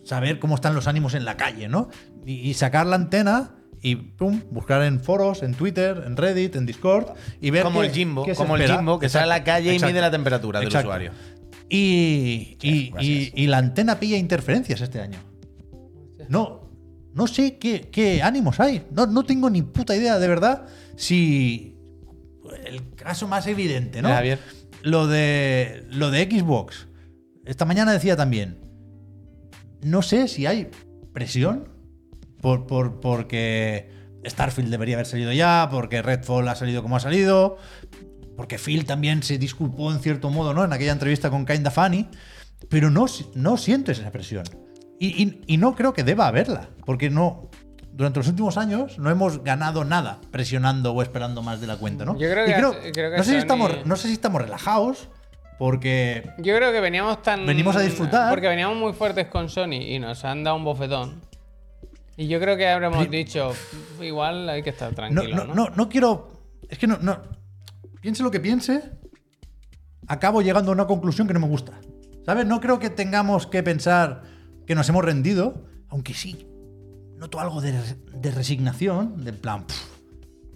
Speaker 3: saber cómo están los ánimos en la calle, ¿no? Y, y sacar la antena y pum, buscar en foros, en Twitter, en Reddit, en Discord y ver
Speaker 1: Como
Speaker 3: qué-
Speaker 1: el Jimbo,
Speaker 3: qué se
Speaker 1: como el
Speaker 3: espera.
Speaker 1: Jimbo que sale a la calle y
Speaker 3: exacto.
Speaker 1: mide la temperatura del
Speaker 3: Exacto.
Speaker 1: usuario.
Speaker 3: Y, y-
Speaker 1: gracias.
Speaker 3: y- y la antena pilla interferencias este año. No, no sé qué, qué ánimos hay. No, no tengo ni puta idea, de verdad, si el caso más evidente, ¿no?
Speaker 1: Javier.
Speaker 3: Lo de, lo de Xbox. Esta mañana decía también, no sé si hay presión por, por- porque Starfield debería haber salido ya, porque Redfall ha salido como ha salido, porque Phil también se disculpó en cierto modo, ¿no? En aquella entrevista con Kinda Funny, pero no, si- no siento esa presión. Y, y- y no creo que deba haberla, porque no... Durante los últimos años no hemos ganado nada presionando o esperando más de la cuenta, ¿no?
Speaker 2: Yo creo
Speaker 3: Y
Speaker 2: que- creo que
Speaker 3: no, sé si
Speaker 2: Sony-
Speaker 3: estamos, no sé si estamos relajados, porque
Speaker 2: Yo creo que veníamos tan.
Speaker 3: Venimos a disfrutar.
Speaker 2: Porque veníamos muy fuertes con Sony y nos han dado un bofetón. Y yo creo que habremos dicho, igual hay que estar
Speaker 3: no,
Speaker 2: tranquilo.
Speaker 3: no,
Speaker 2: ¿no?
Speaker 3: no, no quiero. Es que no, no. Piense lo que piense, acabo llegando a una conclusión que no me gusta. ¿Sabes? No creo que tengamos que pensar que nos hemos rendido, aunque sí. Noto algo de, res- de resignación, de plan, "Puf,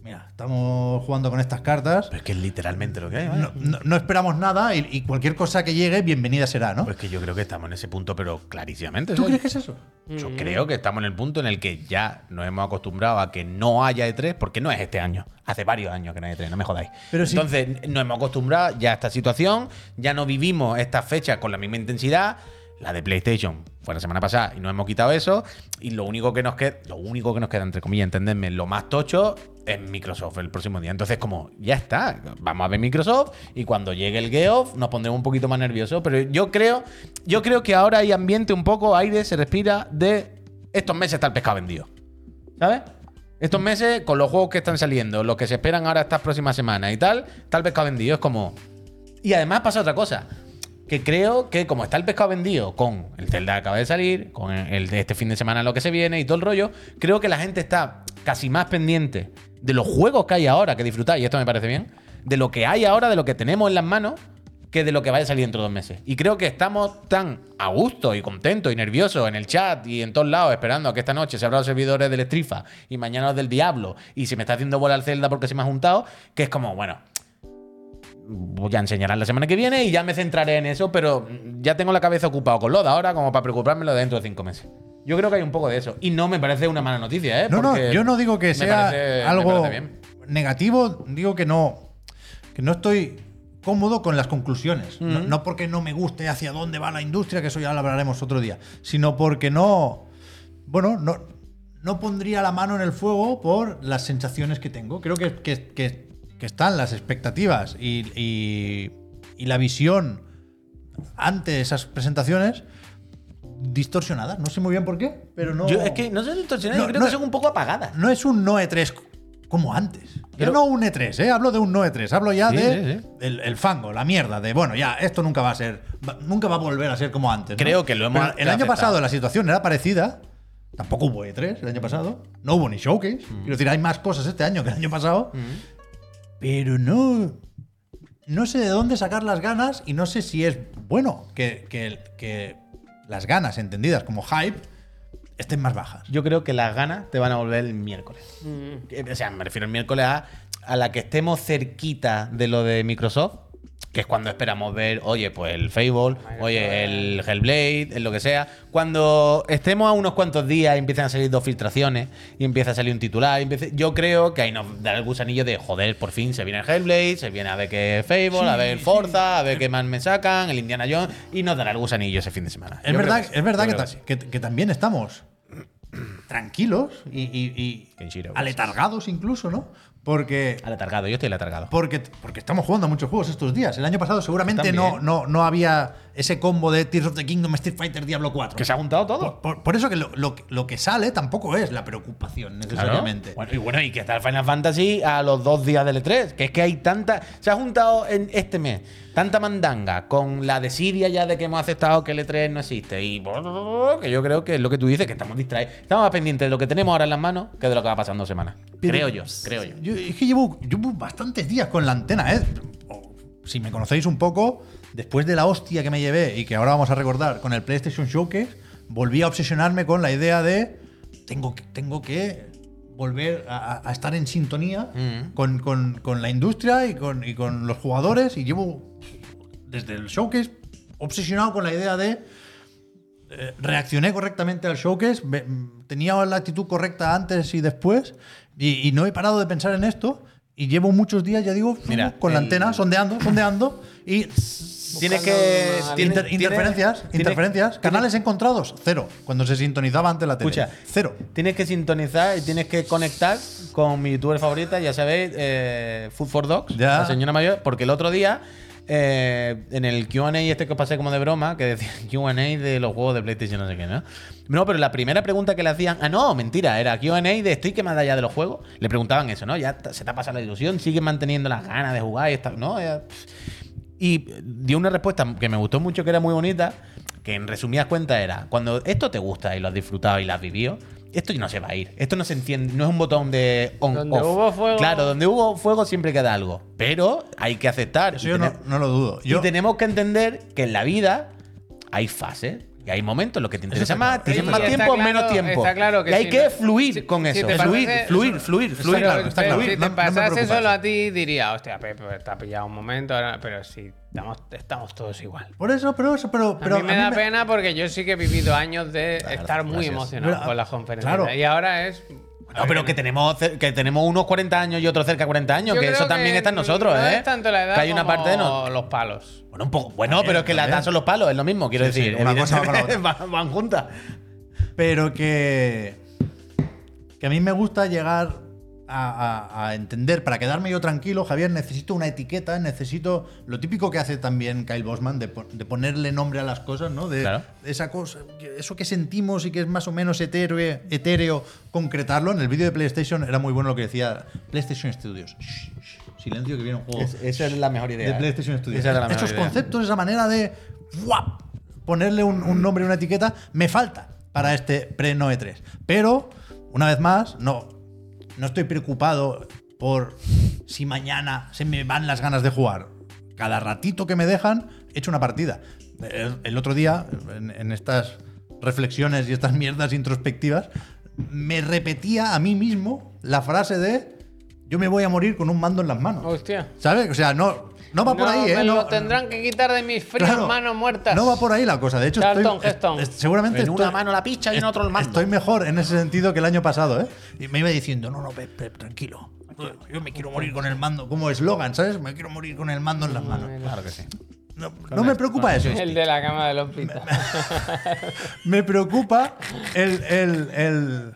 Speaker 3: mira, estamos jugando con estas cartas,
Speaker 1: Pero eh, es que es literalmente lo que hay.
Speaker 3: no, no- no esperamos nada y, y cualquier cosa que llegue, bienvenida será, ¿no?
Speaker 1: Pues eh, que yo creo que estamos en ese punto, pero clarísimamente.
Speaker 3: ¿Tú
Speaker 1: ¿sabes?
Speaker 3: crees que es eso?
Speaker 1: Yo creo que estamos en el punto en el que ya nos hemos acostumbrado a que no haya E3, porque no es este año. Hace varios años que no hay E3, no me jodáis.
Speaker 3: Pero sí.
Speaker 1: Entonces, nos hemos acostumbrado ya a esta situación, ya no vivimos estas fechas con la misma intensidad. La de PlayStation fue la semana pasada y nos hemos quitado eso. Y lo único que nos queda, lo único que nos queda, entre comillas, entendedme, lo más tocho es Microsoft el próximo día. Entonces, como, ya está, vamos a ver Microsoft y cuando llegue el Geoff nos pondremos un poquito más nerviosos. Pero yo creo, yo creo que ahora hay ambiente un poco, aire se respira de estos meses está el pescado vendido. ¿Sabes? Estos meses, con los juegos que están saliendo, los que se esperan ahora estas próximas semanas y tal, está el pescado vendido. Es como. Y además pasa otra cosa. Que creo que como está el pescado vendido con el Zelda que acaba de salir, con el, el de este fin de semana lo que se viene y todo el rollo, creo que la gente está casi más pendiente de los juegos que hay ahora que disfrutar, y esto me parece bien, de lo que hay ahora, de lo que tenemos en las manos, que de lo que vaya a salir dentro de dos meses. Y creo que estamos tan a gusto y contentos y nerviosos en el chat y en todos lados esperando a que esta noche se abran los servidores del Estrifa y mañana los del Diablo y se me está haciendo bola el Zelda porque se me ha juntado, que es como, bueno, ya enseñarán la semana que viene y ya me centraré en eso, pero ya tengo la cabeza ocupada con lo de ahora como para preocupármelo dentro de cinco meses. Yo creo que hay un poco de eso. Y no me parece una mala noticia, ¿eh?
Speaker 3: No, no,
Speaker 1: Porque
Speaker 3: yo no digo que
Speaker 1: me
Speaker 3: sea
Speaker 1: parece- me
Speaker 3: algo
Speaker 1: parece bien.
Speaker 3: negativo, digo que no. Que no estoy cómodo con las conclusiones. no,
Speaker 1: Mm.
Speaker 3: no porque no me guste hacia dónde va la industria, que eso ya lo hablaremos otro día, sino porque no. Bueno, no, no pondría la mano en el fuego por las sensaciones que tengo. Creo que, que- que- que están las expectativas y, y- y la visión ante esas presentaciones distorsionadas. No sé muy bien por qué, pero no.
Speaker 1: Yo, es que no son distorsionadas,
Speaker 3: No,
Speaker 1: yo creo
Speaker 3: no
Speaker 1: que
Speaker 3: es-
Speaker 1: son un poco apagadas.
Speaker 3: no es un Noe 3 como antes.
Speaker 1: Pero-
Speaker 3: Pero, no un E3, ¿eh? Hablo de un Noe 3. Hablo ya
Speaker 1: Sí,
Speaker 3: de
Speaker 1: sí, sí.
Speaker 3: El, el fango, la mierda, de bueno, ya, esto nunca va a ser. va- nunca va a volver a ser como antes. ¿no?
Speaker 1: Creo que lo hemos
Speaker 3: Pero El año
Speaker 1: aceptado.
Speaker 3: pasado la situación era parecida. Tampoco hubo E3 el año pasado. No hubo ni showcase.
Speaker 1: Mm.
Speaker 3: Quiero decir, hay más cosas este año que el año pasado. Pero no. No sé de dónde sacar las ganas y no sé si es bueno que, que- que las ganas entendidas como hype estén más bajas.
Speaker 1: Yo creo que las ganas te van a volver el miércoles.
Speaker 3: Mm.
Speaker 1: Eh, O sea, me refiero el miércoles a, a la que estemos cerquita de lo de Microsoft, que es cuando esperamos ver, oye, pues el Fable, oye, el Hellblade, el lo que sea. Cuando estemos a unos cuantos días y empiezan a salir dos filtraciones y empieza a salir un titular, y empieza- yo creo que ahí nos dará el gusanillo de, joder, por fin se viene el Hellblade, se viene a ver qué Fable, a ver el Forza, a ver qué más me sacan, el Indiana Jones, y nos dará el gusanillo ese fin de semana.
Speaker 3: Es
Speaker 1: Yo
Speaker 3: verdad,
Speaker 1: creo que sí,
Speaker 3: es verdad
Speaker 1: yo
Speaker 3: que,
Speaker 1: creo
Speaker 3: ta- que- que también estamos tranquilos y, y- y
Speaker 1: Kenshiro, gracias.
Speaker 3: aletargados incluso, ¿no?
Speaker 1: sí.
Speaker 3: Porque,
Speaker 1: Alatargado, yo estoy alatargado.
Speaker 3: porque, porque estamos jugando a muchos juegos estos días. El año pasado seguramente
Speaker 1: Están
Speaker 3: no,
Speaker 1: bien.
Speaker 3: no, no había ese combo de Tears of the Kingdom, Street Fighter, Diablo 4.
Speaker 1: Que se ha juntado todo.
Speaker 3: por, por- por eso que lo, lo que- lo que sale tampoco es la preocupación
Speaker 1: Claro.
Speaker 3: necesariamente.
Speaker 1: Bueno, y bueno, y que está el Final Fantasy a los dos días del E3. Que es que hay tanta. Se ha juntado en este mes tanta mandanga con la desidia ya de que hemos aceptado que el E3 no existe. Y que yo creo que es lo que tú dices, que estamos distraídos. Estamos más pendientes de lo que tenemos ahora en las manos que de lo que va pasando semana.
Speaker 3: Pero-
Speaker 1: creo yo, creo yo.
Speaker 3: Yo- es que llevo, llevo bastantes días con la antena, ¿eh? O- Si me conocéis un poco, después de la hostia que me llevé y que ahora vamos a recordar con el PlayStation Showcase, volví a obsesionarme con la idea de tengo que, tengo que volver a, a- a estar en sintonía
Speaker 1: Mm.
Speaker 3: con, con- con la industria y con, y con los jugadores y llevo desde el Showcase obsesionado con la idea de eh, reaccioné correctamente al showcase, me- m- tenía la actitud correcta antes y después, y, y no he parado de pensar en esto, y llevo muchos días, ya digo,
Speaker 1: Mira,
Speaker 3: con la
Speaker 1: el-
Speaker 3: antena, sondeando, sondeando, y
Speaker 1: Tienes que.
Speaker 2: una-
Speaker 1: tienes-
Speaker 3: inter-
Speaker 1: tienes-
Speaker 3: interferencias,
Speaker 1: tienes-
Speaker 3: interferencias, canales encontrados, cero, cuando se sintonizaba antes la tele,
Speaker 1: Escucha.
Speaker 3: cero.
Speaker 1: Tienes que sintonizar y tienes que conectar con mi youtuber favorita, ya sabéis, eh, Food for Dogs,
Speaker 3: Ya.
Speaker 1: la señora mayor, porque el otro día, eh, en el QA este que os pasé como de broma, que decía QA de los juegos de PlayStation, no sé qué, ¿no? No, pero la primera pregunta que le hacían, ah, no, mentira, era QA de estoy que más allá de los juegos. Le preguntaban eso, ¿no? Ya t- se te ha pasado la ilusión, sigues manteniendo las ganas de jugar y está, ¿no? Ya, pff. Y dio una respuesta que me gustó mucho, que era muy bonita, que en resumidas cuentas era, cuando esto te gusta y lo has disfrutado y lo has vivido, esto no se va a ir. Esto no se entiende, no es un botón de on
Speaker 2: Donde
Speaker 1: off.
Speaker 2: hubo fuego.
Speaker 1: Claro, donde hubo fuego siempre queda algo. Pero hay que aceptar.
Speaker 3: Eso
Speaker 1: y,
Speaker 3: yo no,
Speaker 1: tene-
Speaker 3: no lo dudo.
Speaker 1: y
Speaker 3: Yo,
Speaker 1: tenemos que entender que en la vida hay fases. Y hay momentos en los que te interesa
Speaker 3: está
Speaker 1: más,
Speaker 3: claro.
Speaker 1: tienes
Speaker 2: Sí,
Speaker 1: más
Speaker 2: está
Speaker 1: tiempo o
Speaker 2: claro-
Speaker 1: menos tiempo.
Speaker 2: está claro que
Speaker 1: y hay
Speaker 2: sí,
Speaker 1: que
Speaker 2: ¿no?
Speaker 1: fluir
Speaker 2: Si-
Speaker 1: con
Speaker 2: si
Speaker 1: eso.
Speaker 2: te
Speaker 1: fluir,
Speaker 2: parece-
Speaker 1: fluir, fluir,
Speaker 3: Está
Speaker 1: fluir.
Speaker 2: Pero-
Speaker 3: claro, está
Speaker 2: pero
Speaker 3: claro.
Speaker 2: Si
Speaker 3: No-
Speaker 2: te
Speaker 3: no me
Speaker 2: pasase
Speaker 3: preocupa
Speaker 2: solo
Speaker 3: eso.
Speaker 2: a ti, diría, hostia, Pepe, te ha pillado un momento, ahora- pero si estamos, estamos todos igual.
Speaker 3: por eso, pero eso, pero, pero
Speaker 2: a mí me da pena porque yo sí que he vivido años de estar muy
Speaker 1: gracias.
Speaker 2: emocionado
Speaker 3: Pero,
Speaker 2: con las conferencias.
Speaker 3: claro.
Speaker 2: Y ahora es.
Speaker 1: No, pero que tenemos, cer- que tenemos unos 40 años y otros cerca de 40 años,
Speaker 2: Yo
Speaker 1: que
Speaker 2: creo
Speaker 1: eso también está en nosotros,
Speaker 2: no
Speaker 1: ¿eh?
Speaker 2: Es tanto la edad
Speaker 1: que hay una
Speaker 2: como
Speaker 1: parte de nosotros.
Speaker 2: los palos.
Speaker 1: Bueno, un poco, bueno,
Speaker 3: También,
Speaker 1: pero es que la edad
Speaker 3: también.
Speaker 1: son los palos, es lo mismo, quiero
Speaker 3: Sí, sí,
Speaker 1: decir.
Speaker 3: una cosa va con la
Speaker 1: evidentemente, van, van juntas.
Speaker 3: pero que, que a mí me gusta llegar a, a- a entender, para quedarme yo tranquilo, Javier, necesito una etiqueta, necesito lo típico que hace también Kyle Bosman, de, po- de ponerle nombre a las cosas, ¿no? De
Speaker 1: Claro.
Speaker 3: esa cosa, que- eso que sentimos y que es más o menos etéreo, etéreo concretarlo. En el vídeo de PlayStation era muy bueno lo que decía PlayStation Studios. Shh, shh, silencio que viene un juego.
Speaker 1: esa es la mejor
Speaker 3: Pues
Speaker 1: ¿eh?
Speaker 3: de PlayStation Studios.
Speaker 1: Esa era la mejor
Speaker 3: Estos
Speaker 1: idea.
Speaker 3: conceptos, esa manera de ¡guap! ponerle un, un nombre y una etiqueta, me falta para este pre-Noe 3. Pero, una vez más, no, no estoy preocupado por si mañana se me van las ganas de jugar. Cada ratito que me dejan, echo una partida. El, el otro día, en, en estas reflexiones y estas mierdas introspectivas, me repetía a mí mismo la frase de yo me voy a morir con un mando en las manos.
Speaker 1: Oh,
Speaker 2: Hostia.
Speaker 3: ¿Sabes? O sea, no, no va por
Speaker 2: No,
Speaker 3: ahí, ¿eh?
Speaker 2: me
Speaker 3: No,
Speaker 2: lo tendrán que quitar de mis frías
Speaker 3: claro,
Speaker 2: manos muertas.
Speaker 3: No va por ahí la cosa. De hecho,
Speaker 2: Charlton
Speaker 3: estoy,
Speaker 2: Heston.
Speaker 3: es- seguramente
Speaker 1: En una
Speaker 3: estoy,
Speaker 1: mano la picha y en otro el mando.
Speaker 3: estoy mejor en ese sentido que el año pasado, ¿eh? Y me iba diciendo, no, no, Pep, Pep, tranquilo. yo, yo me quiero morir con el mando, como eslogan, ¿sabes? Me quiero morir con el mando en las manos.
Speaker 1: Claro que sí.
Speaker 3: No, no me preocupa eso.
Speaker 2: El de la cama del hospital.
Speaker 3: Me preocupa el, el- el-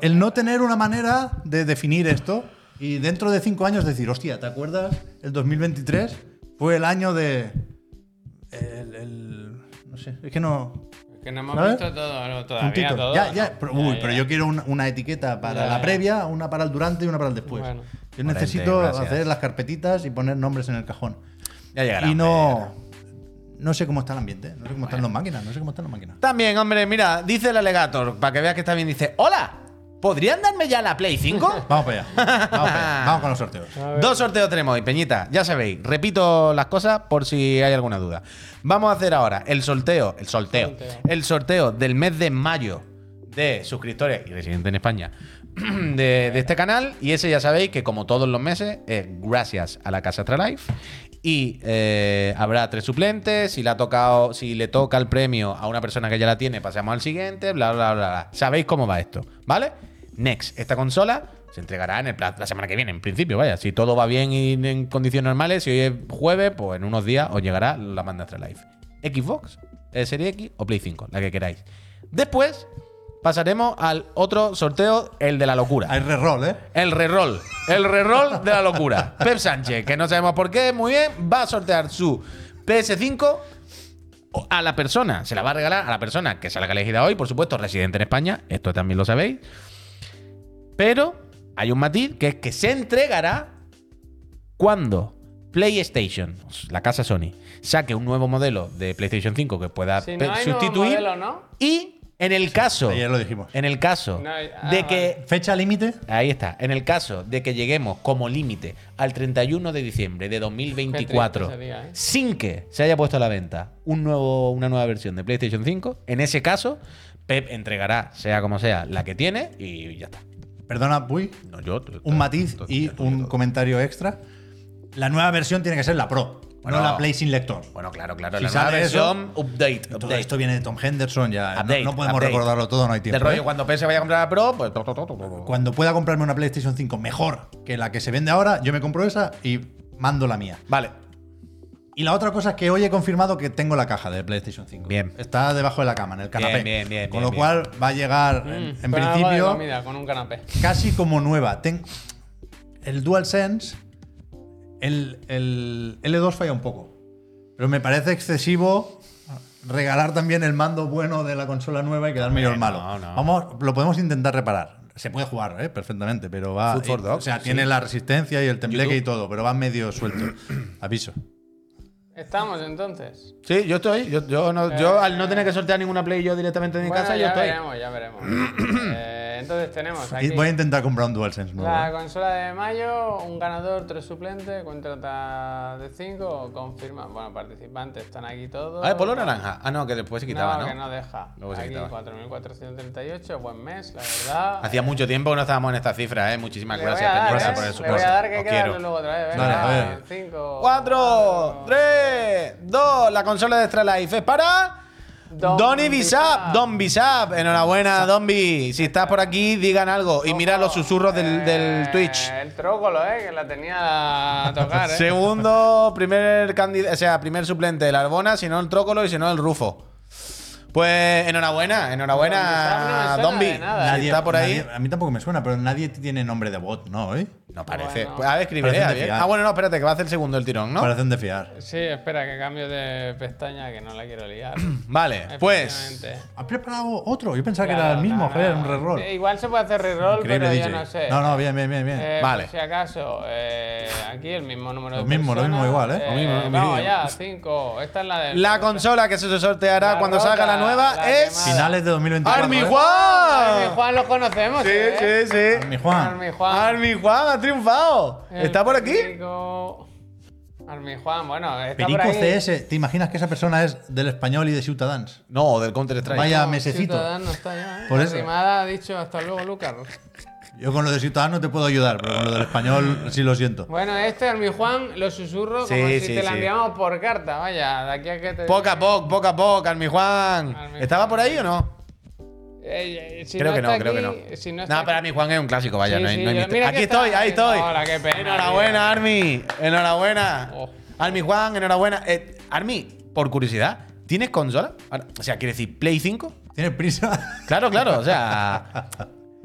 Speaker 3: el no tener una manera de definir esto y dentro de cinco años decir, hostia, ¿te acuerdas? El 2023 fue el año de... el- el- no sé, es que no...
Speaker 2: que no hemos
Speaker 3: ¿Sabes?
Speaker 2: visto todo, no, todavía
Speaker 3: Puntito.
Speaker 2: todo.
Speaker 3: ya,
Speaker 2: ¿no?
Speaker 3: ya, pero, uy,
Speaker 2: Ya,
Speaker 3: pero
Speaker 2: ya.
Speaker 3: yo quiero una, una etiqueta para
Speaker 2: Ya,
Speaker 3: la
Speaker 2: ya.
Speaker 3: previa, una para el durante y una para el después.
Speaker 2: Bueno.
Speaker 3: Yo
Speaker 1: Vale,
Speaker 3: necesito
Speaker 1: gracias.
Speaker 3: hacer las carpetitas y poner nombres en el cajón.
Speaker 1: Ya llegará.
Speaker 3: y
Speaker 1: hombre, ya llegará.
Speaker 3: no... No sé cómo está el ambiente, no sé cómo están las máquinas, no sé cómo están las máquinas.
Speaker 1: También, hombre, mira, dice el Alligator, para que veas que está bien, dice: ¡Hola! ¿Podrían darme ya la Play 5?
Speaker 3: Vamos para allá. Vamos, para allá. Vamos con los sorteos.
Speaker 1: Dos sorteos tenemos hoy, Peñita. Ya sabéis, repito las cosas por si hay alguna duda. Vamos a hacer ahora el sorteo, el sorteo,
Speaker 2: Sorteo.
Speaker 1: el sorteo del mes de mayo de suscriptores y residentes en España de, de este canal. Y ese ya sabéis que, como todos los meses, es gracias a la Casa Astralife. Y eh, habrá tres suplentes. Si le, ha tocado, si le toca el premio a una persona que ya la tiene, pasamos al siguiente. Bla, bla, bla, bla. Sabéis cómo va esto, ¿vale? Next, esta consola se entregará en el plazo la semana que viene, en principio, vaya. Si todo va bien y en condiciones normales, si hoy es jueves, pues en unos días os llegará la manda Astralife. Xbox, eh, Serie X o Play 5, la que queráis. Después pasaremos al otro sorteo, el de la locura.
Speaker 3: Hay reroll, ¿eh?
Speaker 1: El reroll. El reroll de la locura. Pep Sánchez, que no sabemos por qué, muy bien, va a sortear su PS5 a la persona. Se la va a regalar a la persona que salga elegida hoy, por supuesto, residente en España. Esto también lo sabéis. Pero hay un matiz que es que se entregará cuando PlayStation, la casa Sony, saque un nuevo modelo de PlayStation 5 que pueda
Speaker 2: Si
Speaker 1: pe-
Speaker 2: no hay nuevo
Speaker 1: sustituir.
Speaker 2: modelo, ¿no?
Speaker 1: Y en el caso,
Speaker 3: Ayer lo dijimos. Eh,
Speaker 1: en el caso
Speaker 2: No hay- ah,
Speaker 1: de que
Speaker 3: Fecha límite.
Speaker 1: Ahí está. En el caso de que lleguemos como límite al 31 de diciembre de 2024
Speaker 2: Qué triste sería, ¿eh?
Speaker 1: sin que se haya puesto a la venta un nuevo, una nueva versión de PlayStation 5, en ese caso, Pep entregará, sea como sea, la que tiene y ya está.
Speaker 3: Perdona, Puy.
Speaker 1: No, yo,
Speaker 3: Un matiz y un comentario extra. La nueva versión tiene que ser la Pro,
Speaker 1: Bueno.
Speaker 3: no la Play sin lector.
Speaker 1: Bueno, claro, claro.
Speaker 3: Si
Speaker 1: la nueva
Speaker 3: sale
Speaker 1: versión, update.
Speaker 3: Todo
Speaker 1: update.
Speaker 3: esto viene de Tom Henderson ya. No-
Speaker 1: Update,
Speaker 3: no, podemos
Speaker 1: update.
Speaker 3: recordarlo todo, no hay tiempo.
Speaker 1: Del rollo,
Speaker 3: ¿eh?
Speaker 1: cuando Pep se vaya a comprar la Pro, pues. to, to, to, to, to.
Speaker 3: Cuando pueda comprarme una PlayStation 5 mejor que la que se vende ahora, yo me compro esa y mando la mía.
Speaker 1: Vale.
Speaker 3: Y la otra cosa es que hoy he confirmado que tengo la caja de PlayStation 5.
Speaker 1: Bien.
Speaker 3: Está debajo de la cama, en el canapé.
Speaker 1: bien, bien,
Speaker 3: Con
Speaker 1: bien,
Speaker 3: lo
Speaker 1: bien.
Speaker 3: cual va a
Speaker 2: Mm,
Speaker 3: llegar, en,
Speaker 1: Mm.
Speaker 2: Con
Speaker 3: en
Speaker 2: algo de
Speaker 3: principio,
Speaker 2: comida, pues con un canapé.
Speaker 3: casi como nueva. Ten- el DualSense, el, el L2 falla un poco. Pero me parece excesivo regalar también el mando bueno de la consola nueva y quedarme yo el
Speaker 1: Hombre,
Speaker 3: malo.
Speaker 1: no, no.
Speaker 3: Vamos, lo podemos intentar reparar. Se puede jugar ¿eh? perfectamente, pero va. eh,
Speaker 1: Food for
Speaker 3: o sea,
Speaker 1: dogs,
Speaker 3: tiene
Speaker 1: sí.
Speaker 3: la resistencia y el tembleque y todo, pero va medio suelto. Aviso.
Speaker 2: Estamos entonces.
Speaker 1: Sí, yo estoy. Yo, yo no- yo, al no tener que sortear ninguna Play yo directamente en mi
Speaker 2: Eh, Bueno,
Speaker 1: casa, yo
Speaker 2: ya
Speaker 1: estoy.
Speaker 2: veremos, ya veremos. Eh, entonces tenemos
Speaker 3: Y
Speaker 2: aquí
Speaker 3: voy a intentar comprar un DualSense nuevo.
Speaker 2: la
Speaker 3: ¿eh?
Speaker 2: consola de mayo, un ganador, tres suplentes, contrata de cinco, confirma. Bueno, participantes, están aquí todos.
Speaker 1: A ver, ponlo naranja. Ah, no, que después se quitaba,
Speaker 2: no,
Speaker 1: ¿no?
Speaker 2: que no deja.
Speaker 1: Luego se
Speaker 2: Aquí
Speaker 1: quitaba.
Speaker 2: 4.438, buen mes, la verdad.
Speaker 1: Hacía mucho tiempo que no estábamos en esta cifra, ¿eh? Muchísimas
Speaker 2: Le voy a
Speaker 1: gracias,
Speaker 2: dar,
Speaker 1: Peña.
Speaker 2: ¿eh?
Speaker 1: Gracias por el
Speaker 2: Le voy a
Speaker 1: soporte.
Speaker 2: dar que
Speaker 1: Os
Speaker 2: hay que
Speaker 1: quiero.
Speaker 2: darlo luego otra vez.
Speaker 3: Dale,
Speaker 2: Venga,
Speaker 3: a ver.
Speaker 2: Cinco,
Speaker 1: 4,
Speaker 2: cuatro,
Speaker 1: 3, 2. La consola de Astralife es para.
Speaker 2: Don
Speaker 1: Donny Bisap,
Speaker 2: Bisap.
Speaker 1: Don Bisap, enhorabuena, Donby. Si estás por aquí, digan algo. Y mira los
Speaker 2: ojo,
Speaker 1: susurros del, del
Speaker 2: eh,
Speaker 1: Twitch.
Speaker 2: El trócolo, eh, que la tenía a tocar, eh.
Speaker 1: Segundo, primer candidato, o sea, primer suplente, el Arbona, si no el Trócolo y si no el Rufo. Pues enhorabuena, enhorabuena,
Speaker 2: Don Bisap no me suena
Speaker 1: Dombi.
Speaker 2: de nada,
Speaker 1: Si está por ahí.
Speaker 3: nadie- a mí tampoco me suena, pero nadie tiene nombre de bot, ¿no? ¿eh?
Speaker 1: No parece.
Speaker 2: Bueno.
Speaker 1: Pues, a ver, escribiré.
Speaker 3: Parecen de
Speaker 1: Javier.
Speaker 3: fiar.
Speaker 1: Ah, bueno, no, espérate, que va a hacer el segundo el tirón, ¿no?
Speaker 3: Parecen de fiar.
Speaker 2: Sí, espera, que cambio de pestaña que no la quiero liar.
Speaker 1: Vale, pues.
Speaker 2: Efectivamente.
Speaker 3: ¿Ha preparado otro? Yo pensaba que
Speaker 2: Claro,
Speaker 3: era el mismo,
Speaker 2: no,
Speaker 3: que era
Speaker 2: no.
Speaker 3: un reroll.
Speaker 2: Eh, Igual se puede hacer reroll,
Speaker 3: Increíble
Speaker 2: pero
Speaker 3: DJ.
Speaker 2: yo no sé.
Speaker 3: No, no, bien, bien, bien. bien.
Speaker 2: Eh,
Speaker 1: Vale.
Speaker 2: por si acaso, eh, aquí el mismo número
Speaker 3: Lo
Speaker 2: de
Speaker 3: mismo, lo
Speaker 2: personas.
Speaker 3: mismo igual, ¿eh? Lo
Speaker 1: mismo, lo
Speaker 2: Vamos
Speaker 1: mismo.
Speaker 2: ya, 5. Esta es la de.
Speaker 1: La consola que se sorteará
Speaker 2: La
Speaker 1: cuando salga la
Speaker 2: roca,
Speaker 1: nueva
Speaker 2: la
Speaker 1: es.
Speaker 2: quemada.
Speaker 3: Finales de 2024.
Speaker 1: ¡Army
Speaker 3: ¿eh?
Speaker 2: Armi
Speaker 1: Juan!
Speaker 2: Juan lo conocemos.
Speaker 1: Sí,
Speaker 2: ¿eh?
Speaker 1: sí, sí.
Speaker 3: Army Juan.
Speaker 2: Armi Juan.
Speaker 1: Army Juan ha triunfado.
Speaker 2: El
Speaker 1: ¿Está por aquí?
Speaker 2: perico. Armi Juan, bueno, está
Speaker 3: Perico
Speaker 2: por ahí.
Speaker 3: CS. ¿Te imaginas que esa persona es del español y de Ciutadans?
Speaker 1: No, del Counter Strike.
Speaker 3: Vaya
Speaker 2: No,
Speaker 3: mesecito.
Speaker 2: Ciudadano está ya, ¿eh?
Speaker 3: Por
Speaker 2: La
Speaker 3: eso.
Speaker 2: rimada ha dicho hasta luego, Lucas.
Speaker 3: Yo con lo de Ciutadans no te puedo ayudar, pero con lo del español sí lo siento.
Speaker 2: Bueno, este Armi Juan lo susurro como
Speaker 1: Sí,
Speaker 2: si
Speaker 1: sí,
Speaker 2: te la
Speaker 1: sí.
Speaker 2: enviamos por carta. Vaya, de aquí a que te.
Speaker 1: Poco a poco, poco a poco, Armi Juan.
Speaker 2: Armi
Speaker 1: ¿Estaba
Speaker 2: Juan.
Speaker 1: por ahí o no?
Speaker 2: Eh, eh, si
Speaker 1: creo que no,
Speaker 2: está
Speaker 1: creo que
Speaker 2: aquí-
Speaker 1: no.
Speaker 2: si no,
Speaker 1: no,
Speaker 2: está
Speaker 1: para
Speaker 2: aquí-
Speaker 1: mí Juan es un clásico, vaya.
Speaker 2: Sí,
Speaker 1: no hay-
Speaker 2: sí,
Speaker 1: no hay
Speaker 2: yo-
Speaker 1: mister-
Speaker 2: mira que
Speaker 1: aquí
Speaker 2: está
Speaker 1: estoy, ahí
Speaker 2: ahí.
Speaker 1: estoy.
Speaker 2: Hola, qué pena,
Speaker 1: Enhorabuena,
Speaker 2: tío.
Speaker 1: Armi. Enhorabuena.
Speaker 2: Oh.
Speaker 1: Armi Juan, enhorabuena. Eh, Armi, por curiosidad, ¿tienes consola? Ahora- O sea, quiere decir Play 5?
Speaker 3: ¿Tiene prisa?
Speaker 1: Claro, claro, o sea.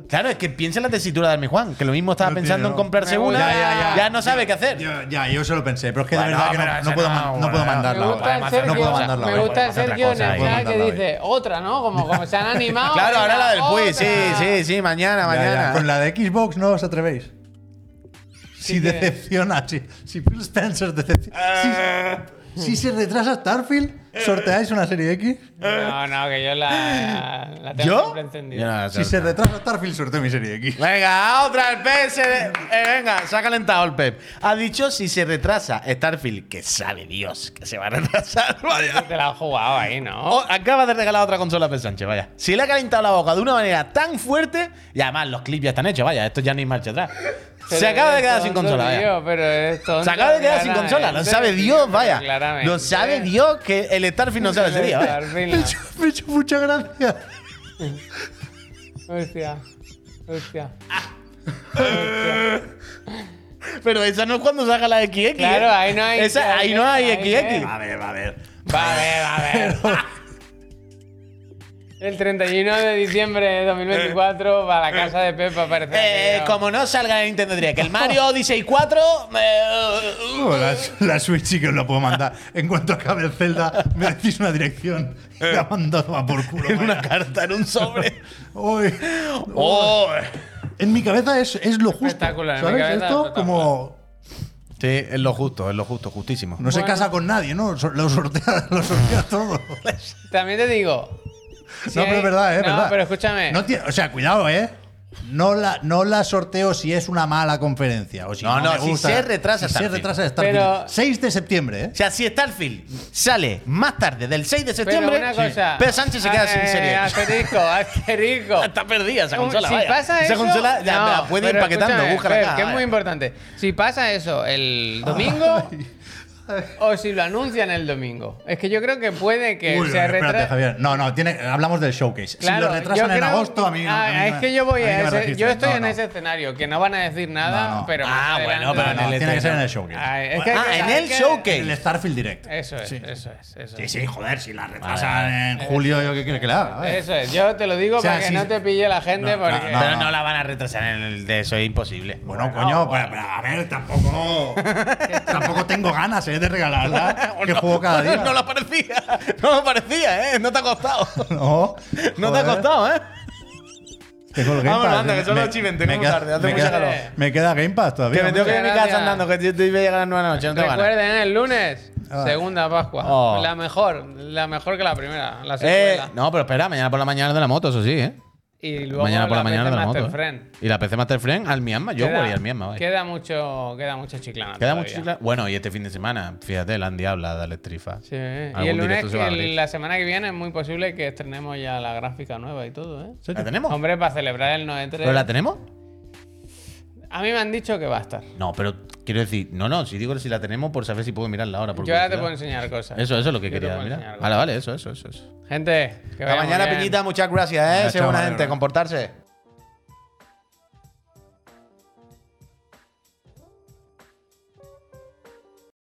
Speaker 1: Claro, es que piensa en la tesitura de Armi Juan, que lo mismo estaba
Speaker 3: No tiene,
Speaker 1: pensando en
Speaker 3: no.
Speaker 1: comprarse
Speaker 2: Me voy.
Speaker 1: una, ya,
Speaker 2: Ya, ya, ya.
Speaker 1: no sabe qué hacer.
Speaker 3: Yo- ya, yo se lo pensé, pero es que de
Speaker 1: Bueno,
Speaker 3: verdad que
Speaker 1: pero
Speaker 3: no,
Speaker 1: ese
Speaker 3: no puedo,
Speaker 1: no,
Speaker 3: man- no
Speaker 1: bueno.
Speaker 3: puedo
Speaker 1: Me
Speaker 3: mandarla.
Speaker 1: gusta
Speaker 3: ahora.
Speaker 1: el
Speaker 3: No
Speaker 1: Sergio-
Speaker 3: puedo mandarla.
Speaker 2: Me
Speaker 1: hoy,
Speaker 3: ahora.
Speaker 2: gusta el
Speaker 1: podemos hacer otra
Speaker 2: Sergio en
Speaker 1: cosa,
Speaker 2: el
Speaker 1: hoy.
Speaker 2: chat que
Speaker 3: Podemos mandarla
Speaker 2: dice otra, ¿no? Como, como se han animado.
Speaker 1: Claro, ahora la del
Speaker 2: otra.
Speaker 1: Puy, sí, sí, sí, mañana,
Speaker 3: Ya, ya,
Speaker 1: mañana.
Speaker 3: Con la de Xbox no os atrevéis. Si
Speaker 2: que-
Speaker 3: decepciona, si, si Phil Spencer decepciona. Si, si se retrasa Starfield, sorteáis una serie X.
Speaker 2: No, no, que yo la, la tengo
Speaker 1: ¿Yo?
Speaker 2: siempre encendida.
Speaker 1: Yo no la
Speaker 3: Si se
Speaker 1: sé.
Speaker 3: retrasa Starfield, sorteo mi serie X.
Speaker 1: Venga, otra, el Pep. se- eh, venga, se ha calentado el Pep. Ha dicho si se retrasa Starfield, que sabe Dios que se va a retrasar. Vaya.
Speaker 2: Te la has jugado ahí, ¿no?
Speaker 1: Oh, acaba de regalar otra consola a Pep Sánchez, vaya. Si le ha calentado la boca de una manera tan fuerte, y además los clips ya están hechos, vaya, esto ya no hay marcha atrás. Se
Speaker 2: Pero
Speaker 1: acaba de
Speaker 2: eres
Speaker 1: quedar sin
Speaker 2: tonto,
Speaker 1: consola, vaya.
Speaker 2: tío, pero eres
Speaker 1: Se
Speaker 2: tonto,
Speaker 1: acaba de quedar sin
Speaker 2: claramente,
Speaker 1: consola, lo sabe
Speaker 2: tío,
Speaker 1: Dios,
Speaker 2: pero
Speaker 1: vaya.
Speaker 2: claramente.
Speaker 1: Lo sabe Dios que el Starfield no sabe ese día, vaya.
Speaker 2: Starfield,
Speaker 3: Me ha hecho, me ha hecho mucha gracia.
Speaker 2: no. Hostia. Hostia.
Speaker 1: Pero esa no es cuando saca la XX.
Speaker 2: Claro,
Speaker 1: ¿eh?
Speaker 2: ahí no hay-
Speaker 1: Esa, ahí no hay
Speaker 2: ahí
Speaker 1: XX.
Speaker 2: no
Speaker 3: A ver, a ver.
Speaker 2: Va a ver, va a ver. El 31 de diciembre de 2024 va a la casa de Pepa, parece.
Speaker 1: Eh,
Speaker 2: tío.
Speaker 1: como no salga en Nintendo Direct, el Mario Odyssey 4. eh,
Speaker 3: Oh, la, la Switch sí que os la puedo mandar. En cuanto acabe el Zelda, me decís una dirección y la mando a tomar por culo.
Speaker 1: en una
Speaker 3: vaya.
Speaker 1: carta, en un sobre.
Speaker 3: Hoy.
Speaker 1: Oh.
Speaker 3: En mi cabeza es, es lo justo.
Speaker 2: Espectacular, en mi
Speaker 3: ¿Sabes?
Speaker 2: cabeza
Speaker 3: Esto
Speaker 2: espectacular.
Speaker 3: como.
Speaker 1: Sí, es lo justo, es lo justo, justísimo.
Speaker 3: No se
Speaker 2: Bueno.
Speaker 3: casa con nadie, ¿no? So- Lo sortea, lo sortea todo.
Speaker 2: También te digo. si
Speaker 3: no, pero
Speaker 2: hay-
Speaker 3: es verdad, ¿eh?
Speaker 2: No,
Speaker 3: verdad.
Speaker 2: pero escúchame.
Speaker 3: No tiene- o sea, cuidado, ¿eh? No la, no la sorteo si es una mala conferencia. O si
Speaker 1: No,
Speaker 3: no,
Speaker 1: no,
Speaker 3: me
Speaker 1: si
Speaker 3: gusta.
Speaker 1: se retrasa
Speaker 3: Si se
Speaker 1: Starfield.
Speaker 3: retrasa Starfield.
Speaker 2: Pero-
Speaker 3: 6 de septiembre, ¿eh?
Speaker 1: O sea, si Starfield sale más tarde del 6 de
Speaker 2: pero
Speaker 1: septiembre,
Speaker 2: una cosa.
Speaker 1: Pedro Sánchez se queda sin
Speaker 2: Eh,
Speaker 1: serie.
Speaker 2: Asterisco, asterisco.
Speaker 1: Está perdida esa
Speaker 2: Un-
Speaker 1: consola.
Speaker 2: si
Speaker 1: vaya.
Speaker 2: pasa eso,
Speaker 1: esa consola ya
Speaker 2: no,
Speaker 1: la puede ir
Speaker 2: pero
Speaker 1: paquetando,
Speaker 2: escúchame,
Speaker 1: búscala
Speaker 2: Fer,
Speaker 1: acá,
Speaker 2: que es
Speaker 1: vaya.
Speaker 2: muy importante. Si pasa eso el domingo
Speaker 1: Ah.
Speaker 2: o si lo anuncian el domingo. Es que yo creo que puede que
Speaker 3: Uy,
Speaker 2: se
Speaker 3: espérate,
Speaker 2: retrase.
Speaker 3: Javier. No, no, tiene, hablamos del showcase. si lo retrasan
Speaker 2: yo
Speaker 3: en
Speaker 2: creo-
Speaker 3: agosto, a mí no.
Speaker 2: Ah,
Speaker 3: a mí
Speaker 2: es
Speaker 3: me-
Speaker 2: que yo voy
Speaker 3: mí que
Speaker 2: a
Speaker 3: me
Speaker 2: ese,
Speaker 3: registren.
Speaker 2: Yo estoy
Speaker 3: No,
Speaker 2: en
Speaker 3: no.
Speaker 2: ese escenario, que no van a decir nada,
Speaker 3: No, no.
Speaker 2: pero.
Speaker 1: Ah,
Speaker 2: más
Speaker 1: bueno,
Speaker 2: adelante-
Speaker 1: pero en el
Speaker 3: tiene que ser en el
Speaker 2: Ah,
Speaker 3: showcase.
Speaker 2: es que hay
Speaker 1: Ah,
Speaker 2: que-
Speaker 1: en
Speaker 2: hay
Speaker 1: el
Speaker 2: que-
Speaker 1: showcase.
Speaker 3: El Starfield Direct.
Speaker 2: Eso es,
Speaker 3: Sí.
Speaker 2: eso es, eso
Speaker 3: Sí,
Speaker 2: es.
Speaker 3: sí, joder, si la retrasan en julio, yo qué quiere que le haga. Vaya.
Speaker 2: Eso es, yo te lo digo
Speaker 3: O sea,
Speaker 2: para que
Speaker 3: sí,
Speaker 2: no
Speaker 3: sí.
Speaker 2: te pille la gente
Speaker 3: No,
Speaker 2: porque.
Speaker 1: Pero no la van a retrasar en el de eso, es imposible.
Speaker 3: Bueno, coño,
Speaker 1: pues,
Speaker 3: pero- pero a ver, tampoco. tampoco tengo ganas eh, de regalarla. que juego cada día.
Speaker 1: No lo parecía, no lo parecía, ¿eh? No te ha costado.
Speaker 3: No,
Speaker 1: No te ha
Speaker 3: joder,
Speaker 1: costado, ¿eh?
Speaker 3: Tengo el Game
Speaker 1: Vámonos,
Speaker 3: Pass. eh.
Speaker 1: anda, que son
Speaker 3: Me-
Speaker 1: las ocho y veinte,
Speaker 3: me
Speaker 1: como
Speaker 3: queda-
Speaker 1: tarde, hace
Speaker 3: me
Speaker 1: mucha
Speaker 3: queda-
Speaker 2: calor.
Speaker 3: Me queda Game Pass todavía.
Speaker 1: Que me tengo que ir a mi
Speaker 2: Gracias.
Speaker 1: casa andando, que yo te iba a llegar a las 9 de la noche, no te van
Speaker 2: Recuerden, ¿eh? el lunes,
Speaker 3: Ah,
Speaker 2: segunda Pascua.
Speaker 1: Oh.
Speaker 2: La mejor, la mejor que la primera, la
Speaker 1: Eh,
Speaker 2: secuela.
Speaker 1: no, pero espera, mañana por la mañana de la moto, eso sí, ¿eh?
Speaker 2: Y luego
Speaker 1: mañana por la,
Speaker 2: PC
Speaker 1: mañana de la
Speaker 2: Master
Speaker 1: moto. ¿eh?
Speaker 2: Friend.
Speaker 1: Y la PC Master Friend al Mianma, yo voy al Mianma, vaya.
Speaker 3: eh.
Speaker 2: queda mucho, queda mucho chiclana.
Speaker 1: Queda
Speaker 2: todavía.
Speaker 1: mucho chicle- Bueno, y este fin de semana, fíjate, la han diabla, dale trifa.
Speaker 2: Sí.
Speaker 1: Algún
Speaker 2: Y el lunes,
Speaker 1: directo se va a
Speaker 2: el-
Speaker 1: abrir.
Speaker 2: la semana que viene, es muy posible que estrenemos ya la gráfica nueva y todo, ¿eh?
Speaker 1: ¿La tenemos?
Speaker 2: Hombre, para celebrar el 93.
Speaker 1: ¿Pero la tenemos?
Speaker 2: A mí me han dicho que va a estar.
Speaker 1: No, pero quiero decir, no, no, si digo si la tenemos por saber si puedo mirarla ahora. por
Speaker 2: Yo ahora
Speaker 1: curiosidad.
Speaker 2: te puedo enseñar cosas.
Speaker 1: Eso, eso es lo que
Speaker 2: Yo te
Speaker 1: quería
Speaker 2: puedo
Speaker 1: mirar.
Speaker 2: enseñar
Speaker 1: Vale, vale, eso, eso, eso. eso.
Speaker 2: Gente, que
Speaker 1: Hasta
Speaker 2: vaya muy
Speaker 1: mañana,
Speaker 2: bien.
Speaker 1: Peñita, muchas gracias,
Speaker 3: Venga,
Speaker 1: ¿eh? Sé
Speaker 3: chao,
Speaker 1: buena
Speaker 3: Manuel.
Speaker 1: gente, comportarse.